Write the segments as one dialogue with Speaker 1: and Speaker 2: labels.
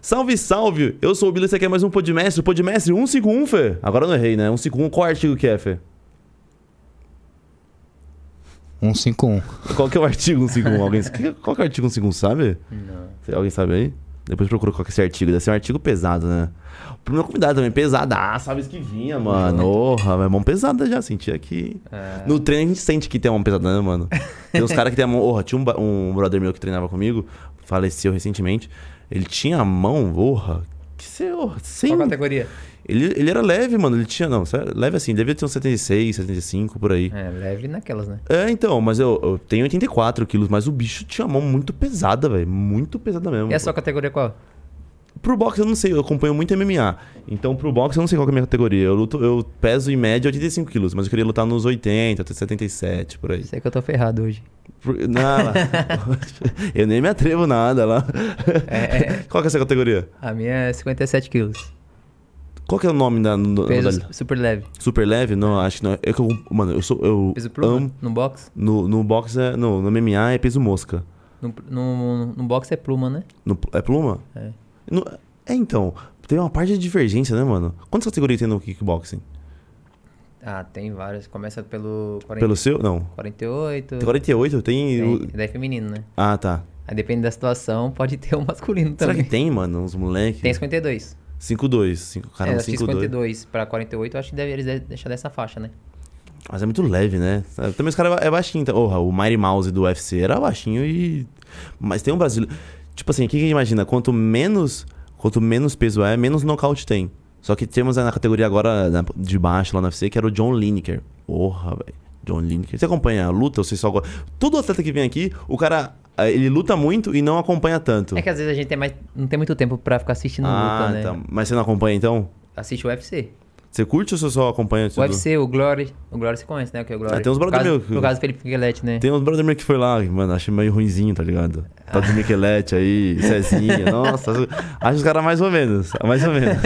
Speaker 1: Salve, salve! Eu sou o Billy, você quer mais um Podmestre? Podmestre 151, Fê? Agora eu não errei, né? 151, qual artigo que é, Fê?
Speaker 2: 151.
Speaker 1: Qual que é o artigo 151? Alguém... que- Qual que é o artigo 151, sabe? Não. Alguém sabe aí? Depois procura qual que é esse artigo. Deve ser um artigo pesado, né? Pro meu convidado também, pesado. Ah, sabe isso que vinha, mano. Porra, mas mão pesada já. Senti aqui. No treino a gente sente que tem mão pesada, né, mano? Tem uns caras que tem a mão. Porra, tinha um, ba- um brother meu que treinava comigo, faleceu recentemente. Ele tinha a mão, porra. Que você, porra, sem
Speaker 3: Qual categoria?
Speaker 1: ele, ele era leve, mano. Ele tinha, não, sério, leve assim, devia ter uns 76, 75 por aí.
Speaker 3: É, leve naquelas, né?
Speaker 1: É, então, mas eu, eu tenho 84 quilos, mas o bicho tinha a mão muito pesada, velho. Muito pesada mesmo.
Speaker 3: E É a sua categoria qual?
Speaker 1: Pro boxe eu não sei, eu acompanho muito MMA. Então, pro boxe eu não sei qual que é a minha categoria. Eu, luto, eu peso em média 85 quilos, mas eu queria lutar nos 80, até 77, por aí.
Speaker 3: Sei que eu tô ferrado hoje.
Speaker 1: Por- Não, lá. eu nem me atrevo nada lá. Qual que é essa categoria?
Speaker 3: A minha é 57 quilos.
Speaker 1: Qual que é o nome da. no-
Speaker 3: Peso
Speaker 1: da-
Speaker 3: super leve.
Speaker 1: super leve? Não, acho que não. É que eu, mano, eu sou. Eu
Speaker 3: Peso pluma,
Speaker 1: amo.
Speaker 3: no box.
Speaker 1: No, no boxe, é, no, no MMA é peso mosca.
Speaker 3: No, no, no box é pluma, né?
Speaker 1: No- é pluma?
Speaker 3: É.
Speaker 1: No- é, então. Tem uma parte de divergência, né, mano? Quantas categorias tem no kickboxing?
Speaker 3: Ah, tem várias. Começa pelo 40,
Speaker 1: Pelo é seu? Não.
Speaker 3: 48.
Speaker 1: Tem 48, tem.
Speaker 3: tem-
Speaker 1: o-
Speaker 3: Daí é feminino, né?
Speaker 1: Ah, tá.
Speaker 3: Aí depende da situação, pode ter o masculino
Speaker 1: Será
Speaker 3: também.
Speaker 1: que tem, mano, uns moleques?
Speaker 3: Tem 52.
Speaker 1: 5-2. cinco-
Speaker 3: é,
Speaker 1: Caramba,
Speaker 3: acho que
Speaker 1: 5-2.
Speaker 3: 52 pra 48, eu acho que deve, eles devem deixar dessa faixa, né?
Speaker 1: Mas é muito leve, né? Sabe, Também os caras é ba- é baixinho. Então. Porra, o Mighty Mouse do UFC era baixinho e. Mas tem um brasileiro. Tipo assim, o que que imagina? Quanto menos. Quanto menos peso é, menos nocaute tem. Só que temos na categoria agora na- de baixo lá no UFC, que era o John Lineker. Porra, velho. John Lineker. Você acompanha a luta ou você só gosta? Todo atleta que vem aqui, o cara. eh, Ele luta muito e não acompanha tanto.
Speaker 3: É que às vezes a gente tem mais, não tem muito tempo pra ficar assistindo
Speaker 1: ah,
Speaker 3: luta, né?
Speaker 1: tá. Mas você não acompanha então?
Speaker 3: Assiste o UFC.
Speaker 1: Você curte ou você só acompanha tipo,
Speaker 3: O
Speaker 1: tudo?
Speaker 3: UFC, o Glory. O Glory você conhece, né? O que é o Glory?
Speaker 1: Ah, tem uns
Speaker 3: No
Speaker 1: brother
Speaker 3: caso-
Speaker 1: meu que-
Speaker 3: No caso, Felipe Miguelete, né?
Speaker 1: Tem uns brother meu que foi lá, mano, achei meio ruinzinho, tá ligado? Tá do Miquelete aí, Cezinha, nossa. Acho os caras mais ou menos, mais ou menos.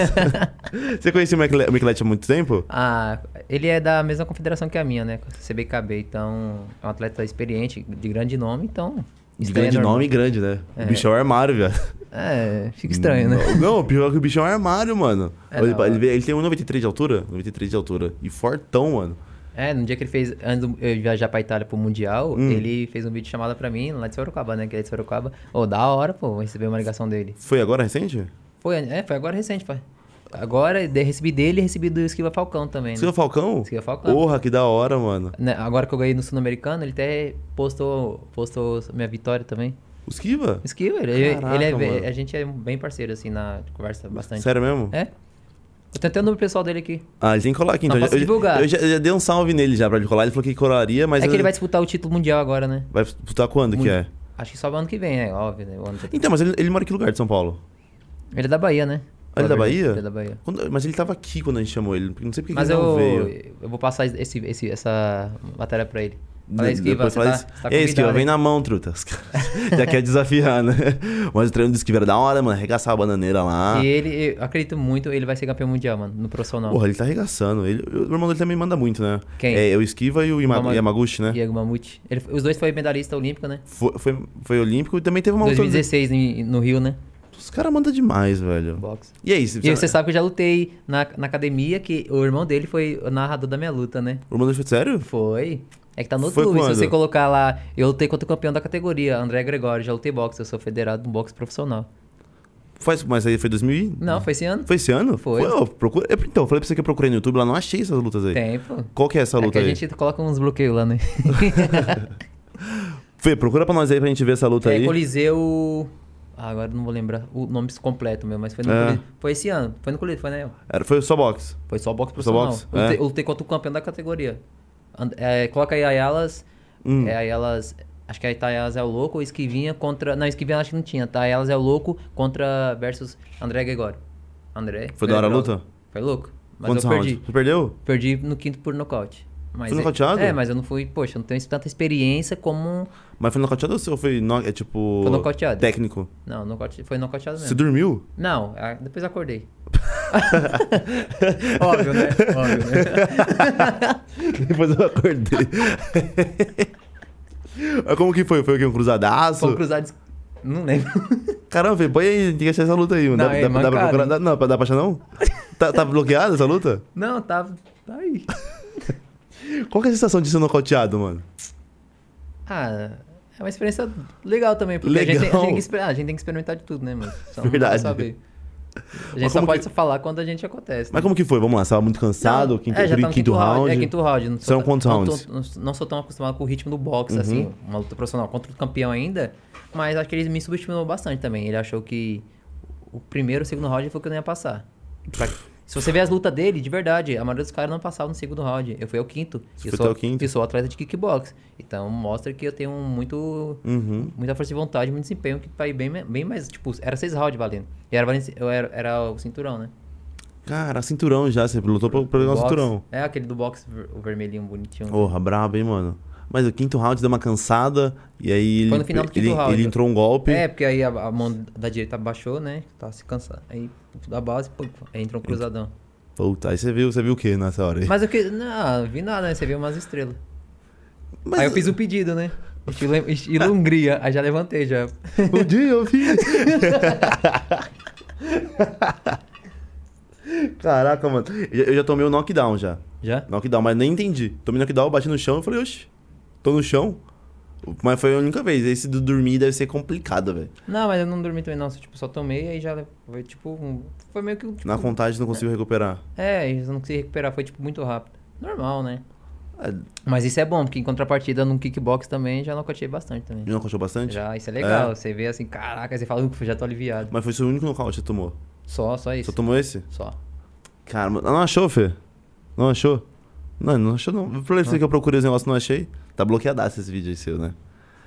Speaker 1: Você conhecia o Miquele- o Miquelete há muito tempo?
Speaker 3: Ah, ele é da mesma confederação que a minha, né? CBKB. Então, é um atleta experiente, de grande nome, então.
Speaker 1: De
Speaker 3: estranho,
Speaker 1: grande
Speaker 3: né?
Speaker 1: nome e grande, né? O
Speaker 3: É.
Speaker 1: bicho é um armário, velho.
Speaker 3: É, fica estranho, né?
Speaker 1: Não, Não, o pior é que o bicho é um armário, mano.
Speaker 3: É,
Speaker 1: ele,
Speaker 3: não,
Speaker 1: ele-
Speaker 3: não.
Speaker 1: ele tem 1,93 de altura? 93 de altura. E fortão, mano.
Speaker 3: É, no dia que ele fez, antes de eu viajar pra Itália pro Mundial,
Speaker 1: Hum.
Speaker 3: ele fez um vídeo chamada pra mim, lá de Sorocaba, né? Que é de Sorocaba. Ô, da hora, pô, receber uma ligação dele.
Speaker 1: Foi agora recente?
Speaker 3: Foi, é, foi agora recente, pai. Agora, de- recebi dele e recebi do Esquiva Falcão também, né?
Speaker 1: Siga Falcão?
Speaker 3: Siga Falcão.
Speaker 1: Porra, que da hora, mano.
Speaker 3: Né, Agora que eu ganhei no Sul-Americano, ele até postou, postou minha vitória também.
Speaker 1: O Esquiva?
Speaker 3: Esquiva, ele,
Speaker 1: Caraca,
Speaker 3: ele é,
Speaker 1: mano.
Speaker 3: a gente é bem parceiro, assim, na conversa bastante.
Speaker 1: Sério mesmo?
Speaker 3: É? Eu tenho até o número pessoal dele aqui.
Speaker 1: Ah, ele tem que colar aqui, então.
Speaker 3: Não,
Speaker 1: Eu já-
Speaker 3: posso
Speaker 1: eu, já-
Speaker 3: divulgar.
Speaker 1: eu já, eu já dei um salve nele já pra ele colar. Ele falou que colaria, mas.
Speaker 3: é que
Speaker 1: eu-
Speaker 3: ele vai disputar o título mundial agora, né?
Speaker 1: Vai disputar quando que é?
Speaker 3: Acho que só ano que vem, é óbvio, né? O ano que-
Speaker 1: Então, mas ele, ele mora em que lugar de São Paulo?
Speaker 3: Ele é da Bahia, né?
Speaker 1: Ah, ele é da Bahia?
Speaker 3: Ele é da Bahia.
Speaker 1: Quando- mas ele tava aqui quando a gente chamou ele. Não sei porque
Speaker 3: Mas
Speaker 1: ele não
Speaker 3: eu,
Speaker 1: veio.
Speaker 3: eu vou passar esse, esse- essa matéria pra ele. Fala,
Speaker 1: De-
Speaker 3: Esquiva,
Speaker 1: Né, depois
Speaker 3: você
Speaker 1: fala
Speaker 3: tá,
Speaker 1: isso.
Speaker 3: você tá
Speaker 1: Ei, Esquiva,
Speaker 3: convidado,
Speaker 1: vem
Speaker 3: hein?
Speaker 1: na mão, truta. Os caras Já quer desafiar, né? Mas o treino do Esquiva era da hora, mano. Arregaçar a bananeira lá.
Speaker 3: E ele, eu acredito muito, ele vai ser campeão mundial, mano, no profissional.
Speaker 1: Porra, ele tá arregaçando. Ele, o irmão dele também manda muito, né?
Speaker 3: Quem? é?
Speaker 1: É, o Esquiva e o Ima-
Speaker 3: Yama-
Speaker 1: Yamaguchi, né?
Speaker 3: Diego Mamute. Ele- os dois foram medalhista olímpico, né?
Speaker 1: Foi, foi, foi olímpico e também teve uma outra-
Speaker 3: 2016 em- no Rio, né?
Speaker 1: Os caras mandam demais, velho.
Speaker 3: Boxe.
Speaker 1: E é aí, se
Speaker 3: E você sabe que eu já lutei na, na academia, que o irmão dele foi o narrador da minha luta, né?
Speaker 1: O irmão dele foi sério?
Speaker 3: Foi. É que tá no
Speaker 1: Foi
Speaker 3: clube,
Speaker 1: quando?
Speaker 3: se você colocar lá, eu lutei contra o campeão da categoria, André Gregório, já lutei boxe, eu sou federado no boxe profissional.
Speaker 1: Faz, mas aí foi 2000 e...
Speaker 3: Não, foi esse ano?
Speaker 1: Foi esse ano?
Speaker 3: Foi.
Speaker 1: eu procura... eu- Então, eu falei pra você que eu procurei no YouTube, lá não achei essas lutas aí.
Speaker 3: Tempo.
Speaker 1: Qual que é essa
Speaker 3: É que
Speaker 1: luta
Speaker 3: a
Speaker 1: aí?
Speaker 3: gente coloca uns bloqueios lá, né?
Speaker 1: Fê, procura pra nós aí pra gente ver essa luta
Speaker 3: é,
Speaker 1: aí.
Speaker 3: Coliseu... Ah, agora eu não vou lembrar o nome completo mesmo, mas foi no
Speaker 1: É.
Speaker 3: Coliseu. Foi esse ano, foi no Coliseu, foi né?
Speaker 1: Era, foi só boxe.
Speaker 3: Foi só boxe
Speaker 1: Só
Speaker 3: profissional.
Speaker 1: boxe,
Speaker 3: Eu,
Speaker 1: é.
Speaker 3: lutei, eu lutei contra o campeão da categoria. And- é, coloca aí a Ayalas.
Speaker 1: Hum.
Speaker 3: É, Ayalas. Acho que a Ayalas é o louco ou Esquivinha contra. Não, Esquivinha acho que não tinha, tá? Ayalas é o louco contra versus André Gregório. André.
Speaker 1: Foi da hora a
Speaker 3: Gregório.
Speaker 1: luta?
Speaker 3: Foi louco. Mas
Speaker 1: Quantos
Speaker 3: eu perdi.
Speaker 1: rounds? Você perdeu?
Speaker 3: Perdi no quinto por nocaute. Mas
Speaker 1: Foi
Speaker 3: é-
Speaker 1: nocauteado?
Speaker 3: É, mas eu não fui. Poxa, eu não tenho tanta experiência como. um,
Speaker 1: Mas foi nocauteado ou seu- foi, no... é tipo...
Speaker 3: Foi nocauteado.
Speaker 1: Técnico.
Speaker 3: Não, nocaute... foi nocauteado mesmo.
Speaker 1: Você dormiu?
Speaker 3: Não, a- depois acordei. Óbvio, né? Óbvio, né?
Speaker 1: Depois eu acordei. Mas Como que foi? Foi o quê? Um cruzadaço?
Speaker 3: Foi um cruzado. Não lembro.
Speaker 1: Caramba, velho, põe aí, tem que achar essa luta aí. Não, dá,
Speaker 3: Não, é
Speaker 1: dá- dá pra
Speaker 3: mancada,
Speaker 1: procurar?
Speaker 3: hein?
Speaker 1: Dá- Não, dá pra achar não? tá, tá bloqueada essa luta?
Speaker 3: Não, tá, tá aí.
Speaker 1: Qual que é a sensação de ser nocauteado, mano?
Speaker 3: Ah, é uma experiência legal também, porque a gente tem-
Speaker 1: Legal.
Speaker 3: A, gente tem, que exper- ah, a gente tem que experimentar de tudo, né, mano? Só não
Speaker 1: Verdade.
Speaker 3: dá pra saber. A gente
Speaker 1: Mas
Speaker 3: só
Speaker 1: como
Speaker 3: pode
Speaker 1: que-
Speaker 3: falar quando a gente acontece. né?
Speaker 1: Mas como que foi? Vamos lá, você tava muito cansado, quinto,
Speaker 3: já tá no
Speaker 1: quinto, round.
Speaker 3: É quinto round. Não sou
Speaker 1: São
Speaker 3: tão-
Speaker 1: quantos
Speaker 3: não
Speaker 1: rounds? Uhum.
Speaker 3: tô- Não, não sou tão acostumado com o ritmo do boxe, assim, uma luta profissional contra o campeão ainda. Mas acho que ele me subestimou bastante também. Ele achou que o primeiro e o segundo round foi o que eu não ia passar. Pra- Se você ver as lutas dele, de verdade, a maioria dos caras não passava no segundo round. Eu fui ao quinto.
Speaker 1: Você
Speaker 3: Eu
Speaker 1: foi
Speaker 3: sou,
Speaker 1: até o quinto.
Speaker 3: e sou atleta de kickbox. Então mostra que eu tenho muito
Speaker 1: Uhum.
Speaker 3: muita força de vontade, muito desempenho, que vai bem, bem mais, tipo, era seis rounds valendo. E era, valendo- eu era, era o cinturão, né?
Speaker 1: Cara, cinturão já, você lutou pra, pra pegar o
Speaker 3: Boxe.
Speaker 1: cinturão.
Speaker 3: É aquele do boxe, ver- o vermelhinho bonitinho.
Speaker 1: Porra, brabo, hein, mano. Mas o quinto round deu uma cansada, e aí ele,
Speaker 3: Foi no final do quinto
Speaker 1: ele,
Speaker 3: round.
Speaker 1: ele entrou um golpe.
Speaker 3: É, porque aí a, a mão da direita baixou, né? Tava se cansando. Aí da base, pô, aí entra um cruzadão.
Speaker 1: Puta, aí você viu, você viu o que nessa hora aí?
Speaker 3: Mas eu que. Não, vi nada, né? Você viu umas estrelas.
Speaker 1: Mas- é
Speaker 3: Aí eu fiz o pedido, né? Estilo, estilo Hungria. Aí já levantei já.
Speaker 1: Um dia eu fiz. Caraca, mano. Eu, eu já tomei o knockdown já.
Speaker 3: Já?
Speaker 1: Knockdown, mas nem entendi. Tomei knockdown, bati no chão e falei, oxe, tô no chão. Mas foi a única vez. Esse do dormir deve ser complicado, velho.
Speaker 3: Não, mas eu não dormi também, não. Só, Tipo, só tomei aí já. le- Foi tipo. um- Foi meio que. um- Tipo,
Speaker 1: Na contagem não consigo recuperar.
Speaker 3: É, eu não consegui recuperar, foi tipo muito rápido. Normal, né?
Speaker 1: É,
Speaker 3: Mas isso é bom, porque em contrapartida no kickbox também já nocauteei bastante também.
Speaker 1: não aconteceu bastante?
Speaker 3: Já, isso é legal.
Speaker 1: É.
Speaker 3: Você vê assim, caraca, você fala, ufa, já tô aliviado.
Speaker 1: Mas foi seu único nocaute que você tomou.
Speaker 3: Só, só
Speaker 1: Só
Speaker 3: isso.
Speaker 1: tomou esse?
Speaker 3: Só.
Speaker 1: Cara, mas- não achou, Fê? Não achou? Não, não achou não. Eu falei pra você que eu procurei os negócios e não achei. Tá bloqueadaço esse vídeo aí seu, né?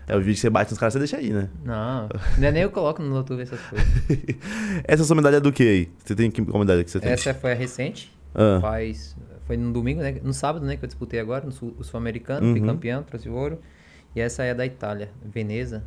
Speaker 1: É o vídeo que você bate nos caras, você deixa aí, né?
Speaker 3: Não, não é nem eu coloco no YouTube essas coisas.
Speaker 1: Essa sua medalha é do que aí? Você tem que, qual medalha que você tem?
Speaker 3: Essa é foi a recente.
Speaker 1: Ah,
Speaker 3: Faz. Foi no domingo, né? No sábado, né? Que eu disputei agora, no sul- o Sul-Americano, fui
Speaker 1: Uhum.
Speaker 3: campeão, trouxe ouro. E essa é da Itália, Veneza.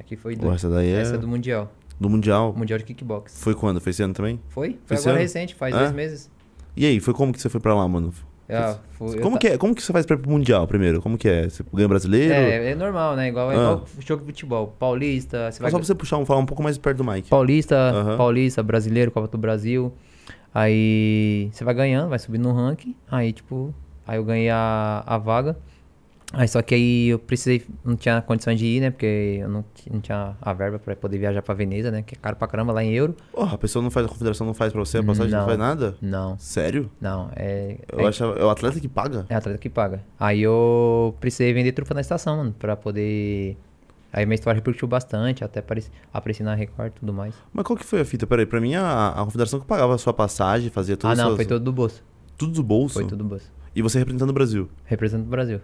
Speaker 3: Aqui foi do.
Speaker 1: Pô, essa daí é
Speaker 3: essa é do Mundial.
Speaker 1: do Mundial.
Speaker 3: Mundial de Kickbox.
Speaker 1: Foi quando? Foi esse ano também?
Speaker 3: Foi? Foi,
Speaker 1: Foi esse
Speaker 3: agora
Speaker 1: ano?
Speaker 3: recente, faz
Speaker 1: É?
Speaker 3: dois meses.
Speaker 1: E aí, foi como que você foi pra lá, mano?
Speaker 3: Ah, foi- eu
Speaker 1: como,
Speaker 3: ta-
Speaker 1: que é? como que você faz pra ir pro Mundial primeiro? Como que é? Você ganha brasileiro?
Speaker 3: É, é normal, né? Igual, é
Speaker 1: Ah.
Speaker 3: igual jogo de futebol. Paulista,
Speaker 1: Mas
Speaker 3: você vai.
Speaker 1: só pra você puxar um, falar um pouco mais perto do Mike.
Speaker 3: Paulista,
Speaker 1: Aham.
Speaker 3: Paulista, brasileiro, Copa do Brasil. Aí você vai ganhando, vai subindo no ranking. Aí, tipo, aí eu ganhei a, a vaga. Aí só que aí eu precisei, não tinha condições de ir, né? Porque eu não, ti- não tinha a verba pra poder viajar pra Veneza, né? Que é caro pra caramba lá em euro.
Speaker 1: Porra, a pessoa não faz, a confederação não faz pra você, a passagem não,
Speaker 3: Não.
Speaker 1: faz nada?
Speaker 3: Não,
Speaker 1: Sério?
Speaker 3: não. É,
Speaker 1: Eu
Speaker 3: é,
Speaker 1: achava. É o atleta que paga?
Speaker 3: é atleta que paga. Aí eu precisei vender trufa na estação, mano, pra poder. Aí minha história repercutiu bastante, até apareci, apareci na Record e tudo mais.
Speaker 1: Mas qual que foi a fita? Peraí, pra mim a, a confederação que pagava a sua passagem, fazia tudo
Speaker 3: ah, não, foi todo do bolso.
Speaker 1: tudo do bolso.
Speaker 3: Foi tudo do bolso.
Speaker 1: E você representando o Brasil.
Speaker 3: Representando o Brasil.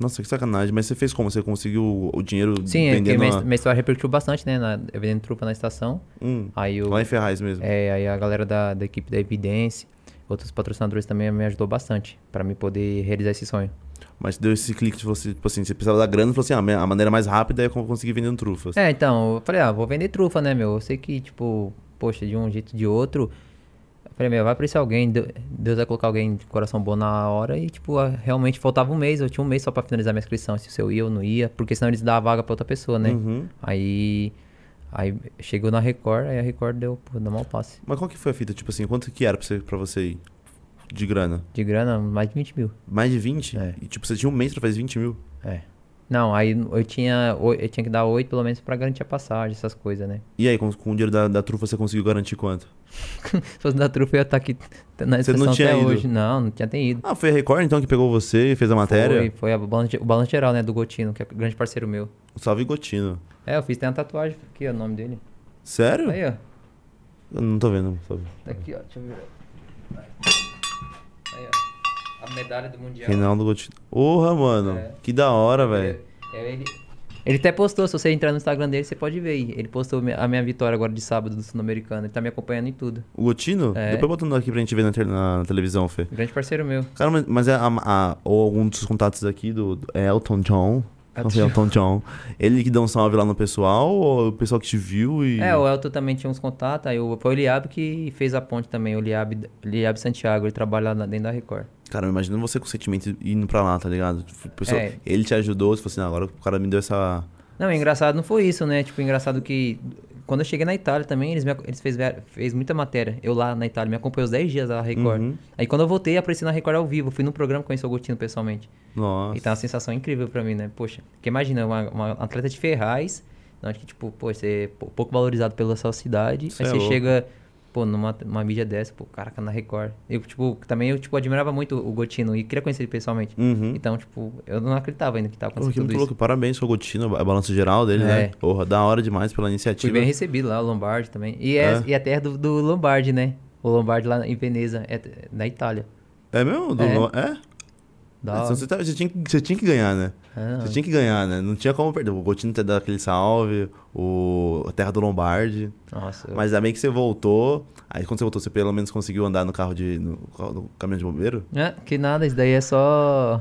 Speaker 1: Nossa, que sacanagem. Mas você fez como? Você conseguiu o- o dinheiro
Speaker 3: Sim, é porque
Speaker 1: vendendo
Speaker 3: minha,
Speaker 1: a-
Speaker 3: minha história repercutiu bastante, né? Na, eu vendendo trupa na estação.
Speaker 1: Hum,
Speaker 3: Aí, eu,
Speaker 1: Lá em Ferraz mesmo.
Speaker 3: é, aí a galera da, da equipe da Evidência, outros patrocinadores também me ajudou bastante pra me poder realizar esse sonho.
Speaker 1: Mas deu esse clique de você, tipo assim, você precisava da grana e falou assim, ah, a maneira mais rápida é eu conseguir vendendo trufas.
Speaker 3: É, então, eu falei, ah, vou vender trufa, né, meu? Eu sei que, tipo, poxa, de um jeito ou de outro. Eu falei, meu, vai aparecer alguém, Deu- Deus vai colocar alguém de coração bom na hora. E, tipo, ah, realmente faltava um mês, eu tinha um mês só pra finalizar minha inscrição, se eu ia ou não ia, porque senão eles davam a vaga pra outra pessoa, né?
Speaker 1: Uhum.
Speaker 3: Aí. Aí chegou na Record, aí a Record deu, pô, deu mal passe.
Speaker 1: Mas qual que foi a fita? Tipo assim, quanto que era pra você, pra você ir de grana?
Speaker 3: De grana, mais de 20 mil.
Speaker 1: Mais de 20?
Speaker 3: É.
Speaker 1: E tipo, você tinha um mês pra fazer 20 mil?
Speaker 3: É. Não, aí eu tinha, oi- eu tinha que dar 8 pelo menos pra garantir a passagem, essas coisas, né?
Speaker 1: E aí, com, com o dinheiro da, da trufa, você conseguiu garantir quanto?
Speaker 3: Se fosse da trufa, eu ia estar aqui t- na
Speaker 1: Você não
Speaker 3: estação
Speaker 1: tinha
Speaker 3: até
Speaker 1: ido?
Speaker 3: hoje. Não, não tinha nem ido.
Speaker 1: Ah, foi a Record então que pegou você e fez a matéria?
Speaker 3: Foi, foi a balança- o balanço geral, né, do Gotino, que é o grande parceiro meu.
Speaker 1: Salve Gotino.
Speaker 3: É, eu fiz, tem uma tatuagem aqui, ó, o nome dele.
Speaker 1: Sério?
Speaker 3: Aí, ó.
Speaker 1: Eu não tô vendo. Salve.
Speaker 3: Tá aqui, ó, deixa eu ver. Aí, ó. A medalha do Mundial.
Speaker 1: Reinaldo é Gotino. Porra, mano.
Speaker 3: É.
Speaker 1: Que da hora, velho.
Speaker 3: É, é ele... ele até postou, se você entrar no Instagram dele, você pode ver aí. Ele postou a minha vitória agora de sábado do Sul-Americano. Ele tá me acompanhando em tudo.
Speaker 1: O Gotino?
Speaker 3: É.
Speaker 1: Depois botando aqui pra gente ver na, te- na televisão, Fê.
Speaker 3: Grande parceiro meu.
Speaker 1: Cara, mas, mas é a, a- ou algum dos contatos aqui do, do é Elton John. Elton,
Speaker 3: Elton
Speaker 1: Elton John. Ele que dá um salve lá no pessoal ou o pessoal que te viu e.
Speaker 3: É, o Elton também tinha uns contatos, aí o- foi o Liab que fez a ponte também, o Liab, Liab Santiago, ele trabalha lá dentro da Record.
Speaker 1: Cara, imagina você com o sentimento indo pra lá, tá ligado? Tipo, o pessoal-
Speaker 3: É.
Speaker 1: Ele te ajudou, você falou assim, "Ah, agora o cara me deu essa.
Speaker 3: Não, engraçado não foi isso, né? Tipo, engraçado que quando eu cheguei na Itália também, eles, me, ac- eles fez, fez muita matéria. Eu lá na Itália, me acompanhou os 10 dias da Record.
Speaker 1: Uhum.
Speaker 3: Aí quando eu voltei, apareci na Record ao vivo. Fui num programa conheci o Gotino pessoalmente.
Speaker 1: Nossa.
Speaker 3: E tá uma sensação incrível pra mim, né? Poxa, porque imagina, uma, uma atleta de Ferraz, não, acho que, tipo, pô, você é pou- pouco valorizado pela sua cidade,
Speaker 1: Isso
Speaker 3: aí
Speaker 1: é
Speaker 3: você
Speaker 1: louco.
Speaker 3: chega, pô, numa numa mídia dessa, pô, caraca, na Record. Eu, tipo, também eu, tipo, admirava muito o Gotino e queria conhecer ele pessoalmente.
Speaker 1: Uhum.
Speaker 3: Então, tipo, eu não acreditava ainda que tava
Speaker 1: Pô,
Speaker 3: acontecendo
Speaker 1: que
Speaker 3: tudo
Speaker 1: muito
Speaker 3: isso.
Speaker 1: louco. Parabéns, sua Gotino, a balança geral dele, né?
Speaker 3: É.
Speaker 1: Porra, da hora demais pela
Speaker 3: Fui
Speaker 1: iniciativa.
Speaker 3: bem recebido lá, o Lombardi também. E é,
Speaker 1: É.
Speaker 3: e a terra do, do Lombardi, né? O Lombardi lá em Veneza, é t- na Itália.
Speaker 1: É mesmo? Do-
Speaker 3: É.
Speaker 1: no- É?
Speaker 3: Da
Speaker 1: É,
Speaker 3: hora.
Speaker 1: senão você, tava- você tinha, que- você tinha que ganhar, né?
Speaker 3: Ah,
Speaker 1: Você tinha que ganhar, né? Não tinha como perder. O Gotino ter dado aquele salve, o a Terra do Lombardi.
Speaker 3: Nossa,
Speaker 1: Mas ainda bem que você voltou. Aí quando você voltou, você pelo menos conseguiu andar no carro de. no, carro- no caminhão de bombeiro?
Speaker 3: Ah, que nada, isso daí é só.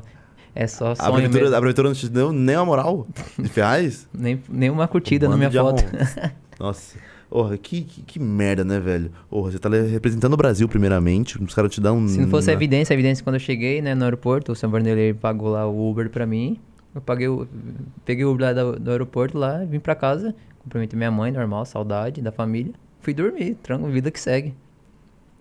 Speaker 3: É só
Speaker 1: A
Speaker 3: sonho
Speaker 1: prefeitura,
Speaker 3: mesmo.
Speaker 1: a prefeitura não te deu nem a moral de reais?
Speaker 3: Nem, nenhuma curtida na
Speaker 1: Bando
Speaker 3: minha
Speaker 1: de
Speaker 3: foto.
Speaker 1: arrombados. Nossa. Porra, que, que, que merda, né, velho? Porra, você tá le- representando o Brasil primeiramente. Os caras te dão um.
Speaker 3: Se não fosse a
Speaker 1: né?
Speaker 3: evidência, a evidência quando eu cheguei, né, no aeroporto, o Sam Vanderlei pagou lá o Uber pra mim. Eu paguei o, peguei o Uber lá do, do aeroporto lá, vim pra casa, cumprimentei minha mãe, normal, saudade da família. Fui dormir, tranquilo, vida que segue.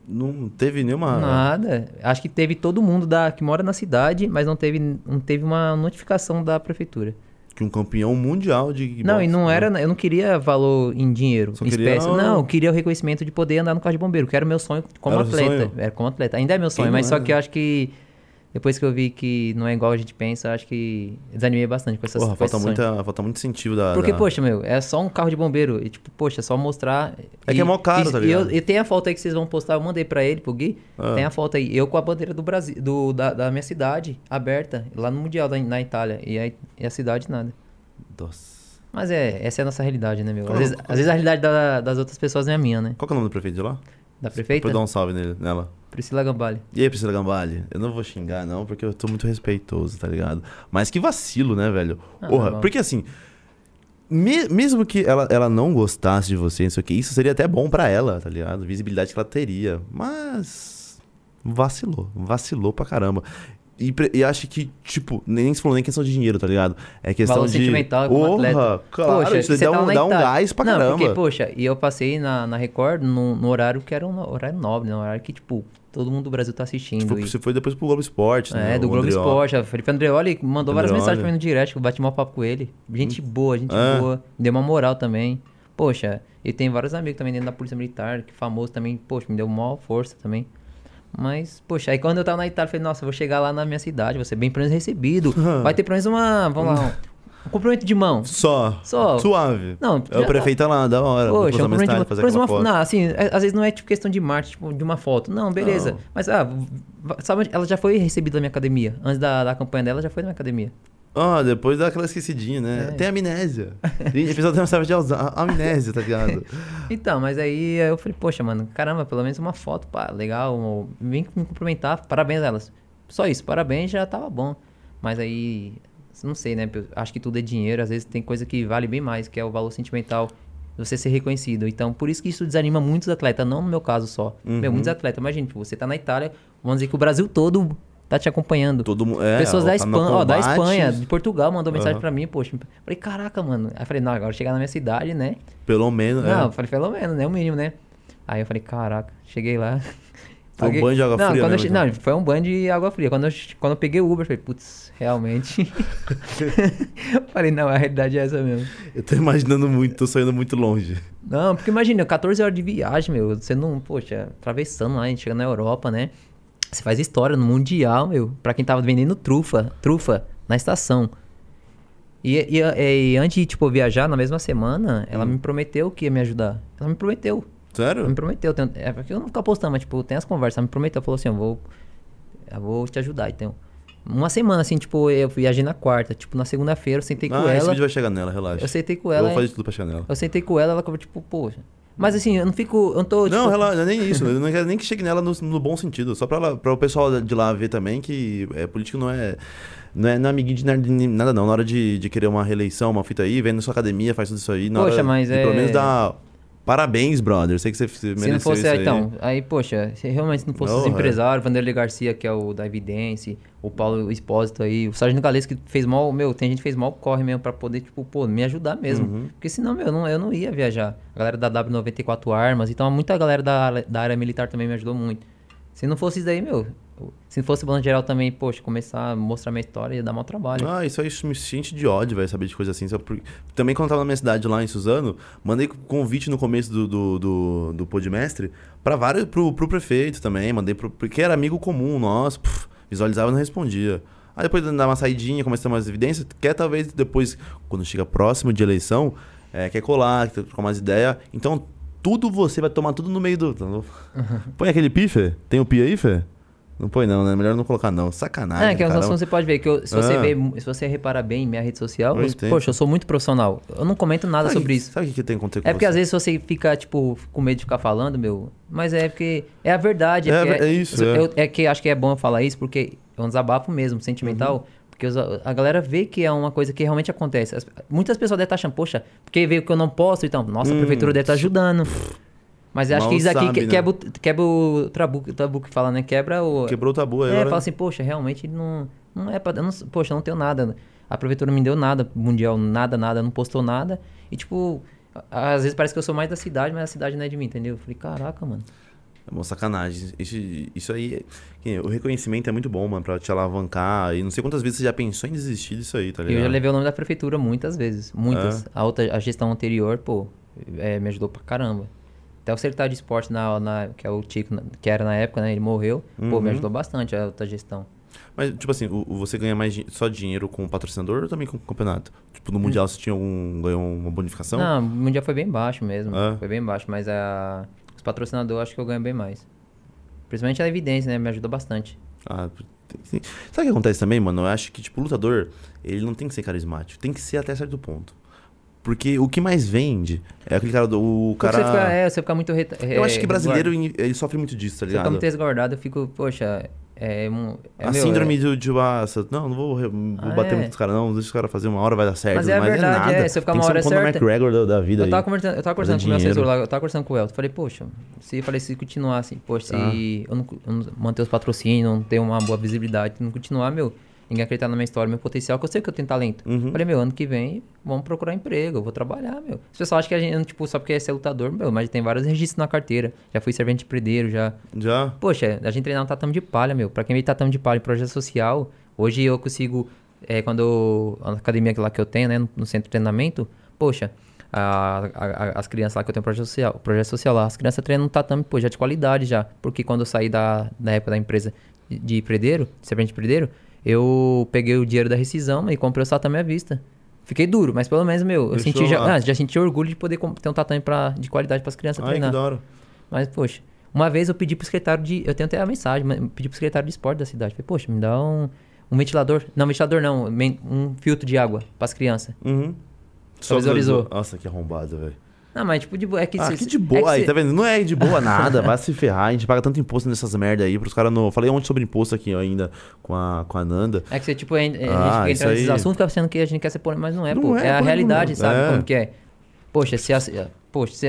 Speaker 1: Não teve nenhuma.
Speaker 3: Nada. Acho que teve todo mundo da, que mora na cidade, mas não teve, não teve uma notificação da prefeitura.
Speaker 1: Que um campeão mundial de.
Speaker 3: não, e
Speaker 1: boxe,
Speaker 3: não
Speaker 1: né?
Speaker 3: era. Eu não queria valor em dinheiro,
Speaker 1: Só
Speaker 3: em
Speaker 1: queria-
Speaker 3: espécie. Não, eu queria o reconhecimento de poder andar no carro de bombeiro, que era o meu sonho como
Speaker 1: Era o seu
Speaker 3: atleta.
Speaker 1: sonho?
Speaker 3: Era como atleta. Ainda é meu sonho,
Speaker 1: não
Speaker 3: mas só
Speaker 1: é,
Speaker 3: que eu acho que. Depois que eu vi que não é igual a gente pensa, eu acho que desanimei bastante com essas
Speaker 1: Porra,
Speaker 3: com esse
Speaker 1: falta,
Speaker 3: sonho.
Speaker 1: muita, falta muito incentivo da.
Speaker 3: Porque,
Speaker 1: da-
Speaker 3: poxa, meu, é só um carro de bombeiro. E, tipo, poxa, é só mostrar.
Speaker 1: É
Speaker 3: e-
Speaker 1: que é mó caro,
Speaker 3: e,
Speaker 1: tá
Speaker 3: e eu-
Speaker 1: ligado?
Speaker 3: E tem a foto aí que vocês vão postar, eu mandei pra ele, pro Gui.
Speaker 1: Ah.
Speaker 3: Tem a foto aí. Eu com a bandeira do Brasil, do, da, da minha cidade, aberta, lá no Mundial da- na Itália. E, aí, e a cidade nada.
Speaker 1: Nossa.
Speaker 3: Mas é, essa é a nossa realidade, né, meu?
Speaker 1: Qual-
Speaker 3: Às vezes, às vezes a realidade da- das outras pessoas não é a minha, né?
Speaker 1: Qual que é o nome do prefeito de lá? Pra
Speaker 3: Da prefeita?
Speaker 1: eu dar um salve nele, nela.
Speaker 3: Priscila Gambale.
Speaker 1: E aí, Priscila Gambale? Eu não vou xingar, não, porque eu tô muito respeitoso, tá ligado? Mas que vacilo, né, velho?
Speaker 3: Ah,
Speaker 1: Porra,
Speaker 3: normal.
Speaker 1: porque assim. me- mesmo que ela, ela não gostasse de você, não sei o que, isso seria até bom pra ela, tá ligado? Visibilidade que ela teria. Mas. Vacilou. Vacilou pra caramba. E, pre- e acho que, tipo, nem se falou nem questão de dinheiro, tá ligado? É questão
Speaker 3: Valor
Speaker 1: de.
Speaker 3: sentimental como
Speaker 1: Porra,
Speaker 3: atleta.
Speaker 1: claro, isso
Speaker 3: você
Speaker 1: dá,
Speaker 3: tá
Speaker 1: um,
Speaker 3: lá
Speaker 1: dá
Speaker 3: na
Speaker 1: um
Speaker 3: Itália.
Speaker 1: gás pra
Speaker 3: não,
Speaker 1: caramba.
Speaker 3: Porque, poxa, e eu passei na, na Record no, no horário que era um horário nobre, né? Um horário que, tipo, todo mundo do Brasil tá assistindo.
Speaker 1: Foi-
Speaker 3: e-
Speaker 1: Você foi depois Tipo, pro Globo Esporte, né?
Speaker 3: É, do
Speaker 1: o
Speaker 3: Globo
Speaker 1: Andrioli.
Speaker 3: Esporte. O Felipe Andreoli mandou várias
Speaker 1: Andreoli.
Speaker 3: mensagens pra mim no direct, eu bati mal papo com ele. Gente boa, gente
Speaker 1: É.
Speaker 3: boa. Me deu uma moral também. Poxa, e tem vários amigos também dentro da Polícia Militar, que famoso também, poxa, me deu maior força também. Mas, poxa, aí quando eu tava na Itália, eu falei, nossa, eu vou chegar lá na minha cidade, vou ser bem pelo menos recebido. Vai ter pelo menos uma, vamos lá, um, um cumprimento de mão.
Speaker 1: Só.
Speaker 3: Só.
Speaker 1: Suave.
Speaker 3: Não,
Speaker 1: É o
Speaker 3: já-
Speaker 1: prefeito lá, da hora. vou
Speaker 3: Poxa,
Speaker 1: postar
Speaker 3: é um problema
Speaker 1: mensagem,
Speaker 3: de-
Speaker 1: fazer
Speaker 3: mas
Speaker 1: aquela
Speaker 3: uma,
Speaker 1: foto.
Speaker 3: não, assim, é- às vezes não é tipo questão de marketing, tipo, de uma foto. Não, beleza.
Speaker 1: Não.
Speaker 3: Mas, ah, va- sabe, ela já foi recebida na minha academia. Antes da, da campanha dela, já foi na minha academia.
Speaker 1: Ah, depois dá aquela esquecidinha, né?
Speaker 3: É.
Speaker 1: Tem amnésia. Gente, a pessoa tem uma certa de Alza- amnésia, tá ligado?
Speaker 3: Então, mas aí eu falei, poxa, mano, caramba, pelo menos uma foto, pá, legal. um- Vem me cumprimentar, parabéns a elas. Só isso, parabéns, já tava bom. Mas aí, não sei, né? eu Acho que tudo é dinheiro, às vezes tem coisa que vale bem mais, que é o valor sentimental de você ser reconhecido. Então, por isso que isso desanima muitos atletas, não no meu caso só.
Speaker 1: Uhum.
Speaker 3: Meu, muitos atletas, imagina, tipo, você tá na Itália, vamos dizer que o Brasil todo tá te acompanhando.
Speaker 1: Todo mundo. É,
Speaker 3: Pessoas da
Speaker 1: tá no
Speaker 3: Espanha, ó, da
Speaker 1: combate. Uhum.
Speaker 3: Espanha, de Portugal mandou mensagem
Speaker 1: Aham.
Speaker 3: pra mim, poxa. Falei, caraca, mano. Aí eu falei, não, agora chegar na minha cidade, né?
Speaker 1: Pelo menos. é.
Speaker 3: Não,
Speaker 1: Não,
Speaker 3: eu falei, pelo menos, né? O mínimo, né? Aí eu falei, caraca, cheguei lá.
Speaker 1: Foi um
Speaker 3: paguei-
Speaker 1: banho de água
Speaker 3: não,
Speaker 1: fria
Speaker 3: quando eu
Speaker 1: mesmo,
Speaker 3: che- Não, foi um banho de água fria. Quando eu, che- quando eu peguei o Uber, eu falei, putz, realmente. falei, não, a realidade é essa mesmo.
Speaker 1: Eu tô imaginando muito, tô saindo muito longe.
Speaker 3: Não, porque imagina, 14 horas de viagem, meu. Você não, poxa, atravessando lá, a gente chega na Europa, né? Você faz história no Mundial, meu. Pra quem tava vendendo trufa, trufa, na estação. E, e, e antes de, tipo, viajar, na mesma semana,
Speaker 1: Hum.
Speaker 3: ela me prometeu que ia me ajudar. Ela me prometeu. Ela
Speaker 1: Sério?
Speaker 3: me prometeu. Tem, é porque eu não fico postando, mas, tipo, tem as conversas. Ela me prometeu, falou assim: eu vou, eu vou te ajudar. Então, uma semana, assim, tipo, eu viajei na quarta. Tipo, na segunda-feira, eu sentei com
Speaker 1: Ah, esse
Speaker 3: ela.
Speaker 1: vídeo vai chegar nela, relaxa.
Speaker 3: Eu sentei com
Speaker 1: Eu
Speaker 3: ela. é
Speaker 1: vou fazer de tudo pra chegar nela.
Speaker 3: Eu sentei com ela, ela acabou, tipo, poxa. Mas assim, eu não fico. Eu não tô.
Speaker 1: Não,
Speaker 3: tipo,
Speaker 1: relaxa, nem isso. Eu não quero nem que chegue nela no, no bom sentido. Só pra, ela, pra o pessoal de lá ver também que é, político não é. Não é, não é amiguinho de nada, de nada, não. Na hora de, de querer uma reeleição, uma fita aí, vem na sua academia, faz tudo isso aí. Na
Speaker 3: Poxa,
Speaker 1: hora,
Speaker 3: mas
Speaker 1: de Pelo
Speaker 3: é-
Speaker 1: menos dá Parabéns, brother. Sei que você você
Speaker 3: Se não
Speaker 1: mereceu
Speaker 3: fosse,
Speaker 1: isso aí.
Speaker 3: então, aí, poxa, se realmente se não fosse os
Speaker 1: Porra.
Speaker 3: empresários, Vanderlei Garcia, que é o da Evidência, o Paulo Espósito aí, o Sargento Gales, que fez mal, meu, tem gente que fez mal corre mesmo pra poder, tipo, pô, me ajudar mesmo.
Speaker 1: Uhum.
Speaker 3: Porque senão, meu, eu não, eu não ia viajar. A galera da W94 Armas, então muita galera da, da área militar também me ajudou muito. Se não fosse isso daí, meu, se não fosse o Plano Geral também, poxa, começar a mostrar minha história ia dar mau trabalho.
Speaker 1: Ah, isso aí me sente de ódio, velho, saber de coisa assim. Só por- Também quando eu tava na minha cidade lá em Suzano, mandei convite no começo do, do, do, do Podmestre pra vários, pro, pro prefeito também, mandei pro, porque era amigo comum nosso, puf, visualizava e não respondia. Aí depois dá uma saidinha, começa umas evidências, quer talvez depois, quando chega próximo de eleição, é, quer colar, quer trocar umas ideias. Então tudo você vai tomar tudo no meio do... Põe aquele pi, Fê? Tem o pi aí, Fê? Não põe não, né? Melhor não colocar não. Sacanagem,
Speaker 3: é, que é um
Speaker 1: caramba.
Speaker 3: assunto que você pode ver, que eu- se, você
Speaker 1: Ah.
Speaker 3: vê, se você reparar bem em minha rede social,
Speaker 1: Eu
Speaker 3: eu-
Speaker 1: entendo.
Speaker 3: poxa, eu sou muito profissional. Eu não comento nada
Speaker 1: Sabe
Speaker 3: sobre
Speaker 1: que-
Speaker 3: isso.
Speaker 1: Sabe o que, que tem que acontecer com
Speaker 3: É porque
Speaker 1: você?
Speaker 3: às vezes você fica, tipo, com medo de ficar falando, meu. Mas é porque. É a verdade.
Speaker 1: É,
Speaker 3: porque
Speaker 1: é isso, é.
Speaker 3: eu- é que acho que é bom eu falar isso, porque é um desabafo mesmo, sentimental.
Speaker 1: Uhum.
Speaker 3: Porque os- a galera vê que é uma coisa que realmente acontece. As- muitas pessoas devem estar achando, poxa, porque veio que eu não posso, então, nossa, a prefeitura deve estar ajudando. Mas eu acho
Speaker 1: Hum. mal
Speaker 3: que isso aqui
Speaker 1: sabe,
Speaker 3: que-
Speaker 1: né?
Speaker 3: quebra, o- quebra o trabuco, trabuco que fala, né? Quebra o.
Speaker 1: Quebrou o tabu aí.
Speaker 3: É,
Speaker 1: agora-
Speaker 3: fala assim, poxa, realmente não, não é pra. Eu não, poxa, eu não tenho nada. né?" A prefeitura não me deu nada, mundial, nada, nada, não postou nada. E tipo, a- às vezes parece que eu sou mais da cidade, mas a cidade não é de mim, entendeu? Eu falei, caraca, mano.
Speaker 1: É uma sacanagem. Isso, isso aí. que nem, O reconhecimento é muito bom, mano, pra te alavancar. E não sei quantas vezes você já pensou em desistir disso aí, tá
Speaker 3: E
Speaker 1: ligado?
Speaker 3: eu já levei o nome da prefeitura muitas vezes. Muitas. A, outra, a gestão anterior, pô, é, me ajudou pra caramba. Até o secretário de esporte, na, na- que é o Tico, na- que era na época, né? Ele morreu. Pô, me ajudou bastante a outra gestão.
Speaker 1: Mas, tipo assim, o- o- você ganha mais din- só dinheiro com o patrocinador ou também com o campeonato? Tipo, no Mundial você tinha algum. ganhou uma bonificação?
Speaker 3: Não, o Mundial foi bem baixo mesmo.
Speaker 1: É.
Speaker 3: Foi bem baixo, mas a, os patrocinadores acho que eu ganho bem mais. Principalmente a evidência, né? Me ajuda bastante.
Speaker 1: Ah, tem que- Sabe o que acontece também, mano? Eu acho que, tipo, o lutador, ele não tem que ser carismático. Tem que ser até certo ponto. Porque o que mais vende é aquele cara do. O
Speaker 3: Porque
Speaker 1: cara.
Speaker 3: Você fica, é, você fica muito... Reta,
Speaker 1: Eu acho que
Speaker 3: é,
Speaker 1: brasileiro
Speaker 3: resguardo.
Speaker 1: ele sofre muito disso, tá
Speaker 3: Você fica
Speaker 1: ligado?
Speaker 3: muito resguardado, eu fico, poxa... É, um- é
Speaker 1: a
Speaker 3: meu,
Speaker 1: síndrome
Speaker 3: é-
Speaker 1: de, de ah, essa- não, não vou, re- vou
Speaker 3: Ah,
Speaker 1: bater
Speaker 3: é.
Speaker 1: muito os caras, não, deixa os caras fazer uma hora, vai dar certo.
Speaker 3: Mas é a verdade,
Speaker 1: nada.
Speaker 3: é, se eu ficar
Speaker 1: Tem que
Speaker 3: uma
Speaker 1: ser
Speaker 3: hora
Speaker 1: um Conor
Speaker 3: certa-
Speaker 1: McGregor da, da vida
Speaker 3: Eu
Speaker 1: aí.
Speaker 3: tava conversando, eu
Speaker 1: Fazer
Speaker 3: tava conversando com o meu
Speaker 1: dinheiro.
Speaker 3: assessor lá, eu tava conversando com o Elton. Falei, poxa, se, falei, se continuar assim, poxa,
Speaker 1: Tá.
Speaker 3: se eu não, eu não manter os patrocínios, não ter uma boa visibilidade, não continuar, meu, ninguém acreditar na minha história, no meu potencial, que eu sei que eu tenho talento.
Speaker 1: Uhum.
Speaker 3: Falei, meu, ano que vem vamos procurar emprego, eu vou trabalhar, meu. As pessoas acham que a gente, tipo, só porque é ser lutador, meu, mas tem vários registros na carteira. Já fui servente de predeiro, já.
Speaker 1: Já?
Speaker 3: Poxa, a gente treinar um tatame de palha, meu. Pra quem vê tatame de palha em projeto social, hoje eu consigo, é, quando eu- a academia lá que eu tenho, né, no, no centro de treinamento, poxa, a- a- a- as crianças lá que eu tenho projeto social, projeto social lá, as crianças treinam um tatame, pô, já de qualidade já. Porque quando eu saí da, da época da empresa de, de predeiro, de servente de predeiro, eu peguei o dinheiro da rescisão e comprei o tatame à vista. Fiquei duro, mas pelo menos, meu, eu
Speaker 1: Deixou
Speaker 3: senti já,
Speaker 1: lá.
Speaker 3: ah, já senti orgulho de poder com- ter um tatame pra, de qualidade pras crianças
Speaker 1: Ai, que
Speaker 3: treinar.
Speaker 1: da hora.
Speaker 3: Mas, poxa, uma vez eu pedi pro secretário de. Eu tenho até a mensagem, mas eu pedi pro secretário de esporte da cidade. Falei, poxa, me dá um, um ventilador. Não, ventilador não, men- um filtro de água pras crianças.
Speaker 1: Uhum. Só
Speaker 3: visualizou.
Speaker 1: visualizou. Nossa, que arrombado, velho.
Speaker 3: Não, mas tipo, de boa. É que
Speaker 1: Ah,
Speaker 3: cê-
Speaker 1: que
Speaker 3: cê-
Speaker 1: de
Speaker 3: é
Speaker 1: boa aí,
Speaker 3: cê-
Speaker 1: tá vendo? Não é de boa nada, vai se ferrar. A gente paga tanto imposto nessas merda aí pros caras não. Falei ontem sobre imposto aqui ó, ainda com a, com a Nanda.
Speaker 3: É que você, tipo, en- é,
Speaker 1: Ah,
Speaker 3: a gente fica
Speaker 1: isso
Speaker 3: entrando nesses
Speaker 1: aí.
Speaker 3: assuntos, fica achando que a gente quer ser polêmico, mas não é,
Speaker 1: Não
Speaker 3: pô.
Speaker 1: é
Speaker 3: É, a
Speaker 1: polêmico,
Speaker 3: realidade,
Speaker 1: não.
Speaker 3: sabe?
Speaker 1: É.
Speaker 3: Como que é? Poxa, se, a, poxa, se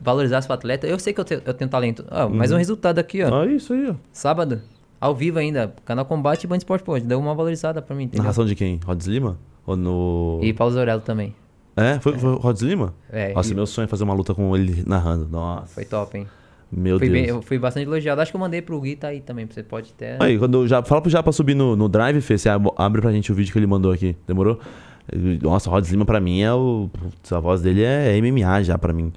Speaker 3: valorizasse o atleta, eu sei que eu, te- eu tenho talento. Ah, Mas um resultado aqui, ó.
Speaker 1: Ah, isso aí, ó.
Speaker 3: Sábado, ao vivo ainda, canal Combate e Band Sport Pod. Deu uma valorizada pra mim, entendeu?
Speaker 1: Narração de quem? Rods Lima? Ou no.
Speaker 3: E Paulo Zorello também.
Speaker 1: É? Foi, foi o Rods Lima?
Speaker 3: É,
Speaker 1: Nossa,
Speaker 3: e-
Speaker 1: meu sonho é fazer uma luta com ele narrando. Nossa.
Speaker 3: Foi top, hein?
Speaker 1: Meu
Speaker 3: Fui,
Speaker 1: Deus.
Speaker 3: bem- eu fui bastante elogiado. Acho que eu mandei pro Gui, tá aí também. Você pode
Speaker 1: É.
Speaker 3: até.
Speaker 1: Aí, quando eu já, fala pro Japa subir no, no Drive, Fê, você ab- abre pra gente o vídeo que ele mandou aqui, demorou? Eu- Nossa, o Rods Lima pra mim é o. putz, A voz dele é MMA já pra mim.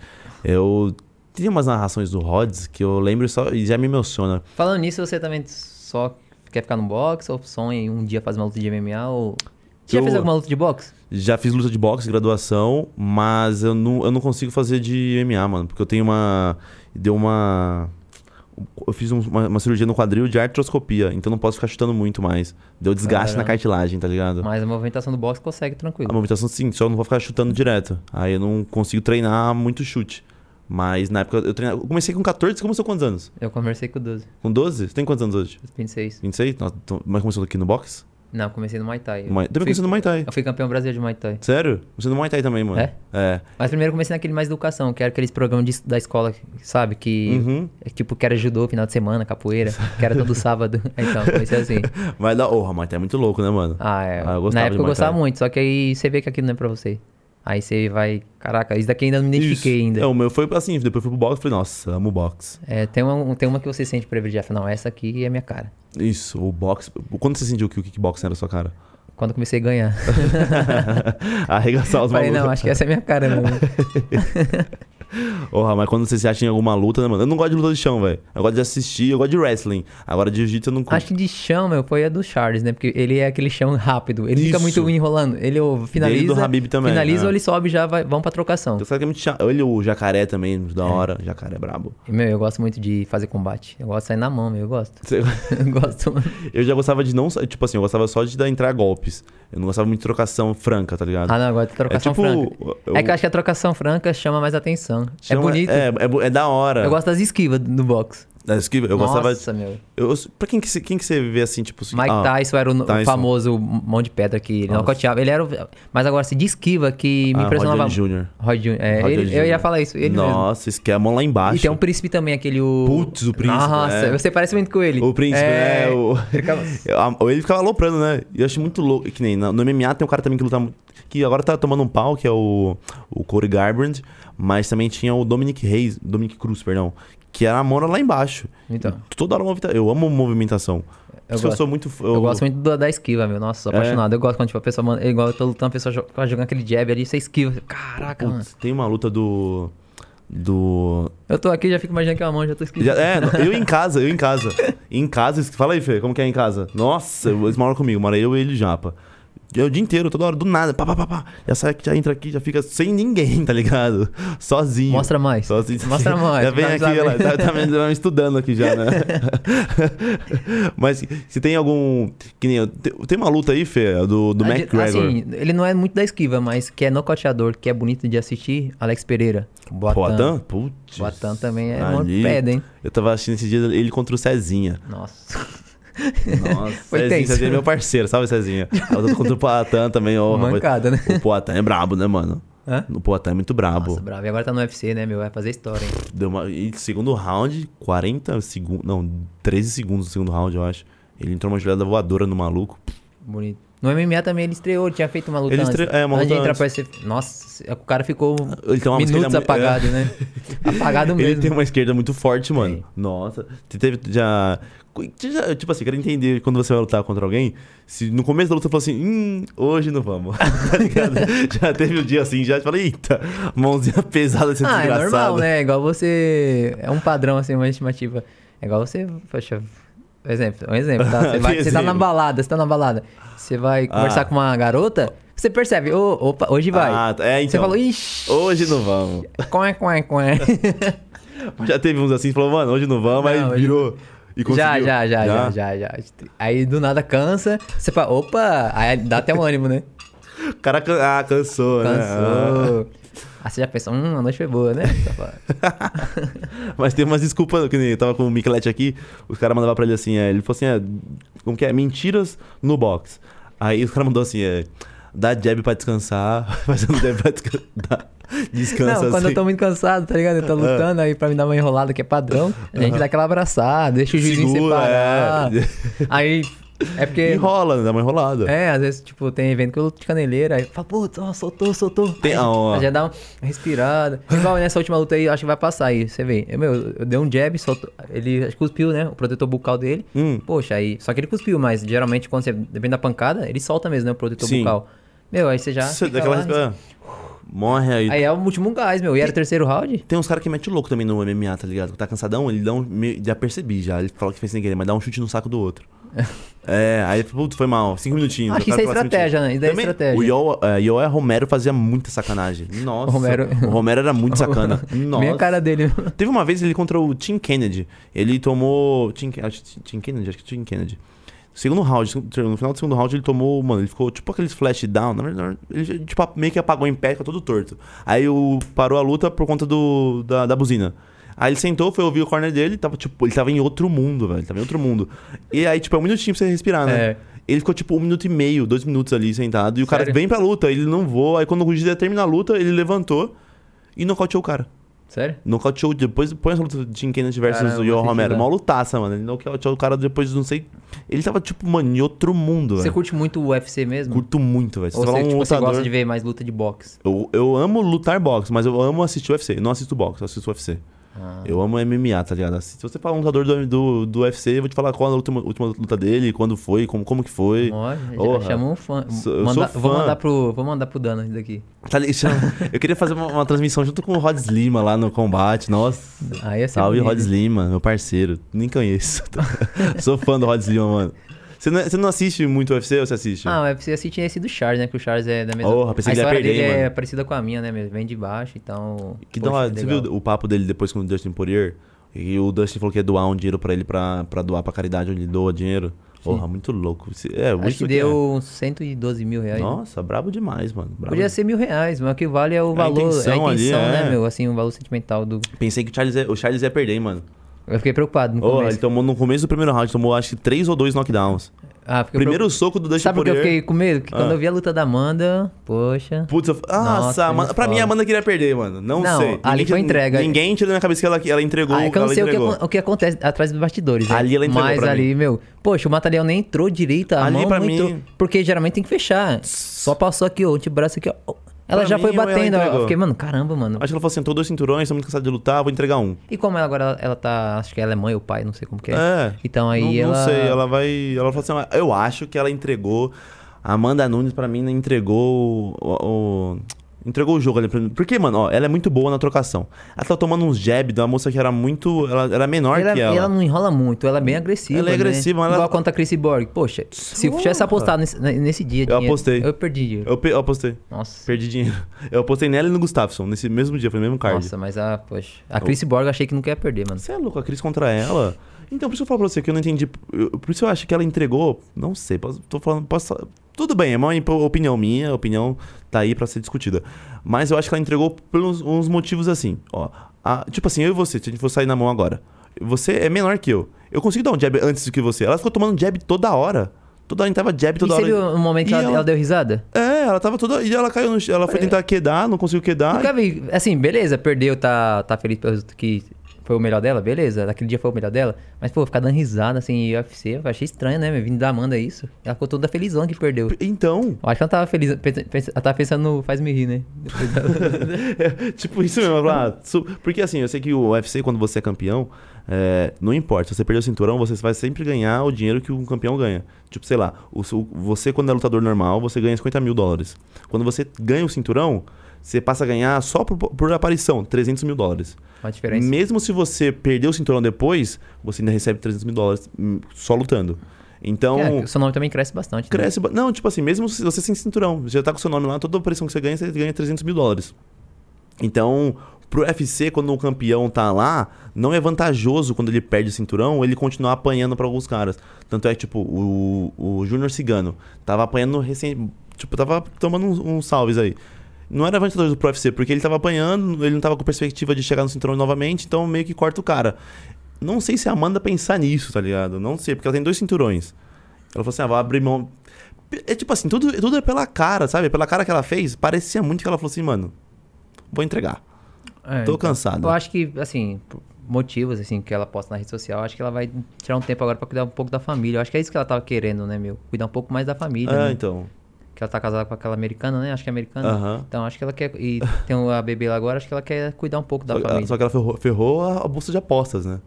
Speaker 1: Eu. Tem umas narrações do Rods que eu lembro só e já me emociona.
Speaker 3: Falando nisso, você também só quer ficar no boxe ou sonha em um dia fazer uma luta de MMA? Ou... Você já
Speaker 1: Eu-
Speaker 3: fez alguma luta de boxe?
Speaker 1: Já fiz luta de boxe, graduação, mas eu não, eu não consigo fazer de MMA, mano. Porque eu tenho uma. Deu uma. Eu fiz um- uma, uma cirurgia no quadril de artroscopia, então não posso ficar chutando muito mais. Deu desgaste na
Speaker 3: Caramba.
Speaker 1: cartilagem, tá ligado?
Speaker 3: Mas a movimentação do boxe consegue
Speaker 1: A
Speaker 3: tranquilo.
Speaker 1: movimentação sim, só não vou ficar chutando direto. Aí eu não consigo treinar muito chute. Mas na época eu treinava. Eu comecei com 14, você começou com quantos anos?
Speaker 3: Eu conversei com o 12,
Speaker 1: Com 12? Você tem quantos anos hoje?
Speaker 3: 26.
Speaker 1: 26? Nossa, tô- mas começou aqui no box?
Speaker 3: Não, comecei no Muay Thai. Eu
Speaker 1: Muay- Também comecei no Muay Thai.
Speaker 3: Eu fui campeão brasileiro de Muay Thai.
Speaker 1: Sério? Você no Muay Thai também, mano.
Speaker 3: É?
Speaker 1: É.
Speaker 3: Mas primeiro eu comecei naquele mais educação, que era aqueles programas de- da escola, sabe? Que
Speaker 1: Uhum.
Speaker 3: é tipo que era judô final de semana, capoeira, que era todo sábado. Então, comecei assim.
Speaker 1: Vai dar. Ô, Muay Thai é muito louco, né, mano?
Speaker 3: Ah, é.
Speaker 1: Ah, eu gostava
Speaker 3: Na
Speaker 1: de
Speaker 3: época eu
Speaker 1: Muay
Speaker 3: gostava
Speaker 1: Thai.
Speaker 3: muito, só que aí você vê que aquilo não é pra você. Aí você vai, caraca, isso daqui ainda não me
Speaker 1: Isso.
Speaker 3: identifiquei ainda.
Speaker 1: É, o meu foi assim, depois eu fui pro boxe e falei, nossa, amo boxe.
Speaker 3: É, tem, uma, tem uma que você sente privilegiado, fala, não, essa aqui é minha cara.
Speaker 1: Isso, o boxe. Quando você sentiu que o kickboxing era a sua cara?
Speaker 3: Quando eu comecei a ganhar.
Speaker 1: Arregaçar os
Speaker 3: Falei,
Speaker 1: malucos.
Speaker 3: não, acho que essa é minha cara, mano.
Speaker 1: Porra, mas quando você se acha em alguma luta, né, mano? Eu não gosto de luta de chão, velho. Eu gosto de assistir, eu gosto de wrestling. Agora de jiu-jitsu eu não curto.
Speaker 3: Acho que de chão, meu, foi a do Charles, né? Porque ele é aquele chão rápido. Ele fica
Speaker 1: Isso.
Speaker 3: muito enrolando. Ele ou finaliza.
Speaker 1: do Habib também, né?
Speaker 3: Finaliza ou ele sobe e já vai, vão pra trocação.
Speaker 1: Os caras que é muito chato. Olha o jacaré também, muito da hora. Jacaré é brabo.
Speaker 3: E, Meu, eu gosto muito de fazer combate. Eu gosto de sair na mão, meu, eu gosto.
Speaker 1: Você-
Speaker 3: Eu gosto.
Speaker 1: Eu já gostava de não. sa- Tipo assim, eu gostava só de dar, entrar golpes. Eu não gostava muito de trocação franca, tá ligado?
Speaker 3: Ah, não, eu gosto de trocação
Speaker 1: É tipo,
Speaker 3: franca.
Speaker 1: eu-
Speaker 3: É que eu acho que a trocação franca chama mais atenção.
Speaker 1: Chama-
Speaker 3: é bonito.
Speaker 1: É, é, bu- é da hora.
Speaker 3: Eu gosto das esquivas do box.
Speaker 1: Da esquiva, eu
Speaker 3: Nossa,
Speaker 1: gostava.
Speaker 3: meu.
Speaker 1: Eu, pra quem que, você- quem que você vê assim, tipo. se-
Speaker 3: Mike
Speaker 1: ah,
Speaker 3: Tyson era o no-
Speaker 1: Tyson.
Speaker 3: famoso mão de pedra que ele nocauteava. Ele era o... Mas agora, se de esquiva que me
Speaker 1: Ah,
Speaker 3: impressionava...
Speaker 1: Roger Jr..
Speaker 3: Roy Jr. É,
Speaker 1: Roger
Speaker 3: ele- Eu
Speaker 1: Jr.
Speaker 3: ia falar isso, ele mesmo.
Speaker 1: Nossa, isso que é a mão lá
Speaker 3: E
Speaker 1: embaixo.
Speaker 3: tem um príncipe também, aquele o...
Speaker 1: Putz, o príncipe,
Speaker 3: Nossa,
Speaker 1: é.
Speaker 3: você parece muito com ele. É.
Speaker 1: O príncipe, né? O...
Speaker 3: Ele ficava-
Speaker 1: Eu- Ele ficava aloprando, né? E eu achei muito louco. Que nem na- no MMA tem um cara também que luta. mu- Que agora tá tomando um pau, que é o, o Corey Garbrandt. Mas também tinha o Dominic Reis, Dominic Cruz, perdão. Que era a Mora lá embaixo.
Speaker 3: Então.
Speaker 1: E Toda hora movimenta... Eu amo movimentação. Por isso que eu
Speaker 3: gosto.
Speaker 1: sou muito. f-
Speaker 3: Eu gosto muito do- da esquiva, meu. Nossa, sou
Speaker 1: É.
Speaker 3: apaixonado. Eu gosto quando tipo, a pessoa manda. Igual eu tô lutando, a pessoa joga, jogando aquele jab ali, você esquiva. Caraca, mano.
Speaker 1: Putz, tem uma luta do. Do.
Speaker 3: Eu tô aqui, já fico imaginando que é uma mão, já
Speaker 1: Já-
Speaker 3: tô esquivando.
Speaker 1: é, eu em casa, eu em casa. Em casa, isso- fala aí, Fê, como que é em casa? Nossa, eu- eles moram comigo, mora eu, ele e o Japa. Eu o dia inteiro, toda hora, do nada, pá, pá, pá, pá. Já sai aqui, já entra aqui, já fica sem ninguém, tá ligado? Sozinho.
Speaker 3: Mostra mais.
Speaker 1: Sozinho.
Speaker 3: Mostra mais.
Speaker 1: Já vem
Speaker 3: Nós
Speaker 1: aqui,
Speaker 3: sabemos.
Speaker 1: ela tá, tá me- tá me estudando aqui já, né? Mas se tem algum. Que nem. eu- Tem tem uma luta aí, Fê, do, do
Speaker 3: Ah, de-
Speaker 1: McGregor.
Speaker 3: Assim, ele não é muito da esquiva, mas que é nocauteador, que é bonito de assistir, Alex Pereira.
Speaker 1: Poatan? Putz.
Speaker 3: Poatan também é
Speaker 1: Ali.
Speaker 3: uma pedra, hein?
Speaker 1: Eu tava assistindo esse dia ele contra o Cezinha.
Speaker 3: Nossa.
Speaker 1: Nossa,
Speaker 3: Foi
Speaker 1: Cezinha,
Speaker 3: tenso.
Speaker 1: Cezinha é meu parceiro, salve Cezinha. Eu tô contra o Poatan também, ô. rapaz.
Speaker 3: Mancada, né?
Speaker 1: O Poatan é brabo, né, mano?
Speaker 3: Hã?
Speaker 1: O Poatan é muito brabo.
Speaker 3: Nossa, bravo. E agora tá no UFC, né, meu? Vai fazer história, hein?
Speaker 1: Deu uma... E segundo round, 40 segundos. Não, 13 segundos no segundo round, eu acho. Ele entrou uma joelhada voadora no maluco.
Speaker 3: Bonito. No MMA também ele estreou, ele tinha feito uma luta
Speaker 1: Ele
Speaker 3: antes.
Speaker 1: estre- é, uma
Speaker 3: antes de
Speaker 1: luta
Speaker 3: entrar pra
Speaker 1: antes.
Speaker 3: UFC. Nossa, o cara ficou
Speaker 1: Ele tem uma música, ele
Speaker 3: minutos
Speaker 1: é mu-
Speaker 3: apagado, né? Apagado mesmo.
Speaker 1: Ele tem uma esquerda muito forte, mano.
Speaker 3: Tem.
Speaker 1: Nossa. Você teve já. você já- Tipo assim, eu quero entender quando você vai lutar contra alguém. Se no começo da luta você falou assim, hum, hoje não vamos. tá ligado? já teve um dia assim, já falei, eita, mãozinha pesada, você é
Speaker 3: Ah, é
Speaker 1: desgraçado.
Speaker 3: normal, né? É Igual você. É um padrão, assim, uma estimativa. É igual você. Poxa. Exemplo, um exemplo, tá? Você, vai-
Speaker 1: Que
Speaker 3: você tá na
Speaker 1: exemplo?
Speaker 3: balada, você tá na balada. Você vai
Speaker 1: Ah.
Speaker 3: conversar com uma garota, você percebe, ô, opa, hoje vai.
Speaker 1: Ah, é,
Speaker 3: Você
Speaker 1: então.
Speaker 3: falou, ixi, é,
Speaker 1: Hoje não vamos.
Speaker 3: coé, coé, coé.
Speaker 1: Já teve uns assim, falou, mano, hoje não vamos,
Speaker 3: Não,
Speaker 1: aí
Speaker 3: hoje-
Speaker 1: virou. E
Speaker 3: Já,
Speaker 1: conseguiu.
Speaker 3: já, já, já, já, já. Aí do nada cansa, você fala, opa, aí dá até um ânimo, né?
Speaker 1: O cara can... ah, cansou, né?
Speaker 3: Cansou. Aí você já pensa, hum, a noite foi boa, né? Você fala,
Speaker 1: Mas tem umas desculpas, que nem eu tava com o Michelete aqui, os caras mandavam pra ele assim, é, ele falou assim, é, como que é? Mentiras no box. Aí os caras mandou assim, é, dá jab pra descansar, fazendo jab pra descansar, descansa
Speaker 3: Não, quando
Speaker 1: assim. Ah.
Speaker 3: eu tô muito cansado, tá ligado? Eu tô lutando aí pra me dar uma enrolada que é padrão. A gente dá aquela abraçada, deixa o juizinho
Speaker 1: Segura, é.
Speaker 3: separar. Aí. É porque.
Speaker 1: Enrola, né? dá uma enrolada.
Speaker 3: É, às vezes, tipo, tem evento que eu luto de caneleira, aí fala, putz, ó, soltou, soltou.
Speaker 1: Tem-
Speaker 3: aí,
Speaker 1: ah, ó.
Speaker 3: aí já dá uma respirada. Igual nessa última luta aí, acho que vai passar aí, você vê. Eu, meu, eu dei um jab, soltou, ele acho que cuspiu, né, o protetor bucal dele.
Speaker 1: Hum.
Speaker 3: Poxa, aí, só que ele cuspiu, mas geralmente quando você, depende da pancada, ele solta mesmo, né, o protetor
Speaker 1: Sim.
Speaker 3: bucal. Meu, aí você já
Speaker 1: Você
Speaker 3: fica
Speaker 1: dá aquela
Speaker 3: lá, né?
Speaker 1: respirada. é Morre aí.
Speaker 3: Aí é o último gás, meu, e era o terceiro round?
Speaker 1: Tem uns caras que metem o louco também no MMA, tá ligado? Tá cansadão, ele dá um. me- Já percebi já. Ele fala que fez sem querer, mas dá um chute no saco do outro. é, aí puto, foi mal. Cinco minutinhos.
Speaker 3: Acho que
Speaker 1: o cara
Speaker 3: isso é
Speaker 1: fala cinco
Speaker 3: estratégia,
Speaker 1: minutinhos.
Speaker 3: né? Isso daí é estratégia.
Speaker 1: O Yoel, é, Yoel Romero fazia muita sacanagem. Nossa. O Romero,
Speaker 3: Romero-
Speaker 1: era muito sacana. Nossa.
Speaker 3: Minha cara dele.
Speaker 1: Teve uma vez ele contra o Tim Kennedy. Ele tomou. Tim, acho que Tim Kennedy, acho que Tim Kennedy. Segundo round, no final do segundo round ele tomou, mano, ele ficou tipo aqueles flash down, na verdade, ele tipo, meio que apagou em pé, ficou todo torto. Aí o, parou a luta por conta do, da, da buzina. Aí ele sentou, foi ouvir o corner dele, tava, tipo, ele tava em outro mundo, velho, tava em outro mundo. E aí, tipo, é um minutinho pra você respirar, né?
Speaker 3: É.
Speaker 1: Ele ficou tipo um minuto e meio, dois minutos ali sentado. E o cara
Speaker 3: Sério?
Speaker 1: vem pra luta, ele não voa. Aí quando o juiz ia terminar a luta, ele levantou e nocauteou o cara.
Speaker 3: Sério?
Speaker 1: Nocauteou depois, põe essa luta de Jim Kennedy versus
Speaker 3: Caramba, né?
Speaker 1: o João
Speaker 3: tem que
Speaker 1: Romero.
Speaker 3: dar.
Speaker 1: Uma lutaça, mano. Ele nocauteou o cara depois de não sei. Ele tava tipo, mano, em outro mundo,
Speaker 3: Você
Speaker 1: velho.
Speaker 3: curte muito o UFC mesmo?
Speaker 1: Curto muito, velho. Se
Speaker 3: Ou
Speaker 1: falar
Speaker 3: você,
Speaker 1: um
Speaker 3: tipo, você
Speaker 1: lutador.
Speaker 3: gosta de ver mais luta de boxe?
Speaker 1: Eu, eu amo lutar boxe, mas eu amo assistir UFC. Eu não assisto boxe, eu assisto UFC.
Speaker 3: Ah.
Speaker 1: Eu amo MMA, tá ligado? Se você falar um lutador do, do, do UFC, eu vou te falar qual a última, última luta dele, quando foi, como, como que foi.
Speaker 3: Ó, já-
Speaker 1: Porra.
Speaker 3: já chamou um fã.
Speaker 1: Sou- eu
Speaker 3: Manda-
Speaker 1: sou
Speaker 3: Vou
Speaker 1: fã.
Speaker 3: mandar pro, vou mandar pro Dano isso daqui.
Speaker 1: Tá li- chama- eu queria fazer uma, uma transmissão junto com o Rod Lima lá no combate. Nossa.
Speaker 3: Aí é
Speaker 1: Salve Rod Lima, meu parceiro. Nem conheço. Sou fã do Rod Lima, mano. Você não, é, você não assiste muito UFC ou você assiste?
Speaker 3: Ah, o UFC assim tinha esse do Charles, né? Que o Charles é da mesma.
Speaker 1: Porra, pensei
Speaker 3: a
Speaker 1: que ele ia
Speaker 3: história
Speaker 1: perder,
Speaker 3: dele
Speaker 1: hein,
Speaker 3: é
Speaker 1: mano.
Speaker 3: parecida com a minha, né? mesmo? Vem de baixo, então.
Speaker 1: Que
Speaker 3: poxa,
Speaker 1: da hora. Você
Speaker 3: legal.
Speaker 1: viu o papo dele depois com o Dustin Poirier? E o Dustin falou que ia doar um dinheiro pra ele pra, pra doar pra caridade, onde ele doa dinheiro. Porra, muito louco. Se- É,
Speaker 3: Acho
Speaker 1: isso
Speaker 3: que deu uns 112 mil
Speaker 1: É.
Speaker 3: reais. né?
Speaker 1: Nossa, brabo demais, mano. Brabo.
Speaker 3: Podia ser mil reais, mas o que vale é o valor,
Speaker 1: intenção
Speaker 3: é a
Speaker 1: ali,
Speaker 3: intenção,
Speaker 1: é.
Speaker 3: né, meu? Assim, o valor sentimental do.
Speaker 1: Pensei que o Charles, ia, o Charles ia perder, hein, mano.
Speaker 3: Eu fiquei preocupado no
Speaker 1: Porra, então,
Speaker 3: começo.
Speaker 1: ele tomou no começo do primeiro round, tomou acho que três ou dois knockdowns.
Speaker 3: Ah, fiquei
Speaker 1: Primeiro
Speaker 3: preocup-
Speaker 1: soco do Dustin
Speaker 3: Sabe por que eu
Speaker 1: Poirier.
Speaker 3: fiquei com medo? Que quando
Speaker 1: Ah.
Speaker 3: eu vi a luta da Amanda, poxa.
Speaker 1: Putz, eu... Nossa,
Speaker 3: Nossa,
Speaker 1: a Amanda...
Speaker 3: nem
Speaker 1: pra mim a
Speaker 3: fala.
Speaker 1: Amanda queria perder, mano. Não,
Speaker 3: Não,
Speaker 1: sei.
Speaker 3: ali foi
Speaker 1: tira-
Speaker 3: entrega.
Speaker 1: Ninguém tirou na minha cabeça que ela, que ela entregou.
Speaker 3: Ah, é que eu não
Speaker 1: ela
Speaker 3: sei o que,
Speaker 1: entregou.
Speaker 3: acon- o que acontece atrás dos bastidores. né?
Speaker 1: Ali ela entregou
Speaker 3: Mas
Speaker 1: pra
Speaker 3: ali, meu. Poxa, o Mataleão nem entrou direito, a
Speaker 1: Ali
Speaker 3: mão
Speaker 1: pra
Speaker 3: não
Speaker 1: mim-
Speaker 3: entrou. Porque geralmente tem que fechar. Só passou aqui, ó, o antebraço aqui, ó. Ela
Speaker 1: Pra
Speaker 3: já foi
Speaker 1: mim, ela
Speaker 3: batendo. ó.
Speaker 1: entregou.
Speaker 3: Eu fiquei, mano, caramba, mano.
Speaker 1: Acho que ela falou assim, tô dois cinturões, tô muito cansado de lutar, vou entregar um.
Speaker 3: E como ela agora ela, ela tá. Acho que ela é mãe ou pai, não sei como que é.
Speaker 1: É.
Speaker 3: Então aí
Speaker 1: não,
Speaker 3: ela.
Speaker 1: Não sei, ela vai. Ela falou assim, eu acho que ela entregou. A Amanda Nunes, pra mim, entregou o. o- entregou o jogo ali. pra mim. Porque, mano, ó, ela é muito boa na trocação. Ela tá tomando uns jab de uma moça que era muito. Ela era menor
Speaker 3: E ela,
Speaker 1: que
Speaker 3: e
Speaker 1: ela.
Speaker 3: ela não enrola muito, ela é bem agressiva.
Speaker 1: Ela é
Speaker 3: né?
Speaker 1: agressiva, ela-
Speaker 3: Igual contra a Chris Borg. Poxa, se eu tivesse
Speaker 1: Porra.
Speaker 3: apostado nesse, nesse dia.
Speaker 1: Eu apostei.
Speaker 3: Eu perdi dinheiro.
Speaker 1: Eu, pe- eu apostei.
Speaker 3: Nossa.
Speaker 1: Perdi dinheiro. Eu apostei nela e no Gustafsson, nesse mesmo dia, foi no mesmo card.
Speaker 3: Nossa, mas a. Poxa. A Chris Borg eu achei que não quer perder, mano.
Speaker 1: Você é louco, a Cris contra ela? Então, por isso que eu falo pra você que eu não entendi. eu- Por isso eu acho que ela entregou. Não sei, posso, tô falando. Posso, tudo bem, é uma impo- opinião minha, a opinião tá aí pra ser discutida. Mas eu acho que ela entregou por uns, uns motivos assim. Ó, A- tipo assim, eu e você, se a gente for sair na mão agora. Você é menor que eu. Eu consigo dar um jab antes do que você. Ela ficou tomando jab toda hora. Toda hora entrava jab, toda
Speaker 3: e você
Speaker 1: hora.
Speaker 3: viu o momento
Speaker 1: E
Speaker 3: que ela, ela deu risada?
Speaker 1: É, ela tava toda. E ela caiu no chão. Ela foi tentar quedar, não conseguiu quedar.
Speaker 3: É. Nunca vi. Assim, beleza, perdeu, tá, tá feliz pelo resultado que foi o melhor dela, beleza. Daquele dia foi o melhor dela. Mas, pô, ficar dando risada assim, em UFC, eu achei estranho, né? meu? Vindo da Amanda isso. Ela ficou toda felizona que perdeu.
Speaker 1: Então.
Speaker 3: Eu acho que ela tava feliz. pensa- pensa- Ela tava pensando no faz-me rir, né? Depois da-
Speaker 1: É, tipo isso mesmo. lá, su- Porque assim, eu sei que o UFC, quando você é campeão, é, não importa. Se você perder o cinturão, você vai sempre ganhar o dinheiro que um campeão ganha. Tipo, sei lá, o su- você quando é lutador normal, você ganha 50 mil dólares. Quando você ganha o cinturão, você passa a ganhar só por, por aparição, 300 mil dólares.
Speaker 3: Uma diferença.
Speaker 1: Mesmo se você perder o cinturão depois, você ainda recebe 300 mil dólares hum, só lutando. Então...
Speaker 3: É, o seu nome também cresce bastante. né?
Speaker 1: Cresce. ba- Não, tipo assim, mesmo se você sem cinturão, você já tá com seu nome lá, toda operação que você ganha, você ganha 300 mil dólares. Então, pro UFC, quando o campeão tá lá, não é vantajoso quando ele perde o cinturão ele continuar apanhando pra alguns caras. Tanto é que, tipo, o, o Júnior Cigano tava apanhando recém. Tipo, tava tomando uns, uns salves aí. Não era vantajoso pro UFC, porque ele tava apanhando, ele não tava com perspectiva de chegar no cinturão novamente, então meio que corta o cara. Não sei se a Amanda pensar nisso, tá ligado? Não sei, porque ela tem dois cinturões. Ela falou assim: ah, vou abrir mão. É tipo assim, tudo, tudo é pela cara, sabe? Pela cara que ela fez, parecia muito que ela falou assim, mano, vou entregar.
Speaker 3: É,
Speaker 1: Tô
Speaker 3: então.
Speaker 1: cansado.
Speaker 3: Eu acho que, assim, por motivos, assim, que ela posta na rede social, eu acho que ela vai tirar um tempo agora pra cuidar um pouco da família. Eu acho que é isso que ela tava querendo, né, meu? Cuidar um pouco mais da família,
Speaker 1: Ah,
Speaker 3: né?
Speaker 1: então.
Speaker 3: Que ela tá casada com aquela americana, né? Acho que é americana.
Speaker 1: Aham.
Speaker 3: Então acho que ela quer. E tem a bebê lá agora, acho que ela quer cuidar um pouco da
Speaker 1: Só,
Speaker 3: família.
Speaker 1: só que ela ferrou, ferrou a, a bolsa de apostas, né?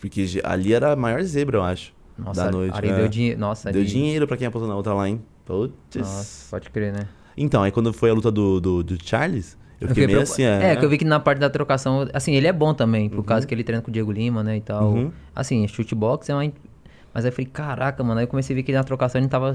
Speaker 1: Porque ge- ali era a maior zebra, eu acho.
Speaker 3: Nossa,
Speaker 1: da noite.
Speaker 3: ali
Speaker 1: é.
Speaker 3: deu dinheiro. Nossa,
Speaker 1: Deu
Speaker 3: ali-
Speaker 1: dinheiro pra quem apostou na outra lá, hein?
Speaker 3: Nossa,
Speaker 1: Putz.
Speaker 3: pode crer, né?
Speaker 1: Então, aí quando foi a luta do, do, do Charles, eu fiquei meio
Speaker 3: preocup-
Speaker 1: assim, é.
Speaker 3: que eu vi que na parte da trocação, assim, ele é bom também, por causa que ele treina com o Diego Lima, né, e tal.
Speaker 1: Uhum.
Speaker 3: Assim, chute box é uma... in- Mas aí eu falei, caraca, mano, aí eu comecei a ver que na trocação ele tava...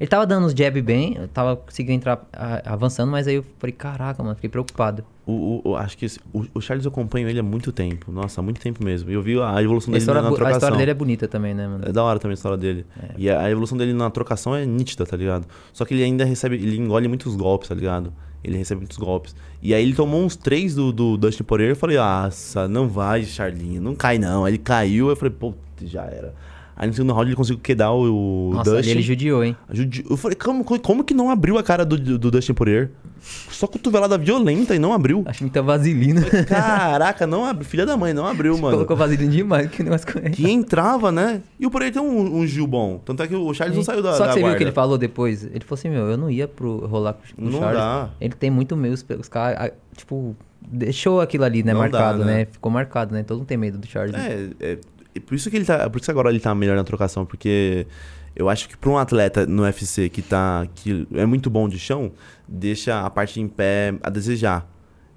Speaker 3: Ele tava dando os jab bem, eu tava conseguindo entrar, a- avançando, mas aí eu falei, caraca, mano, fiquei preocupado.
Speaker 1: O, o- o- acho que esse- o, o Charles eu acompanho ele há muito tempo. Nossa, há muito tempo mesmo. E eu vi a evolução dele
Speaker 3: A
Speaker 1: na,
Speaker 3: história,
Speaker 1: na
Speaker 3: bu- a
Speaker 1: trocação.
Speaker 3: história dele é bonita também, né, mano?
Speaker 1: É da hora também a história dele.
Speaker 3: É.
Speaker 1: E a, a evolução dele na trocação é nítida, tá ligado? Só que ele ainda recebe, ele engole muitos golpes, tá ligado? Ele recebe muitos golpes. E aí ele tomou uns três do, do Dustin Poirier. Eu falei, nossa, não vai, Charlinho, não cai não. Aí ele caiu, eu falei, pô, já era. Aí no segundo round ele conseguiu quedar o, o
Speaker 3: Nossa, ali
Speaker 1: Dustin.
Speaker 3: ele é judiou, hein?
Speaker 1: Judi- Eu falei, como, como que não abriu a cara do, do Dustin Poirier? Só cotovelada violenta e não abriu.
Speaker 3: Acho muita vaselina.
Speaker 1: Caraca, não abriu. Filha da mãe, não abriu, mano.
Speaker 3: Colocou vaselina demais, que negócio com ele.
Speaker 1: Que entrava, né? E o Poirier tem um, um Gil bom. Tanto é que o Charles não saiu da
Speaker 3: Só que
Speaker 1: da
Speaker 3: você viu
Speaker 1: guarda.
Speaker 3: o que ele falou depois? Ele falou assim, meu, eu não ia pro rolar com o com o
Speaker 1: Não
Speaker 3: Charles.
Speaker 1: dá.
Speaker 3: Ele tem muito medo, os- os caras, ah, tipo, deixou aquilo ali, né,
Speaker 1: Não
Speaker 3: marcado,
Speaker 1: dá, né?
Speaker 3: né? Ficou marcado, né? Todo mundo tem medo do Charles. né?
Speaker 1: É, é, e por isso que ele tá. Por isso que agora ele tá melhor na trocação, porque eu acho que pra um atleta no UFC que tá. que é muito bom de chão, deixa a parte em pé a desejar.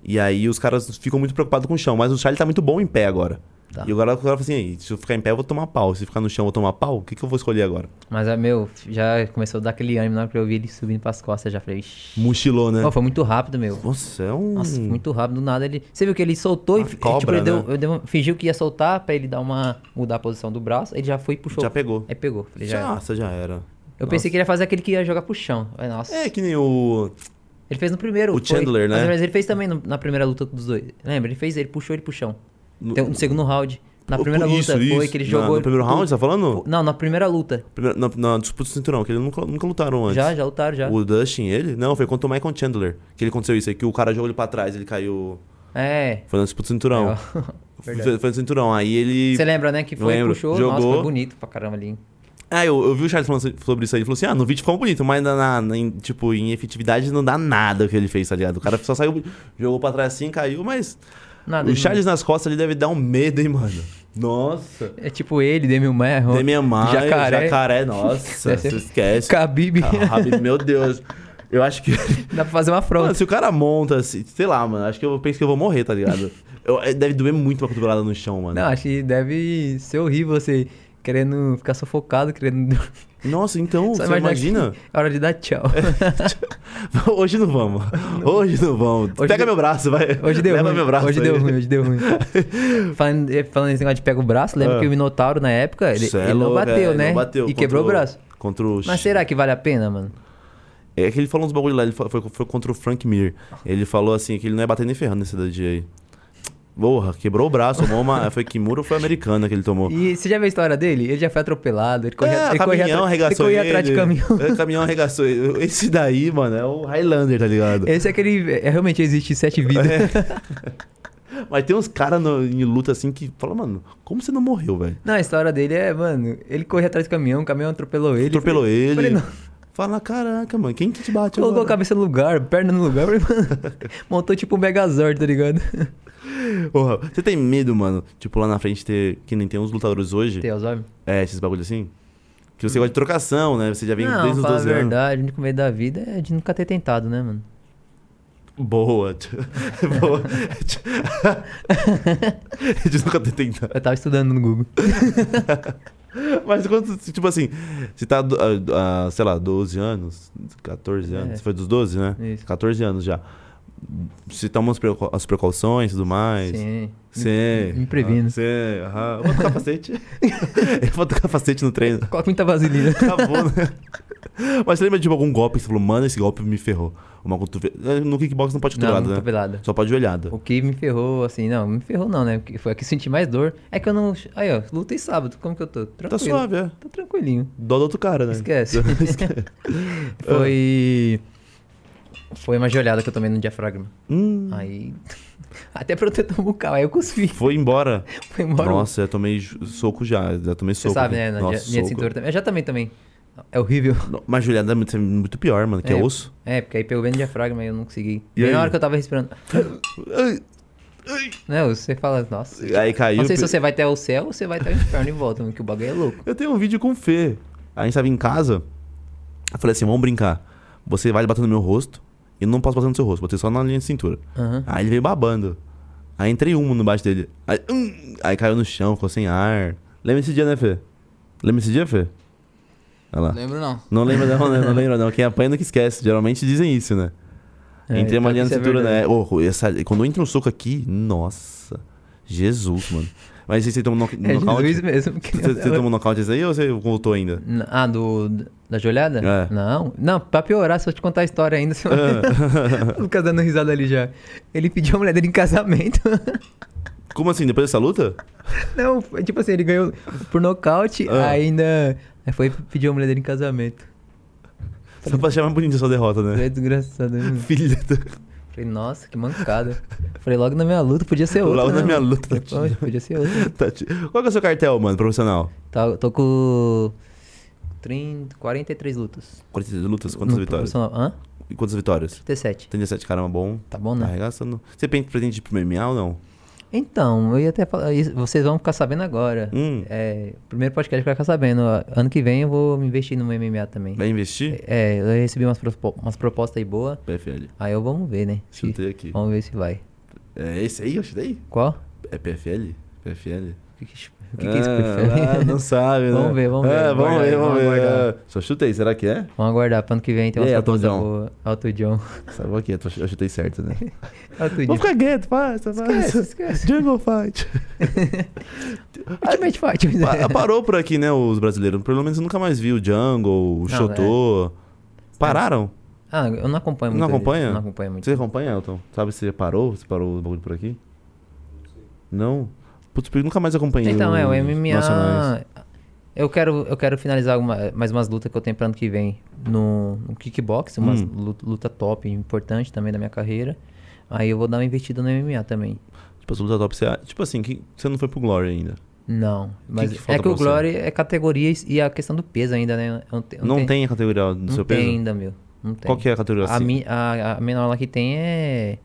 Speaker 1: E aí os caras ficam muito preocupados com o chão, mas o Charlie tá muito bom em pé agora.
Speaker 3: Tá.
Speaker 1: E agora o cara fala assim, "Ei, se eu ficar em pé, eu vou tomar pau. Se eu ficar no chão, eu vou tomar pau. O que, que eu vou escolher agora?
Speaker 3: Mas, ah, meu, já começou a dar aquele ânimo na hora que eu vi ele subindo pras costas, já falei, "Ixi".
Speaker 1: Mochilou, né?
Speaker 3: Ó, foi muito rápido, meu.
Speaker 1: Nossa, é um.
Speaker 3: Nossa, foi muito rápido, do nada ele... Você viu que ele soltou
Speaker 1: Uma
Speaker 3: e, tipo,
Speaker 1: cobra,
Speaker 3: ele deu,
Speaker 1: né?
Speaker 3: eu deu- fingiu que ia soltar pra ele dar uma... mudar a posição do braço, ele já foi e puxou.
Speaker 1: Já pegou.
Speaker 3: Aí pegou, falei, É, já... é. era.
Speaker 1: Nossa, já era.
Speaker 3: Eu pensei que ele ia fazer aquele que ia jogar pro chão. Aí, nossa.
Speaker 1: É que nem o.
Speaker 3: Ele fez no primeiro.
Speaker 1: O Chandler, né?
Speaker 3: Mas, mas ele fez também no- na primeira luta dos dois. Lembra? Ele fez, ele puxou ele pro chão.
Speaker 1: No-
Speaker 3: Tem um- No, segundo round. Na
Speaker 1: o-
Speaker 3: primeira
Speaker 1: isso,
Speaker 3: luta foi
Speaker 1: isso.
Speaker 3: que ele
Speaker 1: Na-
Speaker 3: jogou.
Speaker 1: No primeiro
Speaker 3: ele-
Speaker 1: round, você tá falando?
Speaker 3: Não, na primeira luta.
Speaker 1: Primeiro, na, na disputa do cinturão, que eles nunca, nunca lutaram antes.
Speaker 3: Já, já lutaram, já.
Speaker 1: O Dustin, ele? Não, foi contra o Michael Chandler. Que ele aconteceu isso aí, que o cara jogou ele pra trás, ele caiu.
Speaker 3: É.
Speaker 1: Foi na disputa do cinturão.
Speaker 3: Legal.
Speaker 1: Foi, foi no cinturão. Aí ele.
Speaker 3: Você lembra, né? Que foi,
Speaker 1: Lembro.
Speaker 3: puxou. Nossa,
Speaker 1: Jogou.
Speaker 3: foi bonito pra caramba ali.
Speaker 1: Ah, eu, eu vi o Charles falando so- sobre isso aí. Ele falou assim: ah, no vídeo ficou bonito, mas na, na- na- em, tipo, em efetividade não dá nada o que ele fez, tá ligado? O cara só saiu, jogou pra trás assim, caiu, mas.
Speaker 3: Nada.
Speaker 1: o
Speaker 3: de-
Speaker 1: Charles nas costas ele deve dar um medo, hein, mano. Nossa.
Speaker 3: É tipo ele, Demi Maia.
Speaker 1: Tem minha mãe,
Speaker 3: Jacaré.
Speaker 1: jacaré, nossa,
Speaker 3: Deve ser-
Speaker 1: você esquece.
Speaker 3: Khabib.
Speaker 1: Khabib, meu Deus. Eu acho que.
Speaker 3: Dá pra fazer uma
Speaker 1: Mano,
Speaker 3: frota.
Speaker 1: se o cara monta, assim, sei lá, mano, acho que eu penso que eu vou morrer, tá ligado? Eu- é, deve doer muito uma cotovelada no chão, mano.
Speaker 3: Não, acho que deve ser horrível você querendo ficar sufocado, querendo.
Speaker 1: Nossa, então,
Speaker 3: Só
Speaker 1: você
Speaker 3: imaginar
Speaker 1: imagina?
Speaker 3: que É hora de dar tchau.
Speaker 1: Hoje não vamos. Hoje não vamos.
Speaker 3: Hoje
Speaker 1: Pega
Speaker 3: deu-
Speaker 1: meu braço, vai.
Speaker 3: Hoje deu
Speaker 1: Leva
Speaker 3: ruim.
Speaker 1: meu braço.
Speaker 3: hoje
Speaker 1: aí.
Speaker 3: deu ruim, hoje deu ruim. falando, eh, falando nesse negócio de pega o braço, lembra
Speaker 1: Ah.
Speaker 3: que o Minotauro na época, ele,
Speaker 1: Cê é
Speaker 3: ele não
Speaker 1: louco, é,
Speaker 3: bateu,
Speaker 1: ele
Speaker 3: né?
Speaker 1: Não bateu
Speaker 3: e
Speaker 1: contra
Speaker 3: quebrou o braço.
Speaker 1: Contra o.
Speaker 3: Mas será que vale a pena, mano?
Speaker 1: É que ele falou uns bagulho lá, ele fa- foi, foi contra o Frank Mir. Ele falou assim que ele não ia bater nem ferrando nesse da dia aí. Porra, quebrou o braço, tomou uma. Foi Kimura ou foi americana que ele tomou?
Speaker 3: E você já viu a história dele? Ele já foi atropelado, ele corria,
Speaker 1: É,
Speaker 3: ele corria,
Speaker 1: caminhão
Speaker 3: atra- ele
Speaker 1: arregaçou
Speaker 3: corria atrás de caminhão.
Speaker 1: É, caminhão arregaçou ele. Esse daí, mano, é o Highlander, tá ligado?
Speaker 3: Esse é aquele. É, realmente existe sete vidas.
Speaker 1: É. Mas tem uns caras no- em luta assim que falam, mano, como você não morreu, velho?
Speaker 3: Não, a história dele é, mano, ele corria atrás de caminhão, o caminhão atropelou ele.
Speaker 1: Atropelou
Speaker 3: Falei-
Speaker 1: ele.
Speaker 3: falei, não.
Speaker 1: Fala, caraca, mano, quem que te bate
Speaker 3: Colocou a
Speaker 1: agora?
Speaker 3: cabeça no lugar, perna no lugar, falei, mano, montou tipo um Megazord, tá ligado?
Speaker 1: Porra, você tem medo, mano, tipo lá na frente ter, que nem tem uns lutadores hoje,
Speaker 3: Tem, Osório?
Speaker 1: é, esses bagulho assim? Que você gosta de trocação, né? Você já vem
Speaker 3: não,
Speaker 1: desde os
Speaker 3: fala
Speaker 1: 12
Speaker 3: a
Speaker 1: anos.
Speaker 3: verdade, o único medo da vida é de nunca ter tentado, né, mano?
Speaker 1: Boa. Boa. de nunca tá ter tentado.
Speaker 3: Eu tava estudando no Google.
Speaker 1: Mas quando, tipo assim, você tá, do- ah, ah, sei lá, 12 anos, 14 anos,
Speaker 3: É.
Speaker 1: você foi dos 12, né?
Speaker 3: Isso.
Speaker 1: 14 anos já. Você toma as, precau- as precauções e tudo mais.
Speaker 3: Sim.
Speaker 1: Você.
Speaker 3: Me previno.
Speaker 1: Ah, Você. aham. Eu boto capacete. Eu boto capacete no treino.
Speaker 3: Coloca muita vaselina.
Speaker 1: Acabou, né? Mas você lembra de tipo, algum golpe que você falou, mano, esse golpe me ferrou? Uma cotovelada. No kickbox não pode
Speaker 3: Não,
Speaker 1: cotovelada,
Speaker 3: não
Speaker 1: né?
Speaker 3: tô pelada.
Speaker 1: Só pode joelhada.
Speaker 3: O que me ferrou, assim, não, me ferrou não, né? Porque Foi a que eu senti mais dor. É que eu não. Aí, ó, lutei sábado, como que eu tô? Tranquilo.
Speaker 1: Tá suave, é.
Speaker 3: Tô tranquilinho.
Speaker 1: Dó do outro cara, né?
Speaker 3: Esquece. Foi.
Speaker 1: Ah.
Speaker 3: Foi uma joelhada que eu tomei no diafragma.
Speaker 1: Hum,
Speaker 3: Aí. Até protetor bucal, aí eu cuspi.
Speaker 1: foi embora.
Speaker 3: Foi embora.
Speaker 1: Nossa, eu tomei ju- soco já. Já tomei
Speaker 3: Você
Speaker 1: soco.
Speaker 3: sabe,
Speaker 1: aqui.
Speaker 3: né? Na
Speaker 1: Nossa,
Speaker 3: dia- minha
Speaker 1: soco.
Speaker 3: cintura também. Eu já também também. É horrível.
Speaker 1: Não, Mas Juliana deve ser muito pior, mano, que é, osso.
Speaker 3: É, porque aí pegou bem no diafragma e eu não consegui.
Speaker 1: E
Speaker 3: Bem
Speaker 1: aí?
Speaker 3: na hora que eu tava respirando. Né, você fala, nossa.
Speaker 1: Aí caiu.
Speaker 3: Não sei se você vai até o céu ou você vai até o inferno e volta, mano, que o bagulho é louco.
Speaker 1: Eu tenho um vídeo com o Fê. A gente tava em casa. Eu falei assim: vamos brincar. Você vai bater no meu rosto. E eu não posso bater no seu rosto. Botei só na linha de cintura.
Speaker 3: Aham.
Speaker 1: Aí ele veio babando. Aí entrei um no baixo dele. Aí, hum, aí caiu no chão, ficou sem ar. Lembra esse dia, né, Fê? Lembra esse dia, Fê? Olha lá.
Speaker 2: Lembro não.
Speaker 1: Não lembra não, né? não lembra não. Quem apanha nunca esquece. Geralmente dizem isso, né?
Speaker 3: É,
Speaker 1: Entrei uma
Speaker 3: pior que
Speaker 1: linha na
Speaker 3: isso é
Speaker 1: cintura, né?
Speaker 3: verdade.
Speaker 1: Ô, essa, quando entra um soco aqui, nossa. Jesus, mano. Mas aí você toma um knock-
Speaker 3: É Jesus
Speaker 1: nocaute?
Speaker 3: mesmo. que-
Speaker 1: Você, você toma um nocaute esse aí ou você voltou ainda?
Speaker 3: N- Ah, do, da joelhada?
Speaker 1: É.
Speaker 3: Não, não, pra piorar, se eu te contar a história ainda, você vai-
Speaker 1: Ah,
Speaker 3: o Lucas dando risada ali já. Ele pediu a mulher dele em casamento.
Speaker 1: Como assim? Depois dessa luta?
Speaker 3: Não, foi tipo assim, ele ganhou por nocaute,
Speaker 1: Ah.
Speaker 3: aí ainda. Aí foi pedir a mulher dele em casamento.
Speaker 1: Só pra achar mais bonita a sua derrota, né?
Speaker 3: É desgraçado. né?
Speaker 1: Filha do...
Speaker 3: Falei, nossa, que mancada. Falei, logo na minha luta podia ser outra.
Speaker 1: Logo na
Speaker 3: né,
Speaker 1: minha
Speaker 3: mano?
Speaker 1: luta,
Speaker 3: Falei,
Speaker 1: tadinho.
Speaker 3: "Pô, Podia ser outra. né?"
Speaker 1: Tá te- Qual que é o seu cartel, mano, profissional?
Speaker 3: Tá, tô com 30, 43 lutas.
Speaker 1: Quantas lutas? Quantas
Speaker 3: No
Speaker 1: vitórias?
Speaker 3: profissional. Hã?
Speaker 1: E quantas vitórias?
Speaker 3: 37.
Speaker 1: 37, caramba, bom.
Speaker 3: Tá bom,
Speaker 1: Tá
Speaker 3: né?
Speaker 1: arregaçando. Você pen- pretende ir pro MMA ou não?
Speaker 3: Então, eu ia até falar isso, vocês vão ficar sabendo agora.
Speaker 1: Hum.
Speaker 3: É, primeiro podcast que vai ficar sabendo. ó, Ano que vem eu vou me investir no MMA também.
Speaker 1: Vai investir?
Speaker 3: É, eu recebi umas, propo- umas propostas aí boas.
Speaker 1: PFL.
Speaker 3: Aí eu vamos ver, né? Se-
Speaker 1: Chutei aqui.
Speaker 3: Vamos ver se vai.
Speaker 1: É esse aí, eu chutei?
Speaker 3: Qual?
Speaker 1: É PFL? PFL?
Speaker 3: O que, que, o que que é isso,
Speaker 1: Ah,
Speaker 3: prefere?
Speaker 1: ah, não sabe, né?
Speaker 3: Vamos ver, vamos ver,
Speaker 1: Ah, vamos
Speaker 3: aguardar aí,
Speaker 1: ver, vamos
Speaker 3: vamos
Speaker 1: ver.
Speaker 3: aguardar.
Speaker 1: Ah, Só chutei, será que é?
Speaker 3: Vamos aguardar, pra ano que vem tem
Speaker 1: E
Speaker 3: uma
Speaker 1: aí, Elton John?
Speaker 3: boa. Alto John.
Speaker 1: Sabe aqui, eu tô- eu chutei certo, né?
Speaker 3: Alto John.
Speaker 1: Vamos ficar quieto, passa,
Speaker 3: Esquece,
Speaker 1: passa.
Speaker 3: esquece.
Speaker 1: Jungle Fight.
Speaker 3: Ultimate Fight.
Speaker 1: Pa- Parou por aqui, né, os brasileiros. Pelo menos eu nunca mais vi o Jungle, o
Speaker 3: Não, é.
Speaker 1: Chotô. Pararam?
Speaker 3: Ah, eu não acompanho muito.
Speaker 1: Não
Speaker 3: ele,
Speaker 1: acompanha?
Speaker 3: Não acompanho muito.
Speaker 1: Você acompanha, Elton? Sabe se parou? Se parou o bagulho por aqui? Não? Putz, eu nunca mais acompanhei
Speaker 3: Então, é, o
Speaker 1: os
Speaker 3: MMA.
Speaker 1: nacionais.
Speaker 3: Eu quero, eu quero finalizar alguma- mais umas lutas que eu tenho pra ano que vem no, no kickbox, umas
Speaker 1: Hum.
Speaker 3: lu- luta top, importante também da minha carreira. Aí eu vou dar uma investida no MMA também.
Speaker 1: Tipo, as lutas top, você... Tipo assim, que... você não foi pro Glory ainda.
Speaker 3: Não, mas
Speaker 1: que
Speaker 3: é
Speaker 1: falta
Speaker 3: que o
Speaker 1: pra você?
Speaker 3: Glory é categoria e- e a questão do peso ainda, né? Eu te- eu
Speaker 1: não
Speaker 3: tenho-
Speaker 1: tem a categoria do
Speaker 3: não
Speaker 1: seu
Speaker 3: tem
Speaker 1: peso?
Speaker 3: ainda, meu. Não tem.
Speaker 1: Qual que é a categoria
Speaker 3: A,
Speaker 1: assim?
Speaker 3: mi- a, a menor lá que tem é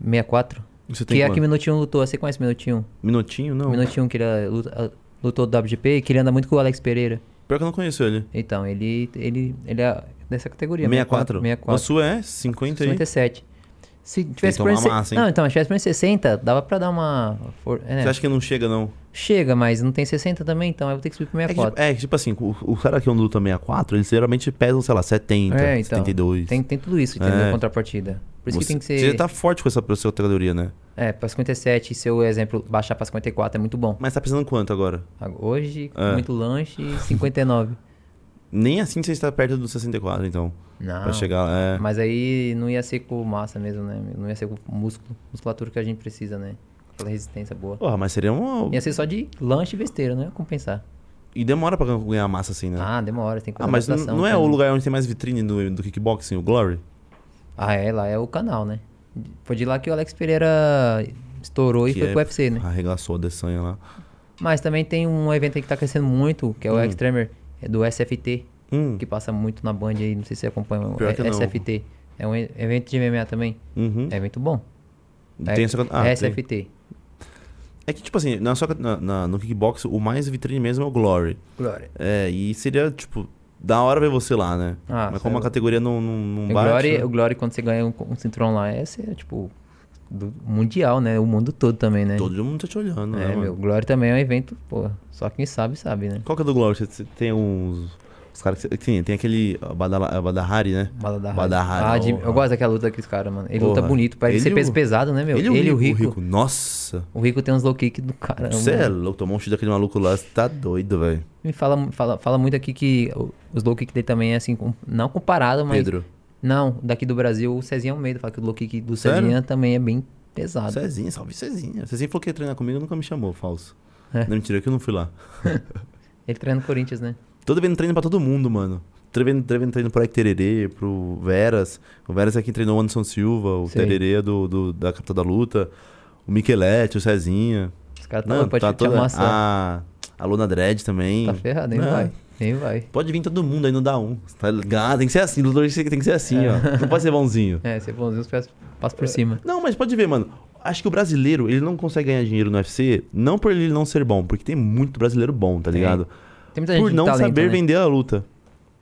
Speaker 3: 64.
Speaker 1: Você tem
Speaker 3: Que é a
Speaker 1: quanto?
Speaker 3: que Minutinho lutou. Você conhece Minutinho?
Speaker 1: Minutinho, não.
Speaker 3: Minutinho que ele ah, luta- ah, lutou do WGP, que ele anda muito com o Alex Pereira.
Speaker 1: Pior que eu não conheço ele.
Speaker 3: Então, ele, ele, ele é dessa categoria.
Speaker 1: 64?
Speaker 3: 64.
Speaker 1: A sua é 50 aí.
Speaker 3: 57. Se tivesse
Speaker 1: que
Speaker 3: por
Speaker 1: tomar
Speaker 3: se-
Speaker 1: massa, hein?
Speaker 3: Não, então, se tivesse por 60, dava pra dar uma... for- é, né?
Speaker 1: Você acha que não chega, não?
Speaker 3: Chega, mas não tem 60 também, então eu vou ter que subir pro
Speaker 1: É que, tipo,
Speaker 3: 64.
Speaker 1: é que, tipo assim, o, o cara que luta 64, eles geralmente pesam, sei lá, 70,
Speaker 3: É, então.
Speaker 1: 72.
Speaker 3: Tem, tem tudo isso, entendeu?
Speaker 1: É.
Speaker 3: Contrapartida. Por isso
Speaker 1: você,
Speaker 3: que tem que ser...
Speaker 1: Você já tá forte com essa, com essa categoria, né?
Speaker 3: É, pra 57, se eu, exemplo, baixar pra 54 é muito bom.
Speaker 1: Mas tá precisando quanto agora?
Speaker 3: Ag- Hoje,
Speaker 1: É.
Speaker 3: muito lanche, 59.
Speaker 1: Nem assim você está perto dos 64, então.
Speaker 3: Não.
Speaker 1: Pra chegar lá, é.
Speaker 3: Ah. Mas aí não ia ser com massa mesmo, né? Não ia ser com músculo, musculatura que a gente precisa, né? Aquela resistência boa.
Speaker 1: Porra, mas seria uma.
Speaker 3: Ia ser só de lanche e besteira, não ia compensar.
Speaker 1: E demora pra ganhar massa assim, né?
Speaker 3: assim- Ah, demora, tem que
Speaker 1: Ah,
Speaker 3: fazer
Speaker 1: mas não,
Speaker 3: adaptação, tá
Speaker 1: não é
Speaker 3: tem-
Speaker 1: o lugar onde tem mais vitrine do, do kickboxing, o Glory?
Speaker 3: Ah, é, lá é o canal, né? Foi de lá que o Alex Pereira estourou e
Speaker 1: Que
Speaker 3: foi
Speaker 1: é-
Speaker 3: pro UFC, né?
Speaker 1: Arregaçou a desanha lá.
Speaker 3: Mas também tem um evento aí que tá crescendo muito, que é o
Speaker 1: Hum.
Speaker 3: Extremer, é do SFT,
Speaker 1: Hum.
Speaker 3: que passa muito na Band aí, não sei se você acompanha, o
Speaker 1: Pior que não.
Speaker 3: SFT. É um e- evento de MMA também.
Speaker 1: Uhum.
Speaker 3: É evento bom.
Speaker 1: É, tem essa... ah, tem.
Speaker 3: SFT.
Speaker 1: É que, tipo assim, na sua, na, na- no kickbox, o mais vitrine mesmo é o Glory.
Speaker 3: Glória.
Speaker 1: É, e seria, tipo, da hora ver você lá, né?
Speaker 3: Ah,
Speaker 1: Mas como
Speaker 3: sei
Speaker 1: a
Speaker 3: lá.
Speaker 1: categoria não, não, não
Speaker 3: O
Speaker 1: bate...
Speaker 3: É
Speaker 1: né?
Speaker 3: Glory, o Glory, quando você ganha um, um cinturão lá, é, você é tipo do mundial, né? O mundo todo também, né?
Speaker 1: Todo mundo tá te olhando, né,
Speaker 3: é,
Speaker 1: mano?
Speaker 3: meu, Glory também é um evento, pô, só quem sabe, sabe, né?
Speaker 1: Qual que é do Glory? Você- Você tem uns... Os caras que... você- Tem, tem aquele ah, Badala, ah, Badahari, né?
Speaker 3: Badahari.
Speaker 1: Badahari.
Speaker 3: Ah, de- eu
Speaker 1: porra.
Speaker 3: gosto daquela luta daqueles caras, mano. Ele luta
Speaker 1: Porra.
Speaker 3: bonito, parece
Speaker 1: Ele
Speaker 3: ser
Speaker 1: e o-
Speaker 3: peso pesado, né, meu? Ele, e o Rico.
Speaker 1: Nossa!
Speaker 3: O Rico tem uns low kick do cara.
Speaker 1: Você é louco, tomou um chute daquele maluco lá, você tá doido, velho.
Speaker 3: Me fala, fala, fala muito aqui que o- os low kick dele também é assim, com- não comparado, mas...
Speaker 1: Pedro.
Speaker 3: Não, daqui do Brasil, o Cezinha Almeida fala que o low kick do
Speaker 1: Sério?
Speaker 3: Cezinha também é bem pesado.
Speaker 1: Cezinha, salve Cezinha. Cezinha falou que ia treinar comigo nunca me chamou, falso.
Speaker 3: É.
Speaker 1: Não, mentira, que eu não fui lá.
Speaker 3: Ele treina no Corinthians, né?
Speaker 1: Tô devendo treino pra todo mundo, mano. Tô devendo, devendo treino pro Eric Tererê, pro Veras. O Veras é quem treinou o Anderson Silva, o
Speaker 3: Sei.
Speaker 1: Tererê é do, do- da Capital da Luta, o Miquelete, o Cezinha.
Speaker 3: Os caras tá,
Speaker 1: Não,
Speaker 3: pode
Speaker 1: tá
Speaker 3: te
Speaker 1: toda...
Speaker 3: amassar.
Speaker 1: A, a Luna Dredd também.
Speaker 3: tá ferrado, nem
Speaker 1: Não,
Speaker 3: vai. Nem vai.
Speaker 1: Pode vir todo mundo aí, não dá um. Tá ligado? Tem que ser assim, lutador tem que ser assim, ó. Não pode ser bonzinho.
Speaker 3: É, você bonzinho, os pés passa
Speaker 1: É.
Speaker 3: por cima.
Speaker 1: Não, mas pode ver, mano. Acho que o brasileiro, ele não consegue ganhar dinheiro no UFC, não por ele não ser bom, porque tem muito brasileiro bom, tá
Speaker 3: Tem.
Speaker 1: ligado?
Speaker 3: Tem muita gente
Speaker 1: Por
Speaker 3: de
Speaker 1: não
Speaker 3: talento,
Speaker 1: saber
Speaker 3: né?
Speaker 1: vender a luta.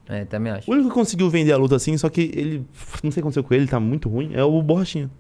Speaker 3: É, também
Speaker 1: O
Speaker 3: acho.
Speaker 1: único que conseguiu vender a luta assim, só que ele. Não sei o que aconteceu com ele, tá muito ruim, é o Borrachinha.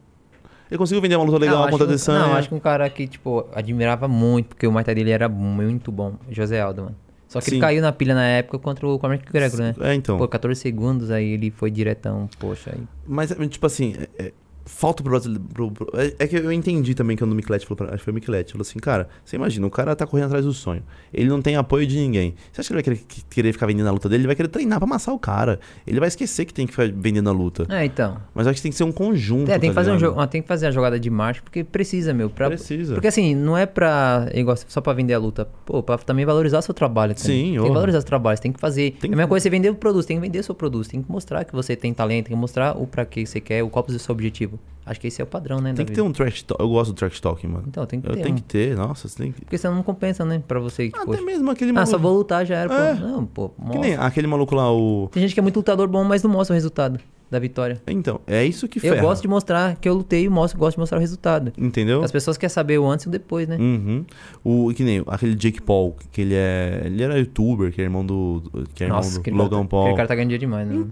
Speaker 1: Ele conseguiu vender uma luta legal
Speaker 3: acho
Speaker 1: contra a é-
Speaker 3: que um-
Speaker 1: Adesanya.
Speaker 3: Não, acho que um cara que, tipo, admirava muito, porque o Muay Thai dele era muito bom, José Aldo, mano. Só que
Speaker 1: Sim.
Speaker 3: ele caiu na pilha na época contra o Cormac McGregor, né?
Speaker 1: É, então.
Speaker 3: Pô, 14 segundos, aí ele foi diretão, poxa. Aí...
Speaker 1: Mas, é, tipo assim, é- é- falta pro brasileiro. pro- pro- é, é que eu entendi também que o Miquelete falou pra. Acho que foi o Miquelete. Falou assim, cara, você imagina, o cara tá correndo atrás do sonho. Ele não tem apoio de ninguém. Você acha que ele vai querer, que- querer ficar vendendo a luta dele? Ele vai querer treinar pra amassar o cara. Ele vai esquecer que tem que ficar vendendo a luta.
Speaker 3: É, então.
Speaker 1: Mas eu acho que tem que ser um conjunto.
Speaker 3: É, tem
Speaker 1: tá
Speaker 3: que fazer um
Speaker 1: ligado?
Speaker 3: jogo, tem que fazer a jogada de marcha, porque precisa, meu. pra-
Speaker 1: Precisa.
Speaker 3: Porque assim, não é pra. Igual, só pra vender a luta. Pô, pra também valorizar seu trabalho. Também.
Speaker 1: Sim,
Speaker 3: Tem que
Speaker 1: orra.
Speaker 3: valorizar seu trabalho. Você tem que fazer.
Speaker 1: Tem que-
Speaker 3: a mesma coisa é você vender o produto, tem que vender seu produto. Tem que mostrar que você tem talento, tem que mostrar o pra que você quer, o qual é o seu objetivo. Acho que esse é o padrão, né? da
Speaker 1: Tem que ter
Speaker 3: vida.
Speaker 1: um trash talk. Eu gosto do trash talking, mano.
Speaker 3: Então, tem que
Speaker 1: Eu
Speaker 3: ter.
Speaker 1: tenho
Speaker 3: um.
Speaker 1: que ter, nossa, você tem que.
Speaker 3: Porque senão não compensa, né? Pra você que,
Speaker 1: Até
Speaker 3: poxa.
Speaker 1: mesmo aquele
Speaker 3: Ah,
Speaker 1: maluco.
Speaker 3: só vou lutar, já era. pô.
Speaker 1: É.
Speaker 3: Não, pô.
Speaker 1: Que
Speaker 3: mostra.
Speaker 1: nem aquele maluco lá, o.
Speaker 3: Tem gente que é muito lutador bom, mas não mostra o resultado da vitória.
Speaker 1: Então, é isso que ferra.
Speaker 3: Eu gosto de mostrar que eu lutei e mostro, gosto de mostrar o resultado.
Speaker 1: Entendeu?
Speaker 3: As pessoas querem saber o antes e o depois, né?
Speaker 1: Uhum. O, que nem aquele Jake Paul, que ele é. Ele era youtuber, que é irmão do. do- Que é irmão do
Speaker 3: aquele
Speaker 1: Logan
Speaker 3: cara, tá-
Speaker 1: Paul. Então,
Speaker 3: Aquele cara tá ganhando dinheiro demais, né?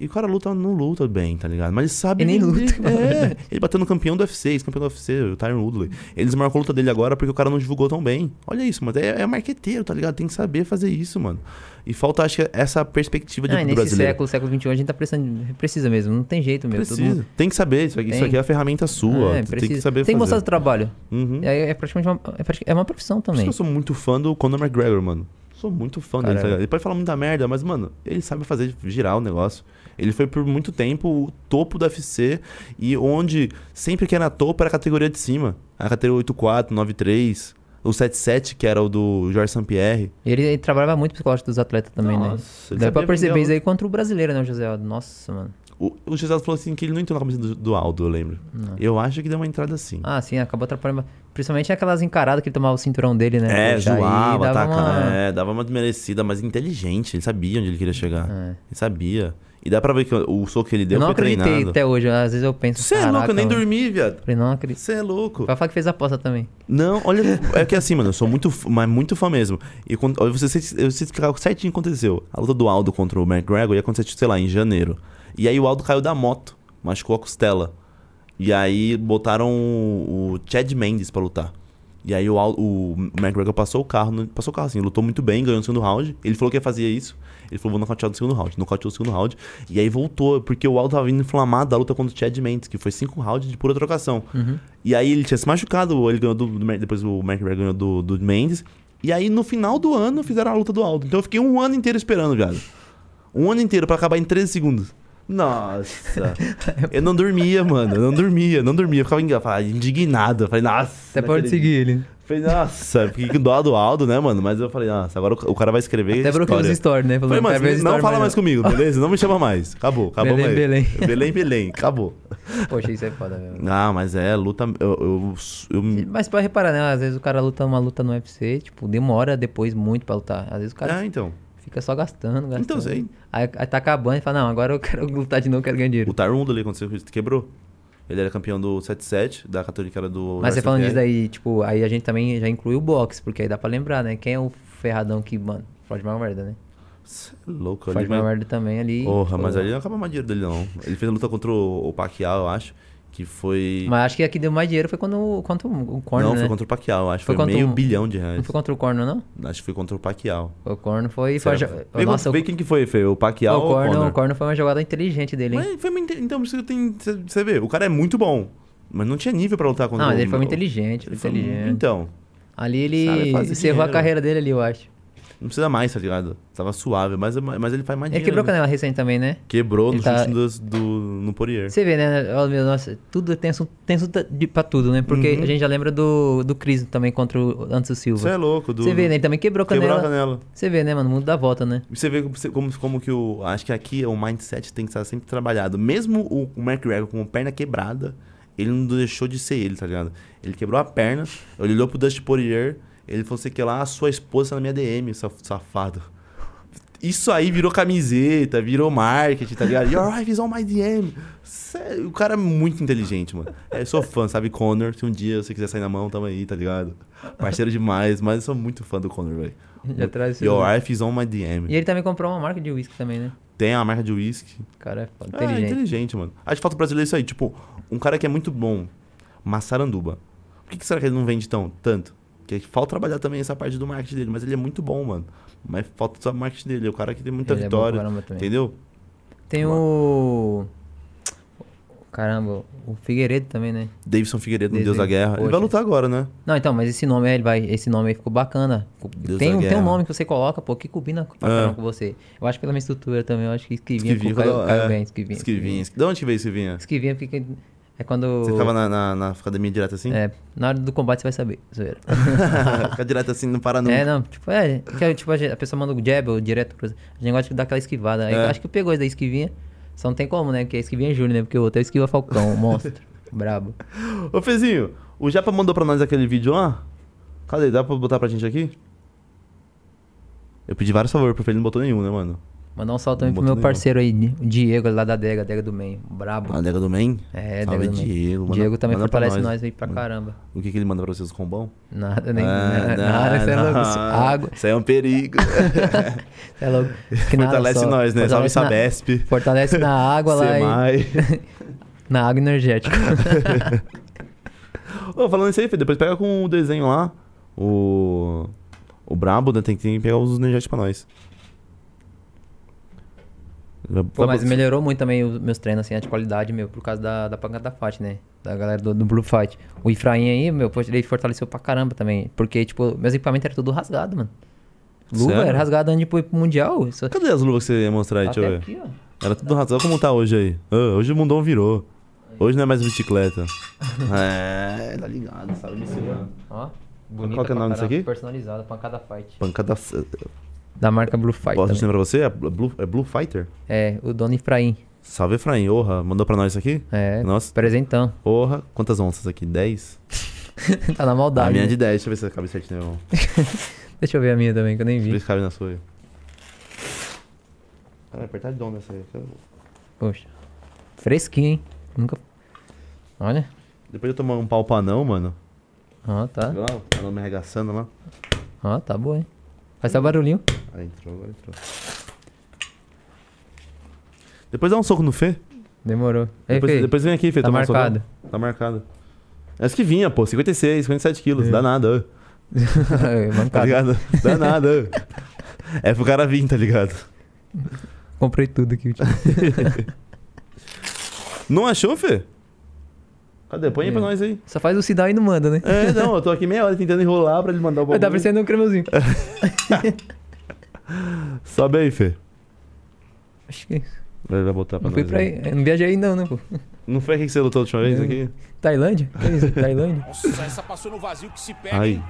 Speaker 1: E o cara luta, não luta bem, tá ligado? Mas ele sabe.
Speaker 3: Ele nem luta,
Speaker 1: É, ele bateu no campeão do UFC, ex-campeão do UFC, o Tyron Woodley. Eles marcou a luta dele agora porque o cara não divulgou tão bem. Olha isso, mano. É, é marqueteiro, tá ligado? Tem que saber fazer isso, mano. E falta, acho que, essa perspectiva de,
Speaker 3: Ah, e
Speaker 1: do
Speaker 3: nesse
Speaker 1: brasileiro.
Speaker 3: século, século XXI, a gente tá precisando, precisa mesmo, não tem jeito mesmo. todo
Speaker 1: Precisa.
Speaker 3: mundo-
Speaker 1: Tem que saber. Isso aqui, isso
Speaker 3: É Tem.
Speaker 1: aqui é a ferramenta sua.
Speaker 3: é,
Speaker 1: você tem
Speaker 3: precisa.
Speaker 1: que saber
Speaker 3: Tem que
Speaker 1: fazer.
Speaker 3: mostrar o trabalho.
Speaker 1: Uhum.
Speaker 3: É, é praticamente uma, é prati- é uma profissão
Speaker 1: Por isso que
Speaker 3: também.
Speaker 1: eu sou muito fã do Conor McGregor, mano. Sou muito fã dele,
Speaker 3: Cara,
Speaker 1: tá ligado? Ele pode falar muita merda, mas, mano, ele sabe fazer girar o negócio. Ele foi por muito tempo o topo da UFC e onde sempre que era topo era a categoria de cima. A categoria 84, 93, o 77, que era o do Jorge Sampierre.
Speaker 3: E Ele, ele trabalhava muito o psicológico dos atletas também,
Speaker 1: Nossa,
Speaker 3: né?
Speaker 1: ele
Speaker 3: Dá pra
Speaker 1: sabia
Speaker 3: perceber
Speaker 1: vender
Speaker 3: isso aí contra o brasileiro, né, o José Aldo? Nossa, mano.
Speaker 1: O, o Gisele falou assim que ele não entrou na camisa do, do Aldo, eu lembro. Eu acho que deu uma entrada assim.
Speaker 3: Ah, sim, acabou atrapalhando. Principalmente aquelas encaradas que ele tomava o cinturão dele, né?
Speaker 1: É,
Speaker 3: Poxa, aí
Speaker 1: zoava,
Speaker 3: dava
Speaker 1: tá, cara.
Speaker 3: uma-
Speaker 1: É, dava uma desmerecida, mas inteligente. Ele sabia onde ele queria chegar.
Speaker 3: É.
Speaker 1: Ele sabia. E dá pra ver que o o soco que ele deu
Speaker 3: Eu não
Speaker 1: foi
Speaker 3: acreditei
Speaker 1: treinado.
Speaker 3: até hoje, às vezes eu penso.
Speaker 1: Você é louco,
Speaker 3: "Caraca,
Speaker 1: eu nem
Speaker 3: mano."
Speaker 1: dormi, viado.
Speaker 3: Falei, não acredito.
Speaker 1: Você é louco.
Speaker 3: Vai falar que fez a aposta também.
Speaker 1: Não, olha, é que assim, mano, eu sou muito, f- mas muito fã mesmo. E quando, olha, você, você você explicar certinho o que aconteceu. A luta do Aldo contra o McGregor ia acontecer, tipo, sei lá, em janeiro. E aí o Aldo caiu da moto, machucou a costela. E aí botaram o, o Chad Mendes pra lutar. E aí o, Aldo, o McGregor passou o carro, no- passou o carro assim, lutou muito bem, ganhou no segundo round. Ele falou que ia fazer isso. Ele falou, vou nocautear no segundo round. Nocauteou no segundo round. E aí voltou, porque o Aldo tava vindo inflamado da luta contra o Chad Mendes, que foi cinco rounds de pura trocação. E aí ele tinha se machucado, ele ganhou do, do Mer- depois o McGregor ganhou do, do Mendes. E aí no final do ano fizeram a luta do Aldo. Então eu fiquei um ano inteiro esperando, viado. Um ano inteiro pra acabar em 13 segundos. Nossa. eu não dormia, mano. Eu não dormia, não dormia. Eu ficava enga- falava, indignado. Eu falei, nossa.
Speaker 3: Até pode
Speaker 1: seguir.
Speaker 3: seguir ele.
Speaker 1: Falei, nossa, fiquei com dó do Aldo, né, mano? Mas eu falei, nossa, agora o o cara vai escrever.
Speaker 3: Até bloqueou os
Speaker 1: história.
Speaker 3: stories, né? Falou,
Speaker 1: Falei, mano,
Speaker 3: quero ver os
Speaker 1: não
Speaker 3: stories,
Speaker 1: fala
Speaker 3: mas
Speaker 1: mais comigo, beleza? Não me chama mais. Acabou, acabou.
Speaker 3: Belém,
Speaker 1: aí.
Speaker 3: Belém.
Speaker 1: Belém, Belém, acabou.
Speaker 3: Poxa, isso é foda, velho.
Speaker 1: Ah, mas é, luta. Eu. eu, eu
Speaker 3: Mas pra reparar, né? Às vezes o cara luta uma luta no UFC, tipo, demora depois muito pra lutar. Às vezes o cara
Speaker 1: Ah, então.
Speaker 3: fica só gastando, gastando.
Speaker 1: Então, sei.
Speaker 3: Aí, aí tá acabando e fala, não, agora eu quero lutar de novo, quero ganhar
Speaker 1: O
Speaker 3: dinheiro.
Speaker 1: Tyron ali aconteceu isso, quebrou. Ele era campeão do 77, da católica era do.
Speaker 3: Mas você falando disso
Speaker 1: RCPR.
Speaker 3: daí, tipo, aí a gente também já inclui o boxe, porque aí dá pra lembrar, né? Quem é o ferradão que, mano, faz uma merda, né?
Speaker 1: Cê é louco ali.
Speaker 3: Faz uma
Speaker 1: Mas...
Speaker 3: merda também ali.
Speaker 1: Porra, mas
Speaker 3: pô.
Speaker 1: ali não acaba mais dinheiro dele, não. Ele fez a luta contra o, o Pacquiao, eu acho. Que foi.
Speaker 3: Mas acho que aqui deu mais dinheiro foi quando, o- contra o Corno,
Speaker 1: não,
Speaker 3: né?
Speaker 1: foi contra o Pacquiao, eu acho.
Speaker 3: Foi
Speaker 1: Foi,
Speaker 3: contra
Speaker 1: meio
Speaker 3: um-
Speaker 1: bilhão de reais.
Speaker 3: Não foi contra o Corno, não?
Speaker 1: Acho que foi contra o Pacquiao.
Speaker 3: O Corno foi... foi
Speaker 1: Será?
Speaker 3: a jo-
Speaker 1: Vê,
Speaker 3: Nossa, o-
Speaker 1: vê quem que foi, Fê? O Pacquiao
Speaker 3: o
Speaker 1: ou o
Speaker 3: Corno,
Speaker 1: Conor?
Speaker 3: o Corno foi uma jogada inteligente dele, hein?
Speaker 1: Mas foi muito... Então, você tem... Você vê, o cara é muito bom. Mas não tinha nível pra lutar contra
Speaker 3: Não,
Speaker 1: o...
Speaker 3: mas ele foi muito inteligente,
Speaker 1: Ele foi-
Speaker 3: inteligente.
Speaker 1: Então,
Speaker 3: Ali
Speaker 1: Sabe
Speaker 3: ele
Speaker 1: fazer
Speaker 3: encerrou a
Speaker 1: dinheiro. né?
Speaker 3: carreira dele ali, eu acho.
Speaker 1: não precisa mais, tá ligado? Tava suave, mas, mas ele faz mais
Speaker 3: Ele
Speaker 1: dinheiro.
Speaker 3: quebrou a
Speaker 1: né?
Speaker 3: canela recente também, né?
Speaker 1: Quebrou
Speaker 3: Ele
Speaker 1: no
Speaker 3: tá-
Speaker 1: chute dos- do, no Poirier.
Speaker 3: Você vê, né? Ó, meu, Nossa, tudo tem assunto, tem assunto de- pra tudo, né? Porque a gente já lembra do, do Cris também contra o Anderson
Speaker 1: Você Uhum. é
Speaker 3: Silva.
Speaker 1: louco. Do,
Speaker 3: Você vê, né? Ele também quebrou a
Speaker 1: Quebrou a
Speaker 3: canela.
Speaker 1: canela.
Speaker 3: Você vê, né, mano? O mundo dá volta, né?
Speaker 1: E Você vê como, como, como que o... Acho que aqui é o mindset tem que estar sempre trabalhado. Mesmo o, o McGregor com a perna quebrada, ele não deixou de ser ele, tá ligado? Ele quebrou a perna, ele olhou pro Dusty Poirier, ele falou sei que lá, a sua esposa tá na minha DM, saf- safado. Isso aí virou camiseta, virou marketing, tá ligado? Your wife is on my DM. Cê- o cara é muito inteligente, mano. É, eu sou fã, sabe? Conor, se um dia você quiser sair na mão, tamo aí, tá ligado? Parceiro demais, mas eu sou muito fã do Conor, velho.
Speaker 3: Já traz isso,
Speaker 1: Your
Speaker 3: né?
Speaker 1: wife is on my DM.
Speaker 3: E ele também comprou uma marca de uísque também, né?
Speaker 1: Tem a marca de uísque.
Speaker 3: O cara é foda,
Speaker 1: É,
Speaker 3: inteligente.
Speaker 1: inteligente, mano. Acho que falta brasileiro isso aí. Tipo, um cara que é muito bom, Massaranduba. Por que, que será que ele não vende tão, tanto? Porque falta trabalhar também essa parte do marketing dele, mas ele é muito bom, mano. Mas falta só o marketing dele. É o cara que tem muita
Speaker 3: Ele é bom pra
Speaker 1: vitória.
Speaker 3: caramba também.
Speaker 1: entendeu?
Speaker 3: Tem o. Caramba, o Figueiredo também, né?
Speaker 1: Davidson Figueiredo, no
Speaker 3: Davidson,
Speaker 1: Deus da Guerra. Ele vai
Speaker 3: poxa.
Speaker 1: lutar agora, né?
Speaker 3: Não, então, mas esse nome aí, ele vai, esse nome aí ficou bacana.
Speaker 1: Deus
Speaker 3: Tem,
Speaker 1: da
Speaker 3: um- tem
Speaker 1: guerra.
Speaker 3: um nome que você coloca, pô, que combina pra caramba com você. Eu acho que pela minha estrutura também, eu acho que Esquivinha
Speaker 1: Esquivinha,
Speaker 3: caiu,
Speaker 1: quando-
Speaker 3: caiu
Speaker 1: é,
Speaker 3: bem, Esquivinha.
Speaker 1: Esquivinha. De onde que veio Esquivinha?
Speaker 3: Esquivinha porque é quando...
Speaker 1: Você ficava na, na, na academia direto assim?
Speaker 3: É, na hora do combate você vai saber, zoeira.
Speaker 1: Fica direto assim, não para nunca.
Speaker 3: é, não, tipo, é, que é, tipo, a gente- a pessoa manda o jab ou direto pro... A gente gosta de dar aquela esquivada. Aí,
Speaker 1: É.
Speaker 3: eu Acho que pegou isso da Esquivinha, só não tem como, né? Porque a Esquivinha é Júnior, né? Porque o outro é o Esquiva Falcão, o monstro, brabo.
Speaker 1: Ô, Fezinho, o Japa mandou pra nós aquele vídeo lá. Cadê? Dá pra botar pra gente aqui? Eu pedi vários favores pro ele, ele não botou nenhum, né, mano?
Speaker 3: Mandar um salve também
Speaker 1: Não
Speaker 3: pro
Speaker 1: botou nenhum.
Speaker 3: meu parceiro aí, o Diego, lá da adega, adega do meio, brabo.
Speaker 1: A adega do Man?
Speaker 3: É,
Speaker 1: Salve,
Speaker 3: Diego, também.
Speaker 1: Diego. Manda-
Speaker 3: Diego também
Speaker 1: manda pra
Speaker 3: fortalece
Speaker 1: nós.
Speaker 3: nós. aí pra caramba.
Speaker 1: O que, que ele manda pra vocês, o combão?
Speaker 3: Nada, nem.
Speaker 1: Ah,
Speaker 3: nada, nada, você é louco. isso-
Speaker 1: não.
Speaker 3: Água,
Speaker 1: Isso aí é um perigo.
Speaker 3: você é louco. Que nada,
Speaker 1: Fortalece
Speaker 3: só-
Speaker 1: nós, né? Salve
Speaker 3: fortalece na-
Speaker 1: Sabesp.
Speaker 3: Fortalece na água
Speaker 1: é
Speaker 3: lá
Speaker 1: Semai.
Speaker 3: e. Na água energética.
Speaker 1: Ô, falando isso aí, Fê, depois pega com o desenho lá. O. O Brabo, né? Tem que, tem que pegar os energéticos pra nós.
Speaker 3: Pô, mas melhorou muito também os meus treinos, assim, a de qualidade, meu, por causa da, da pancada da fight, né? Da galera do, do Blue Fight. O Ifraim aí, meu, pô, ele fortaleceu pra caramba também. Porque, tipo, meus equipamentos eram tudo rasgado, mano. Luva
Speaker 1: Sério?
Speaker 3: era rasgada antes de ir pro pro Mundial. Isso...
Speaker 1: Cadê as luvas que você ia mostrar aí? Deixa eu
Speaker 3: Até
Speaker 1: ver.
Speaker 3: aqui, ó.
Speaker 1: Era tudo razão. Olha como tá hoje aí. Ah, hoje o mundão virou. Hoje não é mais bicicleta. é, tá ligado, sabe me ensinar.
Speaker 3: Ó. Bonita
Speaker 1: Qual que é o
Speaker 3: pra
Speaker 1: nome disso
Speaker 3: caramba,
Speaker 1: aqui?
Speaker 3: Personalizada, pancada fight.
Speaker 1: Pancada. eh,
Speaker 3: Da marca Blue Fight.
Speaker 1: Posso
Speaker 3: também.
Speaker 1: ensinar pra você? É Blue, é Blue Fighter?
Speaker 3: É, o dono Ifraim.
Speaker 1: Salve, Efraim. Orra, mandou pra nós isso aqui?
Speaker 3: É,
Speaker 1: Nossa.
Speaker 3: presentão.
Speaker 1: Orra, quantas onças aqui? 10?
Speaker 3: tá na
Speaker 1: A
Speaker 3: maldade.
Speaker 1: minha é
Speaker 3: né?
Speaker 1: de 10. Deixa eu ver se cabe certinho, meu irmão.
Speaker 3: Deixa eu ver a minha também, que eu nem
Speaker 1: Por
Speaker 3: vi.
Speaker 1: isso cabe na sua aí. Cara, apertar de dom nessa aí.
Speaker 3: Poxa. Fresquinho, hein? Nunca. Olha.
Speaker 1: Depois de eu tomar um pau pra não, mano.
Speaker 3: Ó, tá.
Speaker 1: Viu lá? O cara me arregaçando lá.
Speaker 3: Ó, tá boa, hein? Faz só barulhinho.
Speaker 1: Aí entrou, agora entrou. Depois dá um soco no Fê.
Speaker 3: Demorou. Ei,
Speaker 1: Depois,
Speaker 3: Fê,
Speaker 1: depois vem aqui, Fê.
Speaker 3: tá
Speaker 1: tomar um socão.
Speaker 3: marcado.
Speaker 1: Tá marcado. Acho que vinha, pô. 56, 57 quilos. Dá nada. ó.
Speaker 3: É,
Speaker 1: Tá
Speaker 3: mancada.
Speaker 1: ligado? Dá nada. ó. É pro cara vir, tá ligado?
Speaker 3: Comprei tudo aqui. Tipo.
Speaker 1: Não achou, Fê? Cadê? Põe aí pra
Speaker 3: É.
Speaker 1: nós aí.
Speaker 3: Só faz o sinal e não manda, né?
Speaker 1: É, não, eu tô aqui meia hora tentando enrolar pra ele mandar o bagulho.
Speaker 3: Vai
Speaker 1: É.
Speaker 3: dar pra você não cremosinho.
Speaker 1: Sobe aí, Fê.
Speaker 3: Acho que
Speaker 1: Vai vai botar pra
Speaker 3: não fui
Speaker 1: nós
Speaker 3: pra
Speaker 1: aí.
Speaker 3: aí. Não viajei ainda, não, né, pô?
Speaker 1: Não foi aqui que você lutou a última vez
Speaker 3: Não.
Speaker 1: aqui?
Speaker 3: Tailândia? Que isso? Tailândia?
Speaker 4: Nossa, essa passou no vazio que se pega.
Speaker 1: Ai.
Speaker 4: hein?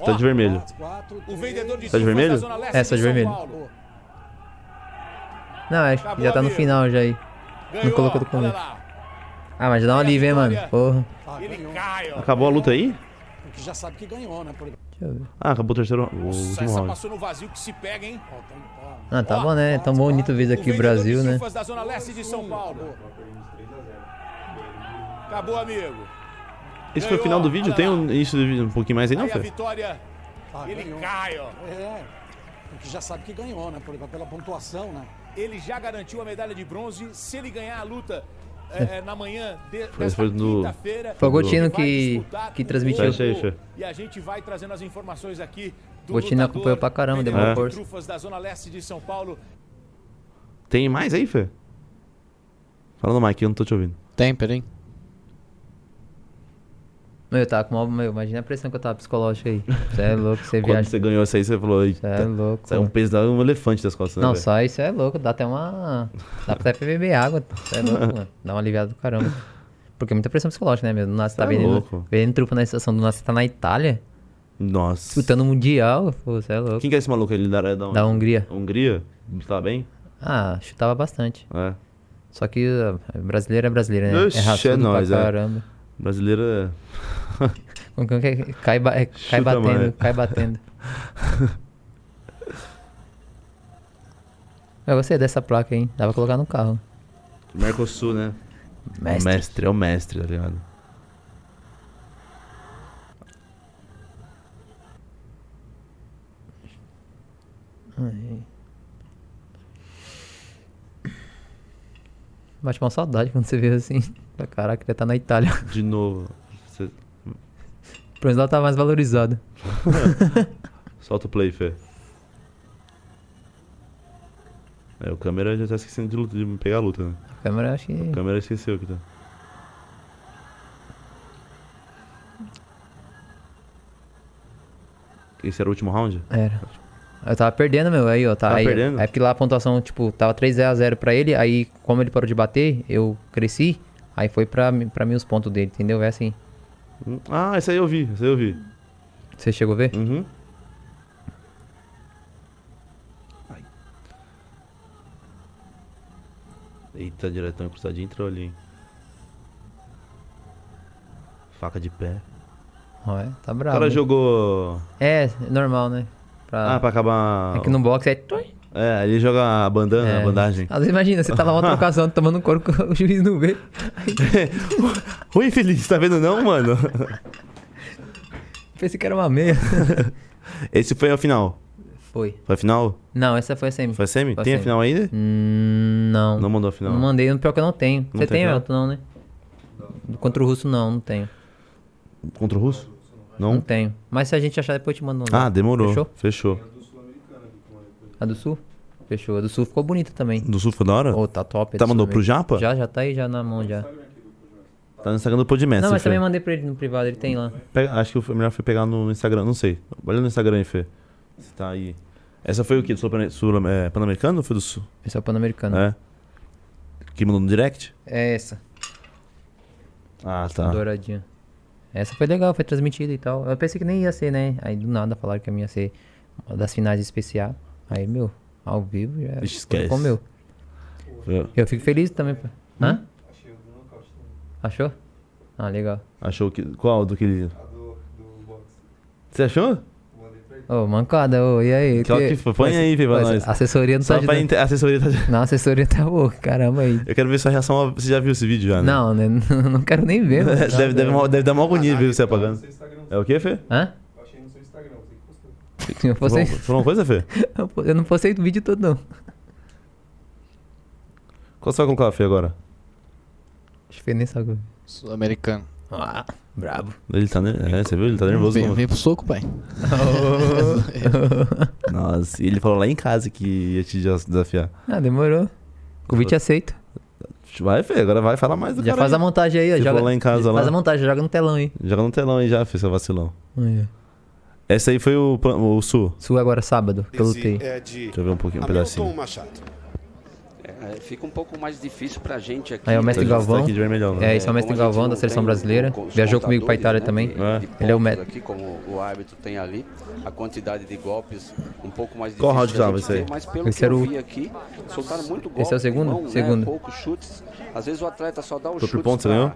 Speaker 4: Ó,
Speaker 1: Tá de vermelho.
Speaker 4: O vendedor de
Speaker 1: Tá de
Speaker 4: chifres
Speaker 1: vermelho?
Speaker 4: da Zona Leste
Speaker 3: É, tá de
Speaker 4: São
Speaker 3: vermelho.
Speaker 4: Paulo.
Speaker 3: Não, acho que já tá no final já aí.
Speaker 4: Ganhou,
Speaker 3: colocou do
Speaker 4: olha
Speaker 3: começo.
Speaker 4: lá.
Speaker 3: Ah, mas dá um alívio, hein, mano? Porra.
Speaker 4: Ah, Ele cai, ó.
Speaker 1: Acabou a luta aí?
Speaker 4: Porque já sabe que ganhou, né? Por...
Speaker 3: Deixa eu ver.
Speaker 1: Ah, acabou o terceiro. O
Speaker 4: Nossa,
Speaker 1: último
Speaker 4: essa
Speaker 1: round.
Speaker 4: passou no vazio que se pega, hein?
Speaker 3: Ah, tá bom, né? Tão bonito o vídeo aqui,
Speaker 4: vendedor de
Speaker 3: Brasil, né?
Speaker 4: chufas da Zona Leste de São Paulo. Acabou, amigo.
Speaker 1: Esse foi o final do vídeo? Tem um início do vídeo um pouquinho mais aí, não,
Speaker 4: Aí a
Speaker 1: Fê?
Speaker 4: vitória. Ele cai, ó.
Speaker 5: Ah, É, porque já sabe que ganhou, né? Por, pela pontuação, né?
Speaker 4: Ele já garantiu a medalha de bronze. Se ele ganhar a luta é, é, na manhã de, desta
Speaker 1: foi do-
Speaker 4: quinta-feira...
Speaker 3: Foi o Gotino
Speaker 4: ele vai
Speaker 3: que-
Speaker 4: disputar
Speaker 3: que
Speaker 4: o
Speaker 3: transmitiu.
Speaker 4: ouro.
Speaker 1: Fecha aí, fecha.
Speaker 4: E a gente vai trazendo as informações aqui do
Speaker 3: Gotino
Speaker 4: lutador,
Speaker 3: acompanhou pra caramba, deu uma
Speaker 4: vendedor de
Speaker 3: força.
Speaker 4: trufas da Zona Leste de São Paulo.
Speaker 1: Tem mais aí, Fê? Fala no mic, eu não tô te ouvindo.
Speaker 2: Tem, peraí.
Speaker 3: Meu, eu tava com uma. Meu, imagina a pressão que eu tava psicológica aí. Você é louco, você
Speaker 1: Quando
Speaker 3: viaja.
Speaker 1: você ganhou essa aí, você falou.
Speaker 3: Você
Speaker 1: Eita,
Speaker 3: é louco.
Speaker 1: saiu um
Speaker 3: mano.
Speaker 1: peso, um elefante das costas, né?
Speaker 3: Não,
Speaker 1: velho?
Speaker 3: só isso é louco, dá até uma. Dá até pra beber água. Você é louco, mano. Dá uma aliviada do caramba. Porque é muita pressão psicológica, né, meu? Do nada você tá
Speaker 1: Cê é
Speaker 3: vendendo,
Speaker 1: louco.
Speaker 3: vendendo trupa na estação, do nada você tá na Itália,
Speaker 1: Nossa.
Speaker 3: disputando o Mundial. Pô, você é louco.
Speaker 1: Quem que é esse maluco? Ele da, é da onde?
Speaker 3: Da Hungria.
Speaker 1: Hungria? Tá bem?
Speaker 3: Ah, chutava bastante.
Speaker 1: É.
Speaker 3: Só que ah, brasileiro é brasileiro, né?
Speaker 1: Oxe, é
Speaker 3: raçudo pra
Speaker 1: nóis, é.
Speaker 3: caramba.
Speaker 1: Brasileiro é.
Speaker 3: Como que é? Cai, ba- é, cai
Speaker 1: Chuta
Speaker 3: batendo,
Speaker 1: mais.
Speaker 3: cai batendo. Eu gostei dessa placa, hein? Dá pra colocar no carro.
Speaker 1: Mercosul, né?
Speaker 3: Mestre.
Speaker 1: O mestre, é o mestre, tá ligado?
Speaker 3: Ai. Bate uma saudade quando você vê assim. Fala, Caraca, ele tá na Itália.
Speaker 1: De novo. Você...
Speaker 3: Pelo menos ela tá mais valorizada.
Speaker 1: Solta o play, Fê. É, o câmera já tá esquecendo de, luta- de pegar a luta, né?
Speaker 3: Câmera, eu acho que.
Speaker 1: A câmera esqueceu que tá. Esse era o último round?
Speaker 3: Era. Eu tava perdendo, meu, aí, ó. Tá,
Speaker 1: Tava
Speaker 3: aí,
Speaker 1: perdendo?
Speaker 3: Aí porque lá a pontuação, tipo, tava 3x0 pra ele, aí como ele parou de bater, eu cresci, aí foi pra, mim- pra mim os pontos dele, entendeu? É assim.
Speaker 1: Hum, Ah, esse aí eu vi, esse aí eu vi.
Speaker 3: Você chegou a ver?
Speaker 1: Uhum. Ai. Eita, diretão encrustadinho entrou ali, hein? Faca de pé.
Speaker 3: Ó, é, tá
Speaker 1: O
Speaker 3: bravo.
Speaker 1: cara
Speaker 3: né?
Speaker 1: jogou.
Speaker 3: É, normal, né?
Speaker 1: Ah,
Speaker 3: Pra...
Speaker 1: pra acabar.
Speaker 3: Aqui no boxe é. tui,
Speaker 1: É, ele joga a bandana,
Speaker 3: é.
Speaker 1: a bandagem.
Speaker 3: Às vezes imagina, você tá lá uma trocação tomando um couro que o juiz não vê. Ah.
Speaker 1: Ô infeliz, tá vendo não, mano?
Speaker 3: Pensei que era uma meia.
Speaker 1: Esse foi a final.
Speaker 3: Foi.
Speaker 1: Foi a final?
Speaker 3: Não, essa foi a semi.
Speaker 1: Foi a semi?
Speaker 3: Foi a
Speaker 1: Tem a
Speaker 3: semi.
Speaker 1: final ainda?
Speaker 3: Hum, não.
Speaker 1: Não mandou a final.
Speaker 3: Não mandei, pior que eu não tenho. Você
Speaker 1: tem
Speaker 3: tem,
Speaker 1: final?
Speaker 3: Elton? Não, né? Contra o russo, não, não tenho.
Speaker 1: Contra o russo?
Speaker 3: Não
Speaker 1: Não?
Speaker 3: tenho. Mas se a gente achar, depois eu te mando um.
Speaker 1: Ah, demorou.
Speaker 3: Fechou?
Speaker 1: Fechou.
Speaker 3: A do Sul? Fechou. A do Sul ficou bonita também.
Speaker 1: Do Sul foi da hora?
Speaker 3: Ô, tá top. a
Speaker 1: Tá
Speaker 3: do Sul
Speaker 1: mandou pro
Speaker 3: também.
Speaker 1: Japa?
Speaker 3: Já, já tá aí já na mão já.
Speaker 1: Tá no Instagram do Podmestre.
Speaker 3: não, mas
Speaker 1: Fê.
Speaker 3: também mandei pra ele no privado, ele tem lá.
Speaker 1: Pega- acho que o melhor foi pegar no Instagram, não sei. Olha no Instagram aí, Fê. Você tá aí. Essa foi o quê? Do Sul, Sul- é, Pan-Americano ou foi do Sul?
Speaker 3: Esse é o Pan-Americano. É.
Speaker 1: É. Que mandou no direct?
Speaker 3: essa,
Speaker 1: Ah, tá.
Speaker 3: douradinha. Essa foi legal, foi transmitida e tal. Eu pensei que nem ia ser, né? Aí do nada falaram que a minha ia ser uma das finais especial. Aí, meu, ao vivo já
Speaker 1: Ixi, esquece.
Speaker 3: ficou meu.
Speaker 1: Eu-
Speaker 3: Eu fico feliz também. pô. Hã? Achou? Ah, legal.
Speaker 1: Achou que. Qual do que ele. Você achou?
Speaker 3: Ô, mancada, ô, e aí?
Speaker 1: Claro que foi. Põe aí, Fê, pra
Speaker 3: Mas
Speaker 1: nós.
Speaker 3: A assessoria não tá
Speaker 1: Só pra
Speaker 3: ajudando.
Speaker 1: inte- a assessoria tá.
Speaker 3: Não, a assessoria tá boa, caramba aí.
Speaker 1: Eu quero ver sua reação. ao- Você já viu esse vídeo já, né?
Speaker 3: Não, né? Não quero nem ver. mano.
Speaker 1: deve, deve, mal- deve dar mó agonia ver você apagando. É o quê, Fê?
Speaker 3: né? Hã? Eu
Speaker 1: Você
Speaker 3: postei,
Speaker 1: falou uma coisa, Fê?
Speaker 3: eu po- eu não postei o vídeo todo, não.
Speaker 1: Qual você vai colocar, Fê, agora?
Speaker 3: Acho que nem sabe.
Speaker 2: Sul-americano.
Speaker 3: Ah, brabo.
Speaker 1: Ele tá, ner- é, você viu? Ele tá nervoso.
Speaker 2: Vem,
Speaker 1: como-
Speaker 2: vem pro soco, pai.
Speaker 1: Nossa, e ele falou lá em casa que ia te des- desafiar.
Speaker 3: Ah, demorou. Convite aceito.
Speaker 1: Vai, Fê, agora vai falar mais do
Speaker 3: Já
Speaker 1: cara.
Speaker 3: faz a
Speaker 1: aí.
Speaker 3: montagem aí, ó.
Speaker 1: Se
Speaker 3: Joga,
Speaker 1: for lá em casa,
Speaker 3: faz
Speaker 1: lá.
Speaker 3: a montagem, joga no telão aí.
Speaker 1: Joga no telão aí já, Fê, seu vacilão.
Speaker 3: Aí, ó.
Speaker 1: Essa aí foi o, plan- o Sul.
Speaker 3: Sul agora sábado, que eu lutei.
Speaker 6: É de
Speaker 1: Deixa eu ver um pouquinho, um
Speaker 6: Hamilton
Speaker 1: pedacinho.
Speaker 6: Machado.
Speaker 7: É, fica um pouco mais difícil pra gente aqui.
Speaker 3: Aí é o mestre
Speaker 7: né?
Speaker 1: Galvão.
Speaker 3: Galvão.
Speaker 1: Tá aqui de vermelhão, né?
Speaker 3: É, esse é o mestre
Speaker 7: Como a gente
Speaker 3: Galvão
Speaker 7: não
Speaker 3: da seleção
Speaker 7: tem um
Speaker 3: brasileira.
Speaker 7: os
Speaker 3: Viajou comigo pra
Speaker 7: contadores,
Speaker 3: Itália também.
Speaker 7: né, de-
Speaker 1: É.
Speaker 7: de
Speaker 3: Ele é o
Speaker 7: pontos
Speaker 3: médico.
Speaker 7: Aqui, como o árbitro tem ali, a quantidade de golpes um pouco mais
Speaker 1: Qual round
Speaker 7: difícil da
Speaker 1: tava
Speaker 7: gente
Speaker 1: esse aí?
Speaker 7: ter, Mas pelo
Speaker 3: Esse
Speaker 7: que
Speaker 3: era
Speaker 7: eu
Speaker 3: o-
Speaker 7: vi aqui, soltaram muito golpe.
Speaker 3: Esse é o segundo?
Speaker 7: mão, né,
Speaker 3: Segundo.
Speaker 7: poucos chutes. Às vezes o atleta só dá um
Speaker 1: Foi por
Speaker 7: chute
Speaker 1: pontos,
Speaker 7: pra-
Speaker 1: ganhou?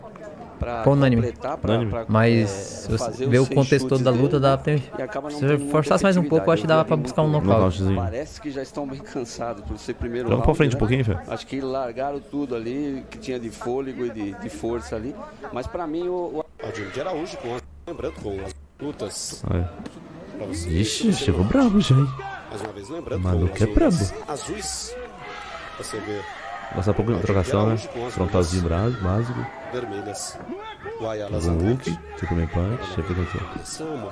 Speaker 7: pra
Speaker 3: Foi unânime.
Speaker 7: completar, pra-
Speaker 1: Unânime.
Speaker 7: pra,
Speaker 3: Mas
Speaker 7: é,
Speaker 3: se você
Speaker 7: fazer
Speaker 3: vê o
Speaker 7: os seis
Speaker 3: contexto todo
Speaker 7: chutes
Speaker 3: da luta,
Speaker 7: dele,
Speaker 3: dá pra ter-
Speaker 7: e acaba não
Speaker 3: se
Speaker 7: tendo muita
Speaker 3: forçasse mais um pouco, eu acho que dava pra buscar
Speaker 7: efetividade.
Speaker 3: um
Speaker 7: Eu vi
Speaker 3: nocaute.
Speaker 1: Nocautezinho.
Speaker 7: Parece que já estão bem cansados por ser primeiro
Speaker 1: Joga pra
Speaker 7: round,
Speaker 1: frente um
Speaker 7: né?
Speaker 1: pouquinho, Fê.
Speaker 7: Acho que largaram tudo ali, que tinha de fôlego e de, de força ali. Mas pra mim, o, o
Speaker 6: Adilho de Araújo, com, lembrando com as lutas.
Speaker 1: Aí.
Speaker 6: Pra você,
Speaker 1: Ixi, chegou brabo já, hein?
Speaker 6: mais uma vez, lembrando
Speaker 1: Maluco é
Speaker 6: com as lutas azuis. Você vê
Speaker 1: Passar pouco na trocação, né? Frontalzinho brabo, básico.
Speaker 6: vermelhas. O Ayala
Speaker 1: Jogou o Hulk.
Speaker 6: Zandrade.
Speaker 1: Tocou minha parte. Deixa eu ver quanto é.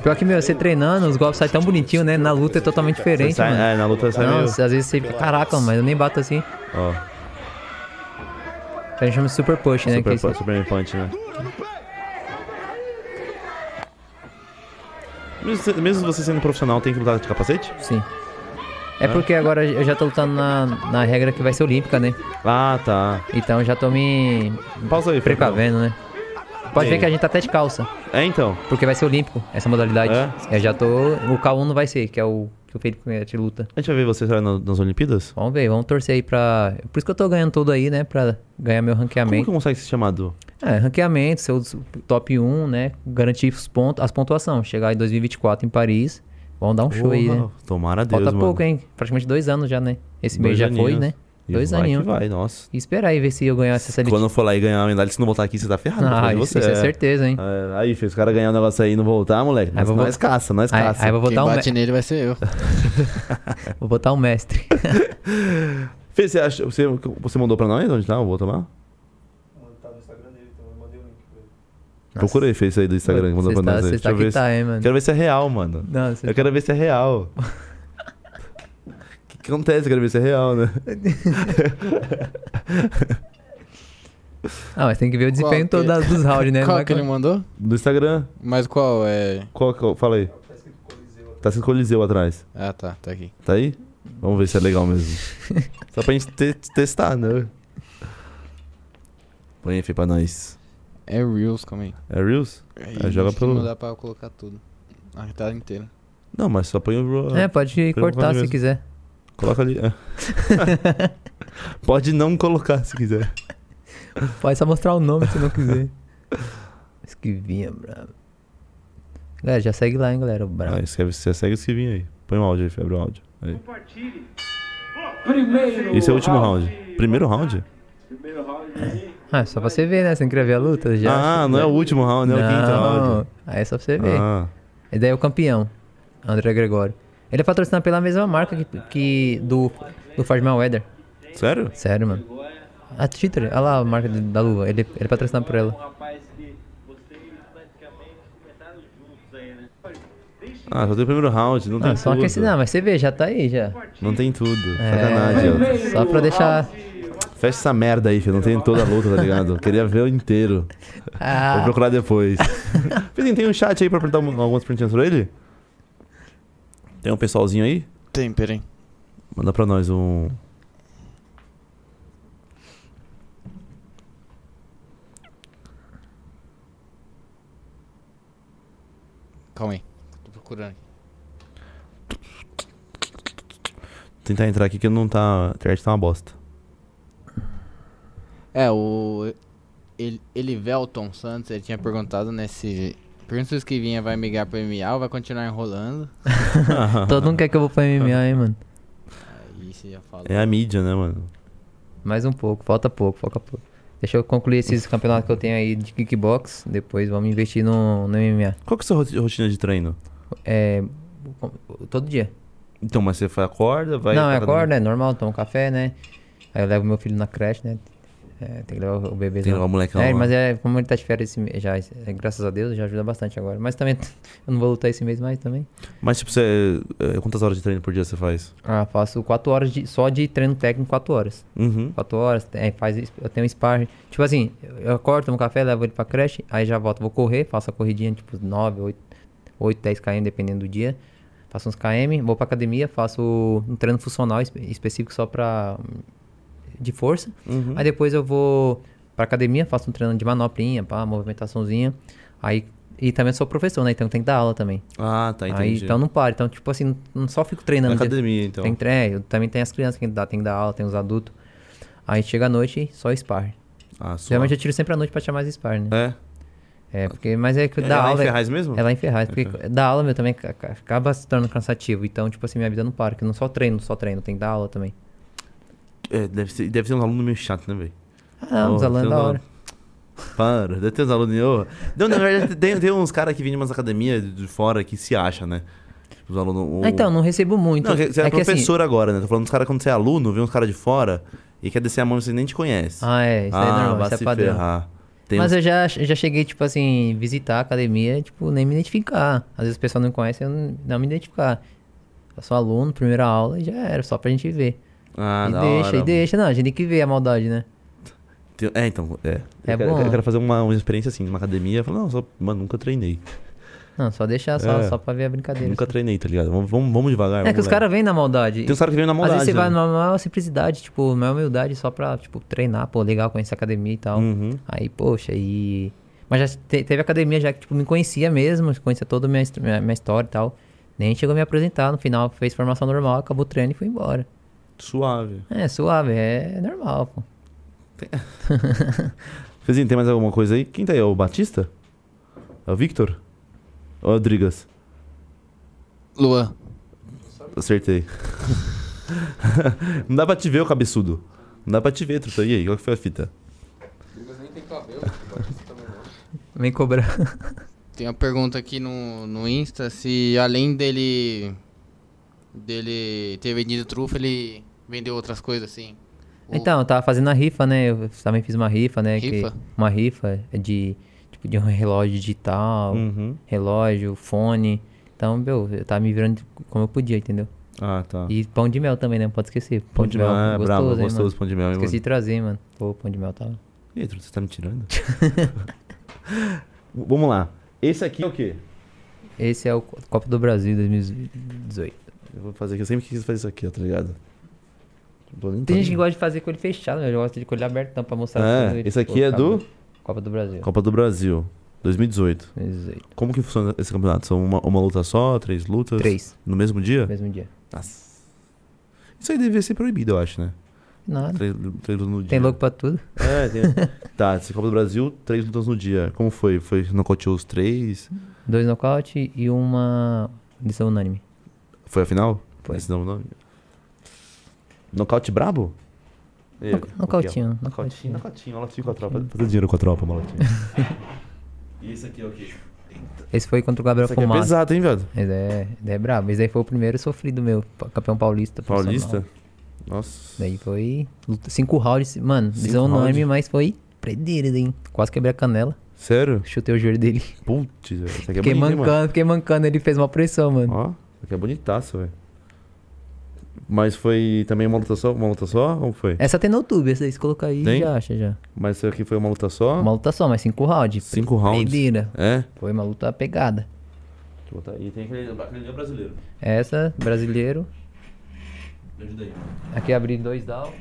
Speaker 3: Pior que, meu, você treinando, os golpes saem tão bonitinho, né? Na luta é totalmente diferente,
Speaker 1: Sai-
Speaker 3: mano.
Speaker 1: é, na luta sai
Speaker 3: Não,
Speaker 1: meio.
Speaker 3: às vezes você fica, caraca, mano, mas eu nem bato assim.
Speaker 1: Ó,
Speaker 3: A gente chama de super push, né? que
Speaker 1: super,
Speaker 3: é isso.
Speaker 1: pu- super punch, né? Mesmo, se- mesmo você sendo profissional, tem que lutar de capacete?
Speaker 3: Sim. É porque agora eu já tô lutando na, na regra que vai ser olímpica, né?
Speaker 1: Ah, tá.
Speaker 3: Então eu já tô me
Speaker 1: Pausa aí, Fê.
Speaker 3: precavendo, né? Pode
Speaker 1: E
Speaker 3: ver
Speaker 1: aí?
Speaker 3: que a gente tá até de calça,
Speaker 1: É, então.
Speaker 3: porque vai ser olímpico essa modalidade.
Speaker 1: É?
Speaker 3: Eu já tô. O K1 não vai ser, que é o que o Felipe Cunhete luta.
Speaker 1: A gente vai ver você será na- nas Olimpíadas?
Speaker 3: Vamos ver, vamos torcer aí pra. Por isso que eu tô ganhando tudo aí, né? Pra ganhar meu
Speaker 1: Como
Speaker 3: ranqueamento.
Speaker 1: que consegue ser chamado?
Speaker 3: É, ranqueamento, ser o top 1, né? Garantir os pontos, as pontuações. Chegar em 2024 em Paris. Vamos dar um show aí, né?
Speaker 1: Porra, Tomara a Deus,
Speaker 3: Falta
Speaker 1: mano.
Speaker 3: pouco, hein? Praticamente dois anos já, né? Esse
Speaker 1: Dois
Speaker 3: mês já foi,
Speaker 1: aninhos.
Speaker 3: né?
Speaker 1: E
Speaker 3: dois
Speaker 1: vai
Speaker 3: aninhos.
Speaker 1: Que vai, nossa.
Speaker 3: E esperar aí ver se eu ganhar essa seletiva.
Speaker 1: Quando eu for lá e ganhar uma medalha, se não voltar aqui, você tá ferrado. eu
Speaker 3: Ah,
Speaker 1: falei de
Speaker 3: isso,
Speaker 1: você.
Speaker 3: isso é certeza, hein?
Speaker 1: É, aí, fez o cara ganhar um negócio aí e não voltar, moleque. Nós,
Speaker 3: vou
Speaker 1: nós
Speaker 3: voltar.
Speaker 1: caça, nós
Speaker 3: Aí,
Speaker 1: caça.
Speaker 3: aí vou
Speaker 2: Quem
Speaker 3: botar, um
Speaker 2: bate
Speaker 3: me-
Speaker 2: nele vai ser eu.
Speaker 3: vou botar um mestre.
Speaker 1: Fê, você, acha, você, você mandou pra nós onde tá? Eu vou tomar? Tá então Procura aí, Fê, isso aí do Instagram que mandou
Speaker 3: Cês
Speaker 1: pra
Speaker 3: tá-
Speaker 1: nós. aí.
Speaker 3: cês tá
Speaker 1: Deixa eu
Speaker 3: que
Speaker 1: ver se-
Speaker 3: tá, hein, mano?
Speaker 1: Quero ver se é real, mano.
Speaker 3: Não, cês-
Speaker 1: Eu quero ver se é real. O que, que acontece? Eu quero ver se é real, né?
Speaker 3: Ah, mas tem que ver o desempenho
Speaker 2: Qual
Speaker 3: todo
Speaker 2: que- é?
Speaker 3: das- dos rounds, né?
Speaker 2: Qual
Speaker 3: Vai
Speaker 2: que ele
Speaker 3: com-
Speaker 2: mandou?
Speaker 1: No Instagram,
Speaker 2: Mas qual é.
Speaker 1: qual que eu. Fala aí. Tá escrito Coliseu atrás.
Speaker 2: Ah, tá, tá aqui.
Speaker 1: Tá aí? Vamos ver se é legal mesmo. Só pra gente te- testar, né? Põe aí, Fê, pra nós.
Speaker 2: É Reels, calma aí.
Speaker 1: É Reels? É,
Speaker 2: Ih,
Speaker 1: joga
Speaker 2: acho que
Speaker 1: pelo-
Speaker 2: Não dá pra colocar tudo. A tela inteira.
Speaker 1: Não, mas só põe o.
Speaker 3: É, pode
Speaker 1: Pergunta
Speaker 3: cortar se
Speaker 1: mesmo.
Speaker 3: quiser.
Speaker 1: Coloca ali. é. Pode não colocar se quiser.
Speaker 3: Pode só mostrar o nome se não quiser. Esquivinha, brabo. Galera, já segue lá, hein, galera. o Brabo.
Speaker 1: Ah, escreve, você segue os que vinha aí. Põe o áudio aí, Fê, abre o áudio. Aí.
Speaker 8: Primeiro
Speaker 1: Esse é o último round. Primeiro round?
Speaker 8: Primeiro round aí.
Speaker 3: Ah, só pra você ver, né? Você não queria ver a luta já.
Speaker 1: Ah, não é o último round, não é o quinto round.
Speaker 3: Aí é só pra você ver.
Speaker 1: Ah,
Speaker 3: E daí é o campeão, André Gregório. Ele é patrocinado pela mesma marca que, que do, do Ford Malweather.
Speaker 1: sério?
Speaker 3: Sério, mano. A Cheater, olha lá a marca de- da lua. Ele, ele é patrocinado por
Speaker 8: Um
Speaker 3: ela.
Speaker 8: rapaz que vocês praticamente começaram juntos aí, né?
Speaker 1: Ah, só tem o primeiro round, não tem
Speaker 3: Ah, só
Speaker 1: tudo.
Speaker 3: aquecer, não, mas você vê, já tá aí já.
Speaker 1: Não tem tudo.
Speaker 3: É,
Speaker 1: Sacanagem, ó.
Speaker 3: Só pra deixar.
Speaker 1: Fecha essa merda aí, filho. Não tem toda a luta, tá ligado? Queria ver o inteiro. Vou
Speaker 3: Ah,
Speaker 1: procurar depois. Fizinho, tem um chat aí pra apertar um- algumas perguntinhas pra ele? Tem um pessoalzinho aí?
Speaker 2: Tem, peraí.
Speaker 1: Manda pra nós um.
Speaker 2: Calma aí. Tô procurando aqui.
Speaker 1: Tentar entrar aqui que não tá. A internet tá uma bosta.
Speaker 2: É, o. El- Elivelton Santos, ele tinha perguntado, né, se. Pergunta se o Esquivinha vai migrar pro MA ou vai continuar enrolando.
Speaker 3: todo mundo quer que eu vou pra MMA, hein, mano.
Speaker 2: Aí você já falou.
Speaker 1: É a mídia, né, mano?
Speaker 3: Mais um pouco, falta pouco, falta pouco. Deixa eu concluir esses campeonatos que eu tenho aí de kickbox. Depois vamos investir no, no MMA.
Speaker 1: Qual que é a sua roti- rotina de treino?
Speaker 3: É. Todo dia.
Speaker 1: Então, mas você fa- acorda, vai.
Speaker 3: não, eu
Speaker 1: pra
Speaker 3: acordo, é normal, tomo café, né? Aí eu levo meu filho na creche, né? É, tem que levar o bebê.
Speaker 1: Tem que levar o molecão
Speaker 3: É,
Speaker 1: lá.
Speaker 3: mas é, como ele tá de férias esse mês, já, é, graças a Deus, já ajuda bastante agora. Mas também, eu não vou lutar esse mês mais também.
Speaker 1: Mas, tipo, você. é, Quantas horas de treino por dia você faz?
Speaker 3: Ah, faço 4 horas de, só de treino técnico, 4 horas.
Speaker 1: Uhum.
Speaker 3: 4 horas, é, faz, isso, eu tenho um sparring. Tipo assim, eu- eu acordo, tomo café, levo ele pra creche, aí já volto, vou correr, faço a corridinha, tipo 9, 8, 8 10 km, dependendo do dia. Faço uns km, vou pra academia, faço um treino funcional espe- específico só pra... de força.
Speaker 1: Uhum.
Speaker 3: Aí depois eu vou pra academia, faço um treino de manoprinha, pá, movimentaçãozinha. Aí... E também sou professor, né? Então tem que dar aula também.
Speaker 1: Ah, tá,
Speaker 3: Aí,
Speaker 1: entendi.
Speaker 3: então não para. Então, tipo assim, não só fico treinando.
Speaker 1: Na academia, então.
Speaker 3: Tem, é, eu também tem as crianças que dá, tem que dar aula, tem os adultos. Aí chega à noite, só spar.
Speaker 1: Ah, sua.
Speaker 3: Geralmente eu tiro sempre à noite pra tirar mais spar, né?
Speaker 1: É.
Speaker 3: É, porque, mas é que
Speaker 1: É
Speaker 3: dar
Speaker 1: lá em
Speaker 3: aula.
Speaker 1: Ferraz mesmo? Uhum.
Speaker 3: É lá em Ferraz, porque dar aula, meu, também ca- ca- acaba se tornando cansativo. Então, tipo assim, minha vida não para, que eu não só treino, só treino, tem que dar aula também.
Speaker 1: É, deve, ser, deve ser um aluno meio chato, né, velho?
Speaker 3: Ah, não, os
Speaker 1: Porra,
Speaker 3: alunos
Speaker 1: tem
Speaker 3: é da
Speaker 1: uns
Speaker 3: hora.
Speaker 1: alunos- Para, deve ter uns alunos. Eu... Não, na verdade, tem, tem uns caras que vêm de umas academias de fora que se acha, né? Os alunos. o-
Speaker 3: Ah, então, não recebo muito.
Speaker 1: Não, que você é,
Speaker 3: que, assim,
Speaker 1: professor agora, né? Tô falando dos caras quando você é aluno, vê uns caras de fora e quer descer a mão e você nem te conhece.
Speaker 3: Ah, é, isso aí é
Speaker 1: Ah,
Speaker 3: normal,
Speaker 1: vai
Speaker 3: isso é
Speaker 1: se
Speaker 3: padrão.
Speaker 1: ferrar. Tem
Speaker 3: Mas
Speaker 1: uns-
Speaker 3: eu já, já cheguei, tipo assim, visitar a academia e, tipo, nem me identificar. Às vezes o pessoal não me conhece, eu não, não me identificar. Eu sou aluno, primeira aula e já era, só pra gente ver.
Speaker 1: Ah,
Speaker 3: e
Speaker 1: da
Speaker 3: deixa,
Speaker 1: hora,
Speaker 3: e
Speaker 1: mano.
Speaker 3: deixa. Não, a gente tem que ver a maldade, né?
Speaker 1: Tem- É, então, é.
Speaker 3: É
Speaker 1: eu, quero,
Speaker 3: bom.
Speaker 1: eu quero fazer uma, uma experiência assim, numa academia. Eu falo, não, só, mano, nunca treinei.
Speaker 3: Não, só deixar, só,
Speaker 1: É.
Speaker 3: só pra ver a brincadeira.
Speaker 1: Nunca treinei, tá ligado? Vamos, vamos, vamos devagar.
Speaker 3: É que
Speaker 1: vamos
Speaker 3: os
Speaker 1: leve.
Speaker 3: caras vêm na maldade.
Speaker 1: Tem uns caras que vêm na
Speaker 3: Às
Speaker 1: maldade.
Speaker 3: vezes você vai
Speaker 1: né?
Speaker 3: numa maior simplicidade, tipo, maior humildade só pra, tipo, treinar, pô, legal, conhecer a academia e tal.
Speaker 1: Uhum.
Speaker 3: Aí, poxa, e... Mas já te- teve academia já que, tipo, me conhecia mesmo, conhecia toda a minha, histó- minha, minha história e tal. Nem chegou a me apresentar, no final fez formação normal, acabou o treino e foi embora.
Speaker 1: Suave.
Speaker 3: É, suave, é normal, pô.
Speaker 1: Fezinho, tem mais alguma coisa aí? Quem tá aí? É o Batista? É o Victor? Ou é o Rodrigues? É.
Speaker 2: Luan.
Speaker 1: Acertei. Não dá pra te ver, ô cabeçudo. Não dá pra te ver, truta. E aí, qual que foi a fita?
Speaker 3: Vem cobrar.
Speaker 2: Tem uma pergunta aqui no, no Insta se além dele dele ter vendido trufa, ele vendeu outras coisas assim. O-
Speaker 3: Então, eu tava fazendo a rifa, né? Eu também fiz uma rifa, né?
Speaker 2: Rifa?
Speaker 3: Que, uma rifa de, tipo, de um relógio digital,
Speaker 1: Uhum.
Speaker 3: relógio, fone. Então, meu, eu tava me virando como eu podia, entendeu?
Speaker 1: Ah, tá.
Speaker 3: E pão de mel também, né? Não pode esquecer. Pão,
Speaker 1: Pão de mel, é brabo,
Speaker 3: hein,
Speaker 1: gostoso
Speaker 3: mano?
Speaker 1: pão de mel, hein,
Speaker 3: Esqueci
Speaker 1: mano?
Speaker 3: de trazer, hein, mano. Pô, pão de mel tava.
Speaker 1: Pedro, você tá me tirando? Vamos lá. Esse aqui é o quê?
Speaker 3: Esse é o Co- Copa do Brasil 2018.
Speaker 1: Eu vou fazer aqui. Eu sempre quis fazer isso aqui, ó, tá ligado? Não tô nem
Speaker 3: Tem
Speaker 1: tá-
Speaker 3: gente que gosta de fazer com ele fechado, né? Eu gosto de com ele aberto, então, pra mostrar. as
Speaker 1: É,
Speaker 3: coisas,
Speaker 1: esse
Speaker 3: tipo,
Speaker 1: aqui é
Speaker 3: acabou.
Speaker 1: do
Speaker 3: Copa do Brasil.
Speaker 1: Copa do Brasil, 2018.
Speaker 3: 2018.
Speaker 1: Como que funciona esse campeonato? São uma, uma luta só, três lutas?
Speaker 3: Três.
Speaker 1: No mesmo dia?
Speaker 3: Mesmo dia.
Speaker 1: Nossa. Isso aí deveria ser proibido, eu acho, né?
Speaker 3: Nada.
Speaker 1: Três, três lutas no dia.
Speaker 3: Tem louco pra tudo.
Speaker 1: É, tem. tá, esse Copa do Brasil, três lutas no dia. Como foi? Foi nocauteou os três?
Speaker 3: Dois nocaute e uma decisão unânime.
Speaker 1: Foi a final?
Speaker 3: Foi.
Speaker 1: Esse não, não. Nocaute brabo? Ele,
Speaker 3: Noca-
Speaker 1: é?
Speaker 3: nocautinho,
Speaker 1: Nocautinho, nocautinho.
Speaker 3: nocautinho.
Speaker 1: Nocautinho, nocautinho com a tropa. Fazer dinheiro com a tropa, malotinho. e esse aqui é o quê?
Speaker 3: Esse foi contra o Gabriel
Speaker 1: Esse aqui é
Speaker 3: Fumado.
Speaker 1: pesado, hein, viado?
Speaker 3: Mas é, é brabo. Mas aí foi o primeiro sofrido meu, pa- campeão paulista.
Speaker 1: Paulista?
Speaker 3: profissional.
Speaker 1: Nossa.
Speaker 3: Daí foi luta- cinco rounds, mano,
Speaker 1: Cinco
Speaker 3: visão unânime,
Speaker 1: rounds?
Speaker 3: mas foi prendido, hein. Quase quebrei a canela,
Speaker 1: Sério?
Speaker 3: chutei o joelho dele.
Speaker 1: Putz, velho, esse aqui é
Speaker 3: fiquei
Speaker 1: bonito, hein,
Speaker 3: mancando,
Speaker 1: mano?
Speaker 3: fiquei mancando, ele fez uma pressão, mano.
Speaker 1: Ó, esse aqui é bonitaço, velho. Mas foi também uma luta só? Uma luta só? Como foi?
Speaker 3: Essa tem no YouTube, essa daí, se colocar aí,
Speaker 1: Tem?
Speaker 3: já acha, já.
Speaker 1: Mas isso aqui foi uma luta só?
Speaker 3: Uma luta só, mas cinco rounds.
Speaker 1: Cinco rounds?
Speaker 3: Prendido.
Speaker 1: É?
Speaker 3: Foi uma luta pegada.
Speaker 1: Deixa eu botar aí. Tem aquele, aquele brasileiro.
Speaker 3: Essa, brasileiro.
Speaker 1: Me ajuda aí.
Speaker 3: Aqui abri dois down,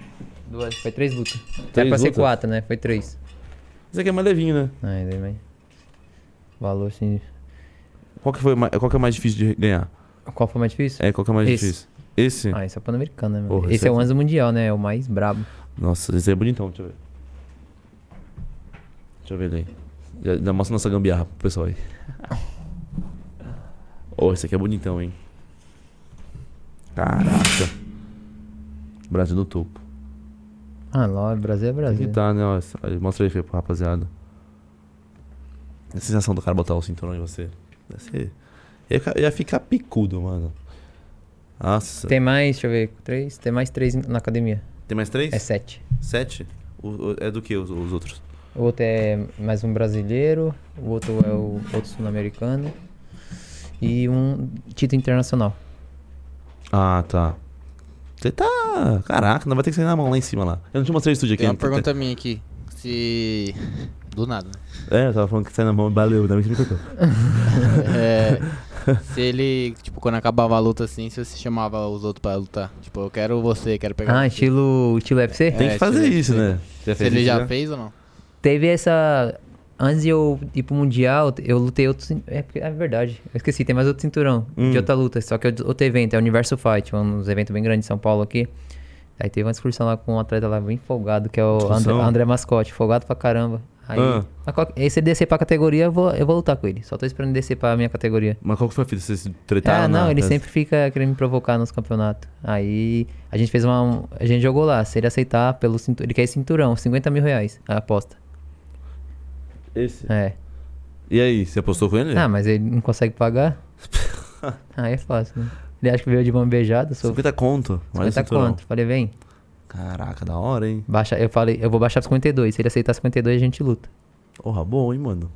Speaker 3: duas, foi três lutas. Era
Speaker 1: Três
Speaker 3: pra ser
Speaker 1: lutas?
Speaker 3: quatro, né? Foi três.
Speaker 1: Esse aqui é mais levinho, né?
Speaker 3: Aí, daí, mas... Valor, assim...
Speaker 1: Qual que, foi, ma- qual que é mais difícil de ganhar?
Speaker 3: Qual foi mais difícil?
Speaker 1: É, qual que é mais
Speaker 3: Esse.
Speaker 1: difícil? Esse?
Speaker 3: Ah, esse é o Pan-Americano, né, mano?
Speaker 1: Porra,
Speaker 3: Esse
Speaker 1: esse
Speaker 3: é o
Speaker 1: aqui.
Speaker 3: Anza Mundial, né? É o mais brabo.
Speaker 1: Nossa, esse aí é bonitão, deixa eu ver. Deixa eu ver ele aí. Já, já mostra nossa gambiarra pro pessoal aí. oh, esse aqui é bonitão, hein? Caraca. Brasil no topo.
Speaker 3: Ah, lá, Brasil é
Speaker 1: Aqui
Speaker 3: Brasil.
Speaker 1: tá, né? ó, essa- aí, Mostra aí, Fê, pro rapaziada. A sensação do cara botar o cinturão em você. Deve ser. Eu ia ficar- eu ia ficar picudo, mano. Nossa. Tem,
Speaker 3: Tem mais, deixa eu ver, três? Tem mais três na academia.
Speaker 1: mais três?
Speaker 3: É sete.
Speaker 1: Sete? O- o- é do que os, os outros?
Speaker 3: O outro é mais um brasileiro, o outro é o outro sul-americano e um título internacional.
Speaker 1: Ah, tá. Você tá. Caraca, não vai ter que sair na mão lá em cima lá. Eu não te mostrei o estúdio aqui.
Speaker 2: Tem uma
Speaker 1: não tá-
Speaker 2: pergunta minha aqui. Se. Do nada, né?
Speaker 1: É, eu tava falando que sai na mão, valeu, ainda bem que você me cortou.
Speaker 2: É, se ele, tipo, quando acabava a luta assim, se você chamava os outros pra lutar. Tipo, eu quero você, quero pegar.
Speaker 3: Ah,
Speaker 2: você.
Speaker 3: estilo, estilo UFC?
Speaker 1: Tem
Speaker 2: É,
Speaker 1: que fazer
Speaker 2: esse-
Speaker 1: isso, né? Já
Speaker 2: Se ele
Speaker 1: isso,
Speaker 2: já
Speaker 1: né?
Speaker 2: fez ou não?
Speaker 3: Teve essa. Antes de eu ir pro Mundial, eu lutei outro. cin- É, porque- é verdade. Eu esqueci, tem mais outro cinturão de outra luta. Só que é de outro evento, é o Universo Fight, um dos eventos bem grandes de São Paulo aqui. Aí teve uma discussão lá com um atleta lá bem folgado, que é o André,
Speaker 1: Discussão?
Speaker 3: André Mascote, folgado pra caramba. Aí,
Speaker 1: Ah.
Speaker 3: mas qual- aí se ele descer pra categoria, eu vou, eu vou lutar com ele. Só tô esperando ele descer pra minha categoria.
Speaker 1: Mas qual que foi a fita? Vocês se tretaram?
Speaker 3: ah, não,
Speaker 1: na-
Speaker 3: ele
Speaker 1: nas-
Speaker 3: sempre fica querendo me provocar nos campeonatos. Aí a gente fez uma. um- A gente jogou lá. Se ele aceitar pelo cinturão. Ele quer esse cinturão, 50 mil reais a aposta.
Speaker 1: Esse.
Speaker 3: É.
Speaker 1: E aí, você apostou com ele?
Speaker 3: Ah, mas ele não consegue pagar? Aí é fácil, né? Ele acha que veio de mão beijada, sou 50,
Speaker 1: 50 conto. mais o cinturão.
Speaker 3: conto. Falei, vem,
Speaker 1: Caraca, da hora, hein?
Speaker 3: baixa. Eu falei, eu vou baixar pra 52. Se ele aceitar 52, a gente luta.
Speaker 1: Porra, bom, hein, mano?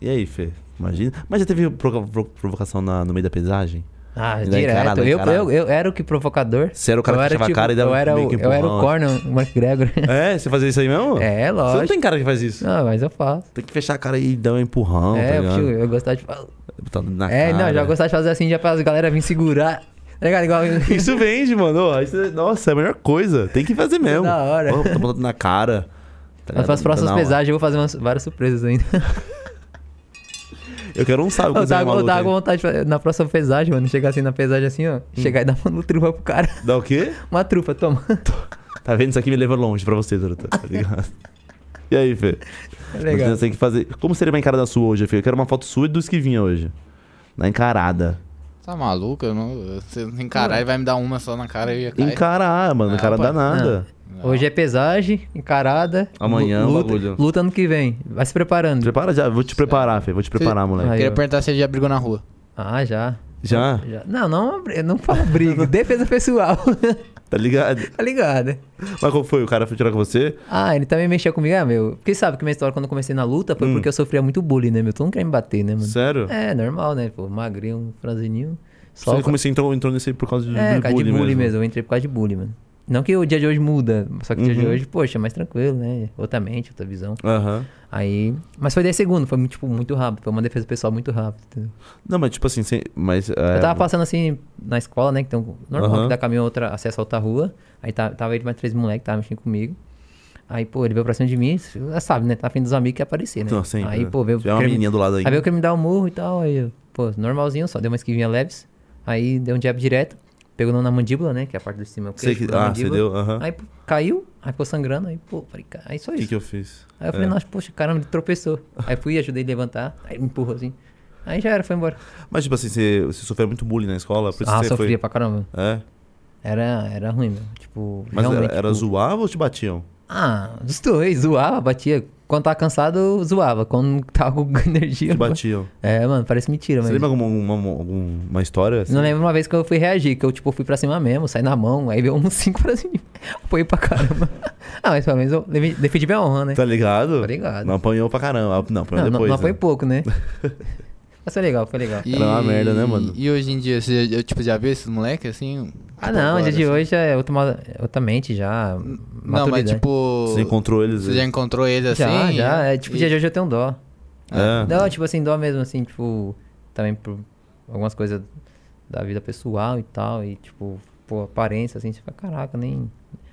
Speaker 1: E aí, Fê? Imagina. Mas já teve provo- pro- provocação na- no meio da pesagem?
Speaker 3: Ah,
Speaker 1: Ele dá
Speaker 3: direto.
Speaker 1: encarada,
Speaker 3: eu,
Speaker 1: encarada.
Speaker 3: eu, eu era o que provocador.
Speaker 1: Você era o cara
Speaker 3: eu
Speaker 1: que fechava a cara e dava
Speaker 3: eu era
Speaker 1: meio
Speaker 3: o,
Speaker 1: que
Speaker 3: Eu era o
Speaker 1: empurrão,
Speaker 3: Corner, o Mark Gregor.
Speaker 1: É, você fazia isso aí mesmo?
Speaker 3: É,
Speaker 1: Você não
Speaker 3: lógico.
Speaker 1: tem cara que faz isso.
Speaker 3: Não, mas eu faço.
Speaker 1: Tem que fechar a cara e dar um empurrão,
Speaker 3: é,
Speaker 1: tá
Speaker 3: eu,
Speaker 1: ligado? Ah,
Speaker 3: tio, eu gostava de falar.
Speaker 1: Botar na
Speaker 3: É, não,
Speaker 1: cara.
Speaker 3: eu já gostava de fazer assim, já pra as galera vir segurar. Tá ligado? Igual.
Speaker 1: Isso vende, mano. Ó, isso é- nossa, é a melhor coisa. Tem que fazer mesmo.
Speaker 3: Da hora.
Speaker 1: Ó, tá botando na cara. Tá
Speaker 3: Mas
Speaker 1: ligado?
Speaker 3: para as
Speaker 1: Tá
Speaker 3: próximas
Speaker 1: na hora.
Speaker 3: pesagens, eu vou fazer umas- várias surpresas ainda.
Speaker 1: Eu quero um sábio
Speaker 3: Eu
Speaker 1: quando sair
Speaker 3: tava,
Speaker 1: uma
Speaker 3: eu
Speaker 1: luta.
Speaker 3: tava
Speaker 1: aí. Hum.
Speaker 3: com vontade de fazer, na próxima pesagem, mano. Chegar assim na pesagem assim, ó. Chegar e dar uma trufa pro cara.
Speaker 1: Dá o quê?
Speaker 3: Uma trufa, toma.
Speaker 1: Tá vendo? Isso aqui me leva longe pra você, Truta. Tá ligado? E aí, Fê?
Speaker 3: É legal.
Speaker 1: Você tem que fazer... Como seria uma encarada sua hoje, Fê? Eu quero uma foto sua e dos que vinha hoje. Na encarada.
Speaker 2: Tá maluco? Eu não, você não encarar, ele vai me dar uma só na cara e eu ia cair.
Speaker 1: Encarar,
Speaker 3: Ah,
Speaker 1: mano.
Speaker 2: Não,
Speaker 1: Encarada
Speaker 2: pai.
Speaker 1: nada.
Speaker 3: Hoje é pesagem, encarada.
Speaker 1: Amanhã
Speaker 3: lu-
Speaker 1: o
Speaker 3: luta,
Speaker 1: bagulho.
Speaker 3: luta ano que vem. Vai se preparando.
Speaker 1: Prepara já. Vou te preparar, Fê. Vou te preparar, moleque.
Speaker 3: Aí,
Speaker 2: Queria
Speaker 3: ó.
Speaker 2: perguntar se ele já brigou na rua.
Speaker 3: Ah, já.
Speaker 1: Já?
Speaker 3: já. Não, não, abri- não fala briga. defesa pessoal.
Speaker 1: Tá ligado?
Speaker 3: tá ligado?
Speaker 1: Mas qual foi? O cara foi tirar com você?
Speaker 3: Ah, ele também mexeu comigo, ah, meu. Porque sabe que minha história quando eu comecei na luta
Speaker 1: Hum.
Speaker 3: foi porque eu sofria muito bullying, né, meu? Todo mundo queria me bater, né, mano?
Speaker 1: Sério?
Speaker 3: É, normal, né? Pô, magrinho, franzininho.
Speaker 1: Só
Speaker 3: Só
Speaker 1: você comecei, então, entrou nesse aí por causa de
Speaker 3: É, por causa de bullying mesmo.
Speaker 1: mesmo.
Speaker 3: Eu entrei por causa de bullying, mano. Não que o dia de hoje muda, só que o dia de
Speaker 1: Uhum.
Speaker 3: hoje, poxa, é mais tranquilo, né? Outra mente, outra visão.
Speaker 1: Aham.
Speaker 3: Aí. Mas foi 10 segundos, foi tipo, muito rápido. Foi uma defesa pessoal muito rápida. entendeu?
Speaker 1: Não, mas tipo assim, sem- mas. é,
Speaker 3: eu tava passando assim na escola, né? Que tem um, normal,
Speaker 1: Aham.
Speaker 3: que dá caminho a outra, acesso a outra rua. Aí tá- tava ele mais três moleques, tava mexendo comigo. Aí, pô, ele veio pra cima de mim, já sabe, né? Tá afim dos amigos que ia aparecer, né?
Speaker 1: Não, sempre,
Speaker 3: aí,
Speaker 1: né?
Speaker 3: pô, veio.
Speaker 1: Se tiver uma
Speaker 3: queria me-
Speaker 1: menina do lado aí.
Speaker 3: Aí veio que ele me dar um murro e tal. Aí, eu, pô, normalzinho, só deu uma esquivinha leves. Aí deu um jab direto. Pegou no- na mandíbula, né? Que é a parte de cima.
Speaker 1: Sei que- ah, você deu, aham.
Speaker 3: Aí pô, caiu, aí ficou sangrando, aí, pô, falei, cara, aí só
Speaker 1: O
Speaker 3: isso.
Speaker 1: que, que eu fiz?
Speaker 3: Aí eu falei,
Speaker 1: É.
Speaker 3: nossa, poxa, caramba, ele tropeçou. Aí fui, ajudei ele a levantar, aí me empurrou assim. Aí já era, foi embora.
Speaker 1: Mas tipo assim, você, você sofreu muito bullying na escola? Por isso
Speaker 3: ah,
Speaker 1: você
Speaker 3: sofria
Speaker 1: foi...
Speaker 3: pra caramba.
Speaker 1: É?
Speaker 3: Era, era ruim, meu. Tipo,
Speaker 1: Mas era,
Speaker 3: realmente.
Speaker 1: era
Speaker 3: tipo,
Speaker 1: zoava ou te batiam?
Speaker 3: Ah, os dois, zoava, batia. Quando tava cansado, eu zoava. Quando tava com energia.
Speaker 1: Te
Speaker 3: eu-
Speaker 1: batiam.
Speaker 3: É, mano, parece mentira,
Speaker 1: Você
Speaker 3: mas.
Speaker 1: lembra alguma, alguma, alguma história? assim?
Speaker 3: Não lembro uma vez que eu fui reagir, que eu, tipo, fui pra cima mesmo, saí na mão, aí veio um cinco pra cima. Apoiei pra caramba. ah, mas pelo menos eu leve- defendi minha honra, né?
Speaker 1: Tá ligado?
Speaker 3: Tá ligado.
Speaker 1: Não apanhou pra caramba. Não, apanhou
Speaker 3: não,
Speaker 1: depois.
Speaker 3: não, não foi
Speaker 1: né?
Speaker 3: pouco, né? mas foi legal, foi legal.
Speaker 1: Era uma merda, né, mano?
Speaker 2: E hoje em dia, você já, tipo, já viu esses moleques assim?
Speaker 3: Ah, não, o dia
Speaker 2: agora,
Speaker 3: de
Speaker 2: assim?
Speaker 3: hoje é outra, ma- outra mente já.
Speaker 2: Não, mas
Speaker 3: maturidade.
Speaker 2: tipo.
Speaker 1: Você encontrou eles.
Speaker 2: Você já encontrou eles assim?
Speaker 3: Já, já. É, tipo,
Speaker 2: E-
Speaker 3: dia de hoje eu tenho dó.
Speaker 1: É.
Speaker 3: Não, tipo assim, dó mesmo, assim, tipo, também por algumas coisas da vida pessoal e tal, e tipo, por aparência, assim, você fica, caraca, nem.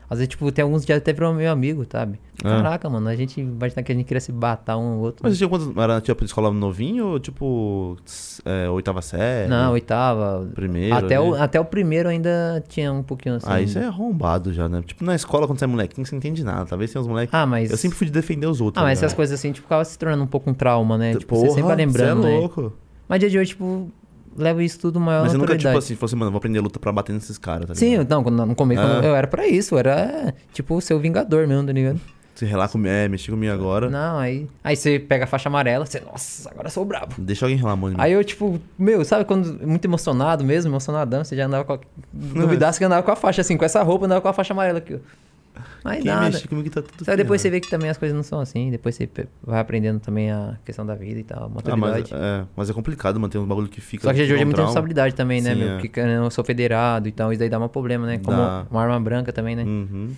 Speaker 3: Às vezes, tipo, tem alguns dias até virou meu amigo, sabe? Caraca, mano, a gente imagina que a gente queria se batar um ao outro.
Speaker 1: É. Mas você tinha quantos. Era tipo de escola novinho ou tipo. tss, é, oitava série?
Speaker 3: Não, oitava.
Speaker 1: Primeiro
Speaker 3: Até o, ah,
Speaker 1: ali.
Speaker 3: até o primeiro ainda tinha um pouquinho assim.
Speaker 1: Ah, isso é arrombado já, né? Tipo, na escola, quando você é molequinho, você não entende nada. Talvez tenha uns moleques.
Speaker 3: Ah, mas-
Speaker 1: Eu sempre fui de defender os outros.
Speaker 3: Ah, mas
Speaker 1: né?
Speaker 3: essas coisas assim, tipo, acaba se tornando um pouco um trauma, né? Tipo, você sempre
Speaker 1: Porra,
Speaker 3: vai lembrando,
Speaker 1: Você é
Speaker 3: né?
Speaker 1: louco.
Speaker 3: Mas dia de hoje, tipo, leva isso tudo maior
Speaker 1: Mas você nunca,
Speaker 3: naturalidade.
Speaker 1: tipo assim, falou assim, mano, eu vou aprender luta pra bater nesses caras, tá
Speaker 3: Sim,
Speaker 1: ligado?
Speaker 3: então, quando- no começo
Speaker 1: Ah.
Speaker 3: quando eu era pra isso, eu era tipo o seu vingador mesmo, tá ligado?
Speaker 1: Se relar comigo, é, mexer comigo agora.
Speaker 3: Não, aí. Aí você pega a faixa amarela, você, nossa, agora eu sou brabo.
Speaker 1: Deixa alguém relar a mão de mim.
Speaker 3: Aí eu, tipo, meu, sabe quando muito emocionado mesmo, emocionadão, você já andava com a. Duvidasse que andava com a faixa, assim, com essa roupa, andava com a faixa amarela aqui. ó. Mas
Speaker 1: Quem
Speaker 3: nada.
Speaker 1: mexer comigo tá tudo
Speaker 3: Sabe, depois você
Speaker 1: ferrado.
Speaker 3: vê que também as coisas não são assim, depois você pe- vai aprendendo também a questão da vida e tal,
Speaker 1: Ah, mas,
Speaker 3: maturidade.
Speaker 1: é, mas é complicado manter um bagulho que fica.
Speaker 3: Só que dia de hoje é
Speaker 1: um
Speaker 3: muita
Speaker 1: trauma.
Speaker 3: responsabilidade também, né,
Speaker 1: Sim,
Speaker 3: meu?
Speaker 1: é.
Speaker 3: Porque querendo ou não, eu sou federado e tal, isso daí dá um problema, né? Como
Speaker 1: Dá.
Speaker 3: uma arma branca também, né?
Speaker 1: Uhum.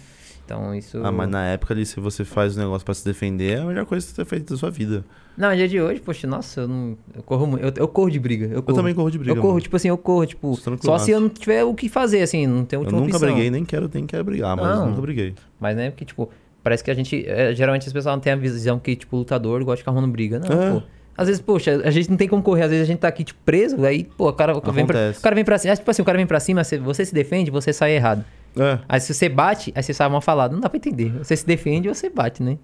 Speaker 3: Então isso.
Speaker 1: Ah, mas na época ali, se você faz um negócio pra se defender, é a melhor coisa que você tem feito da sua vida.
Speaker 3: Não, é dia de hoje, poxa, nossa, eu não. Eu corro muito. Eu, eu corro de briga. Eu, corro.
Speaker 1: também corro de briga,
Speaker 3: Eu corro,
Speaker 1: mano.
Speaker 3: tipo assim, eu corro, tipo.
Speaker 1: Sou tranquilaço.
Speaker 3: Só se eu não tiver o que fazer, assim, não tem
Speaker 1: Eu
Speaker 3: última
Speaker 1: nunca
Speaker 3: opção.
Speaker 1: briguei, né? nem quero, nem quero brigar, mas eu
Speaker 3: Não.
Speaker 1: nunca briguei.
Speaker 3: Mas né, porque, tipo, parece que a gente. é, geralmente as pessoas não têm a visão que, tipo, lutador gosta de ficar arrumando briga. Não,
Speaker 1: É.
Speaker 3: pô. Às vezes, poxa, a gente não tem como correr, às vezes a gente tá aqui, tipo, preso, aí, pô, o cara, o cara vem pra,
Speaker 1: Acontece.
Speaker 3: o cara vem pra cima. é, Tipo assim, o cara vem pra cima, você, você se defende, você sai errado.
Speaker 1: É.
Speaker 3: Aí se você bate, aí você sai mal falado. Não dá pra entender. Você se defende ou você bate, né?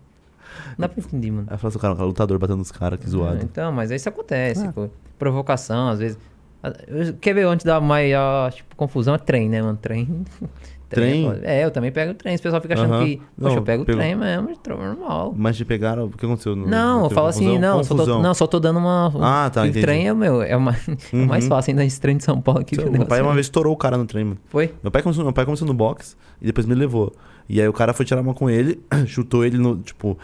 Speaker 3: Não dá pra entender, mano.
Speaker 1: Aí fala assim, cara, o cara lutador batendo nos caras, que
Speaker 3: Ah,
Speaker 1: zoado.
Speaker 3: Então, mas isso acontece,
Speaker 1: É.
Speaker 3: pô. Provocação, às vezes. Ah, eu- Quer ver onde dá maior tipo, confusão? É trem, né, mano? Trem.
Speaker 1: Trem?
Speaker 3: é foda. É, eu também pego o trem. O pessoal fica achando
Speaker 1: Aham.
Speaker 3: que. Poxa,
Speaker 1: Não,
Speaker 3: eu pego o
Speaker 1: pego-
Speaker 3: trem mesmo, trem normal.
Speaker 1: Mas te pegaram, o que aconteceu? No,
Speaker 3: Não, eu
Speaker 1: teve
Speaker 3: falo assim,
Speaker 1: confusão?
Speaker 3: não, eu só tô,
Speaker 1: Confusão.
Speaker 3: não, eu só tô dando uma.
Speaker 1: Ah, tá,
Speaker 3: E O
Speaker 1: entendi.
Speaker 3: trem é o meu, é, uma, é o mais fácil ainda esse trem de São Paulo aqui.
Speaker 1: Então,
Speaker 3: que o
Speaker 1: meu pai
Speaker 3: negócio
Speaker 1: uma
Speaker 3: é-
Speaker 1: vez estourou o cara no trem, mano.
Speaker 3: Foi?
Speaker 1: Meu pai começou, meu pai começou no box e depois me levou. E aí o cara foi tirar uma com ele, chutou ele no, tipo,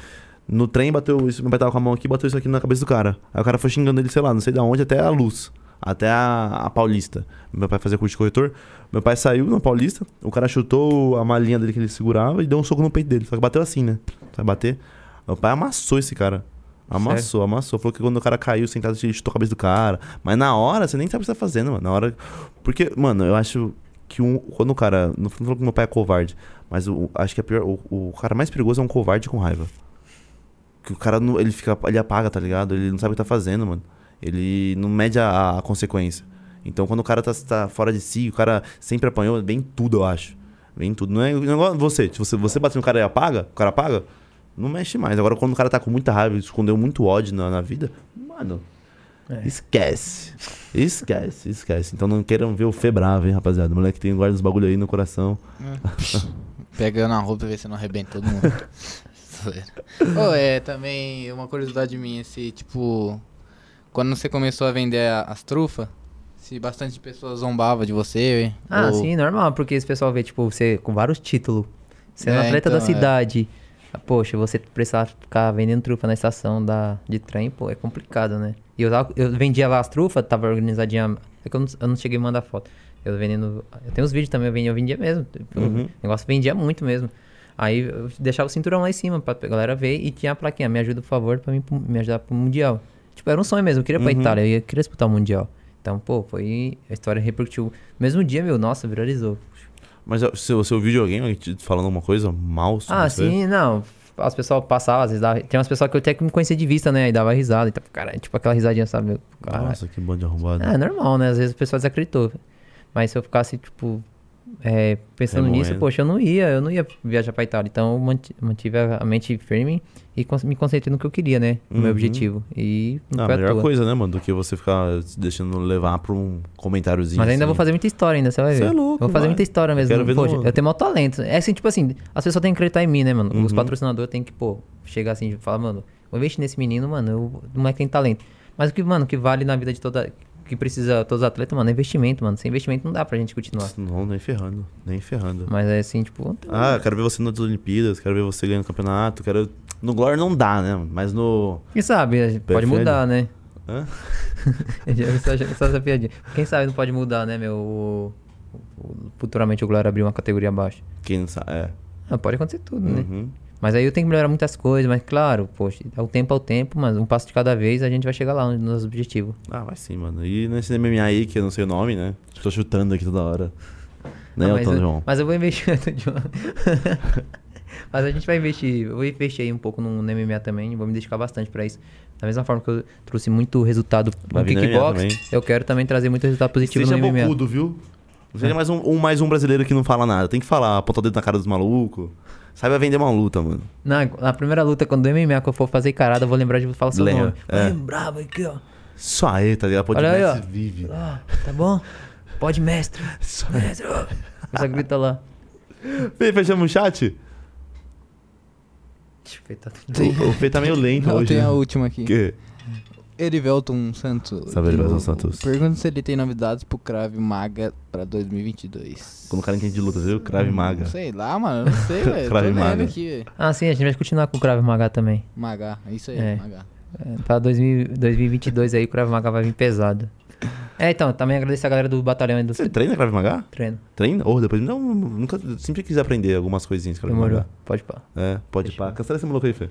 Speaker 1: no trem, bateu isso. Meu pai tava com a mão aqui, bateu isso aqui na cabeça do cara. Aí o cara foi xingando ele, sei lá, não sei de onde, até a luz. Até a, a Paulista. Meu pai fazia curso de corretor. Meu pai saiu na Paulista, o cara chutou a malinha dele que ele segurava e deu um soco no peito dele. Só que bateu assim, né? Sabe bater? Meu pai amassou esse cara. Amassou, amassou. Falou que quando o cara caiu sentado, ele chutou a cabeça do cara. Mas na hora, você nem sabe o que você tá fazendo, mano. Na hora. Porque, mano, eu acho que um, quando o cara. Não falo que meu pai é covarde, mas o, acho que a pior, o, o cara mais perigoso é um covarde com raiva. Que o cara não, ele fica. Ele apaga, tá ligado? Ele não sabe o que tá fazendo, mano. Ele não mede a, a consequência. Então quando o cara tá, tá fora de si, o cara sempre apanhou, vem tudo, eu acho. Vem tudo. Não é não é igual você. Se você, você bate no cara e apaga, o cara apaga, não mexe mais. Agora, quando o cara tá com muita raiva, escondeu muito ódio na, na vida, mano.
Speaker 3: É.
Speaker 1: Esquece. Esquece, esquece. Então não queiram ver o Fê bravo, hein, rapaziada. O moleque tem guarda os bagulho aí no coração.
Speaker 2: Pegando a roupa pra ver se não arrebenta todo mundo. Zoeira. Ô, é também uma curiosidade minha, se tipo. Quando você começou a vender a- as trufas, se bastante pessoas zombava de você.
Speaker 3: Ah,
Speaker 2: ou-
Speaker 3: sim, normal, porque esse pessoal vê, tipo, você com vários títulos. Você é,
Speaker 2: É,
Speaker 3: atleta da
Speaker 2: então, é.
Speaker 3: cidade. Ah, Poxa, você precisar ficar vendendo trufa na estação da, de trem, pô, é complicado, né? E eu, tava- eu vendia lá as trufas, tava organizadinha. É que eu não, eu não cheguei a mandar foto. Eu vendendo. Eu tenho os vídeos também, eu vendia, eu vendia mesmo. tipo, O
Speaker 2: Uhum.
Speaker 3: negócio vendia muito mesmo. Aí eu deixava o cinturão lá em cima pra galera ver e tinha a plaquinha, me ajuda, por favor, pra mim pro- me ajudar pro Mundial. Tipo, era um sonho mesmo, eu queria ir pra
Speaker 2: Uhum.
Speaker 3: Itália, eu ia- queria disputar o Mundial. Então, pô, foi. A história repercutiu. Mesmo dia, meu, nossa, viralizou.
Speaker 1: Mas o seu, seu videogame te falando alguma coisa mal sobre
Speaker 3: Ah,
Speaker 1: você?
Speaker 3: sim, não. As pessoas passavam, às vezes dava... Tem umas pessoas que eu até que me conhecia de vista, né? E dava risada. Então, cara, tipo aquela risadinha, sabe? Cara,
Speaker 1: Nossa, que bando de arrombado.
Speaker 3: é normal, né? Às vezes o pessoal desacreditou. Mas se eu ficasse, tipo, é, pensando
Speaker 1: Remoendo.
Speaker 3: nisso, poxa, eu não ia, eu não ia viajar pra Itália. Então eu manti- mantive a a mente firme e cons- me concentrei no que eu queria, né? No meu objetivo. E
Speaker 1: Uhum. Ah,
Speaker 3: não
Speaker 1: a
Speaker 3: foi à
Speaker 1: melhor
Speaker 3: toa.
Speaker 1: coisa, né, mano? Do que você ficar se deixando levar pra um comentáriozinho.
Speaker 3: Mas ainda
Speaker 1: assim.
Speaker 3: vou fazer muita história ainda, você vai
Speaker 1: Cê
Speaker 3: ver.
Speaker 1: é louco,
Speaker 3: Vou fazer
Speaker 1: vai.
Speaker 3: muita história mesmo.
Speaker 1: Quero ver
Speaker 3: Poxa,
Speaker 1: no-
Speaker 3: eu tenho maior talento. É assim, tipo assim, as pessoas têm que acreditar em mim, né, mano?
Speaker 1: Uhum.
Speaker 3: Os patrocinadores têm que, pô, chegar assim e falar, mano, vou investir nesse menino, mano, eu, o moleque tem talento. Mas o que, mano, que vale na vida de toda... Que precisa todos os atletas, mano, é investimento, mano. Sem investimento não dá pra gente continuar.
Speaker 1: assim. Não, nem ferrando. Nem ferrando.
Speaker 3: Mas é assim, tipo...
Speaker 1: Ah, quero ver você nas Olimpíadas, quero ver você ganhando campeonato, quero... No Glória não dá, né? Mas no...
Speaker 3: Quem sabe, pode
Speaker 1: Prefere?
Speaker 3: mudar, né?
Speaker 1: Hã?
Speaker 3: Eu já- só, só essa piadinha. Quem sabe não pode mudar, né, meu... o- o- Futuramente o Glória abrir uma categoria abaixo.
Speaker 1: Quem não sabe... É.
Speaker 3: Ah, pode acontecer tudo, né?
Speaker 1: Uhum.
Speaker 3: Mas aí eu tenho que melhorar muitas coisas, mas claro, poxa, é o tempo ao tempo, mas um passo de cada vez a gente vai chegar lá no nosso objetivo.
Speaker 1: Ah, vai sim, mano. E nesse MMA aí, que eu não sei o nome, né? Tô chutando aqui toda hora. Né,
Speaker 3: Ah, mas,
Speaker 1: Elton
Speaker 3: eu,
Speaker 1: John?
Speaker 3: mas eu vou investir Elton John. mas a gente vai investir, eu vou investir aí um pouco no, no MMA também, vou me dedicar bastante pra isso. Da mesma forma que eu trouxe muito resultado
Speaker 1: Vai
Speaker 3: no
Speaker 1: vir no MMA
Speaker 3: kickbox,
Speaker 1: também.
Speaker 3: eu quero também trazer muito resultado positivo
Speaker 1: Seja
Speaker 3: no MMA.
Speaker 1: é bocudo, viu? Não seja mais um, um- mais um brasileiro que não fala nada. Tem que falar, apontar o dedo na cara dos malucos. Saiba vender uma luta, mano.
Speaker 3: Na, na primeira luta, quando o MMA que eu for fazer encarada, eu vou lembrar de falar seu
Speaker 1: Lembra,
Speaker 3: nome.
Speaker 1: é.
Speaker 3: Vai bravo aqui, ó.
Speaker 1: Só aí, tá ligado? Pode
Speaker 3: Olha aí, ó.
Speaker 1: se vive.
Speaker 3: Ah, tá bom? Pode, mestre. mestre. ó. Só grita lá.
Speaker 1: Fê, fechamos o chat?
Speaker 3: Deixa eu ver, tá tudo
Speaker 1: O, o Fê tá meio lento
Speaker 2: Não,
Speaker 1: hoje.
Speaker 2: tem
Speaker 1: né?
Speaker 2: a última aqui.
Speaker 1: Que?
Speaker 2: Erivelton Santos.
Speaker 1: Salve, Erivelton
Speaker 2: Eu-
Speaker 1: Santos.
Speaker 2: Pergunta se ele tem novidades pro Crave Maga pra 2022.
Speaker 1: Quando o cara entende de luta, viu?
Speaker 2: Hum.
Speaker 1: Crave maga.
Speaker 2: Sei lá, mano. eu Não sei, velho.
Speaker 1: Krav
Speaker 2: Tô
Speaker 1: Maga.
Speaker 2: lendo aqui, velho.
Speaker 3: Ah, sim, a gente vai continuar com o Krav Maga também.
Speaker 2: Maga. é Isso aí,
Speaker 3: É.
Speaker 2: Maga.
Speaker 3: É, Pra 2000 2022 aí o Krav Maga vai vir pesado. É, então, também agradecer a galera do batalhão e do
Speaker 1: Você treina Crave Maga?
Speaker 3: treino.
Speaker 1: Treina? Ou depois. Não, nunca. Sempre quis aprender algumas coisinhas. Crave
Speaker 3: Demorou.
Speaker 1: Maga.
Speaker 3: Pode pá.
Speaker 1: É, pode pá. Cancela esse maluco aí, Fê.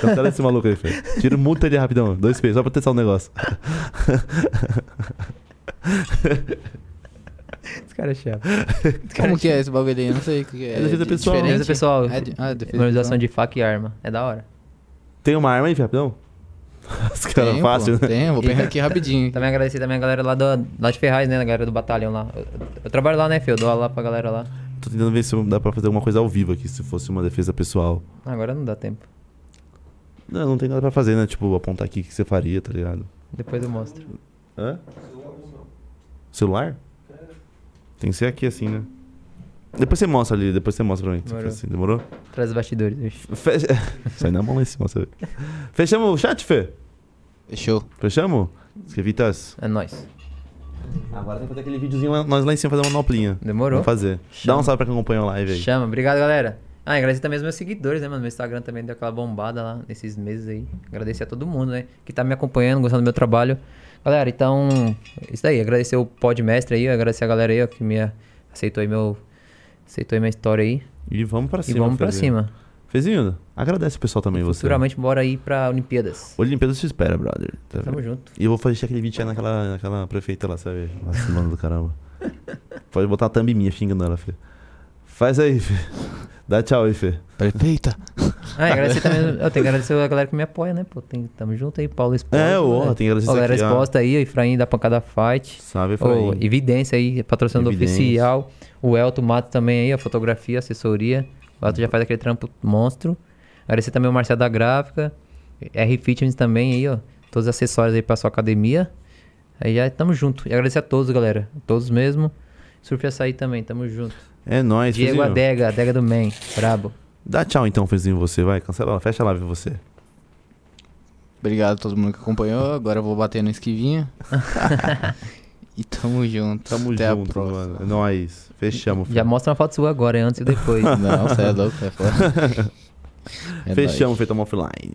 Speaker 1: Cancela esse maluco aí, Fê. Tira, multa ele rapidão. Dois P, só pra testar um negócio.
Speaker 3: Esse cara é chato.
Speaker 2: Como que é esse bagulho aí? Eu não sei o que é.
Speaker 1: É defesa
Speaker 2: di-
Speaker 1: pessoal.
Speaker 2: diferente?
Speaker 3: Beleza, pessoal.
Speaker 2: É de- ah, defesa
Speaker 3: Memorização
Speaker 2: pessoal.
Speaker 3: de faca e arma. É da hora.
Speaker 1: Tem uma arma aí, Fê, rapidão? Os caras
Speaker 2: Tem,
Speaker 1: fácil,
Speaker 2: pô,
Speaker 1: né?
Speaker 2: Tem, vou pegar aqui rapidinho.
Speaker 3: Também agradecer também a galera lá, do, lá de Ferraz, né? A galera do batalhão lá. Eu, eu trabalho lá, né, Fê? Eu dou aula lá pra galera lá.
Speaker 1: Tô tentando ver se dá pra fazer alguma coisa ao vivo aqui, se fosse uma defesa pessoal.
Speaker 3: Agora não dá tempo.
Speaker 1: Não, não tem nada pra fazer, né? Tipo, apontar aqui o que você faria, tá ligado?
Speaker 3: Depois eu mostro.
Speaker 1: Hã? Celular? Tem que ser aqui assim, né? Depois você mostra ali, depois você mostra pra mim. Demorou?
Speaker 3: Demorou.
Speaker 1: Assim, demorou?
Speaker 3: Traz os bastidores. Ixi.
Speaker 1: Fecha... Sai na mão lá em cima, você vê. Fechamos o chat, Fê?
Speaker 2: Fechou.
Speaker 1: Fechamos? Escrevitas.
Speaker 3: É nóis.
Speaker 1: Agora tem que fazer aquele videozinho lá, nós lá em cima fazer uma noplinha.
Speaker 3: Demorou.
Speaker 1: Vamos fazer. Dá um salve pra quem acompanha a live aí.
Speaker 3: Chama, obrigado, galera. Ah, agradecer também aos meus seguidores, né, mano? Meu Instagram também deu aquela bombada lá nesses meses aí. Agradecer a todo mundo, né? Que tá me acompanhando, gostando do meu trabalho. Galera, então, é isso daí. Agradecer o Podmestre aí, agradecer a galera aí, ó, que me aceitou aí meu. Aceitou aí minha história aí.
Speaker 1: E vamos pra cima.
Speaker 3: e vamos pra
Speaker 1: Fezinho.
Speaker 3: cima.
Speaker 1: Fezinho, agradece o pessoal também, você.
Speaker 3: Futuramente, bora ir pra Olimpíadas.
Speaker 1: Olimpíada te espera, brother. Tá
Speaker 3: Tamo
Speaker 1: vendo?
Speaker 3: junto.
Speaker 1: E eu vou fazer aquele vídeo aí naquela, naquela prefeita lá, sabe? Vacilando do caramba. Pode botar a thumb minha xingando ela, Fê. Faz aí, Fê. Dá tchau aí, Fê.
Speaker 2: Perfeita.
Speaker 3: Ah, e agradecer também. Eu tenho que agradecer a galera que me apoia, né? Pô, tem, tamo junto aí, Paulo Exposta.
Speaker 1: É, ô,
Speaker 3: né?
Speaker 1: tem que agradecer
Speaker 3: Ó, galera
Speaker 1: aqui, ó.
Speaker 3: exposta aí, o Efraim da Pancada Fight.
Speaker 1: Sabe, Efraim.
Speaker 3: Ô, Evidência aí, patrocinador
Speaker 1: Evidência.
Speaker 3: oficial. O Elton Mato também aí, a fotografia, assessoria. O Elton já faz aquele trampo monstro. Agradecer também o Marcelo da Gráfica. R Fitness também aí, ó. Todos os acessórios aí pra sua academia. Aí já tamo junto. E agradecer a todos, galera. Todos mesmo. Surf Açaí também, tamo junto.
Speaker 1: É nóis,
Speaker 3: Diego
Speaker 1: Fezinho.
Speaker 3: Adega, Adega do Man. Brabo.
Speaker 1: Dá tchau então, Fezinho, você. Vai, cancela ela. Fecha a live, você.
Speaker 2: Obrigado a todo mundo que acompanhou. Agora eu vou bater no esquivinha. e tamo junto.
Speaker 1: Tamo
Speaker 2: Até a
Speaker 1: junto,
Speaker 2: próxima.
Speaker 1: mano. É nóis. Fechamos, Fê.
Speaker 3: Já mostra uma foto sua agora, antes e depois.
Speaker 2: Não, você é louco, é foda. É nóis.
Speaker 1: Fechamos, Fê. Tamo offline.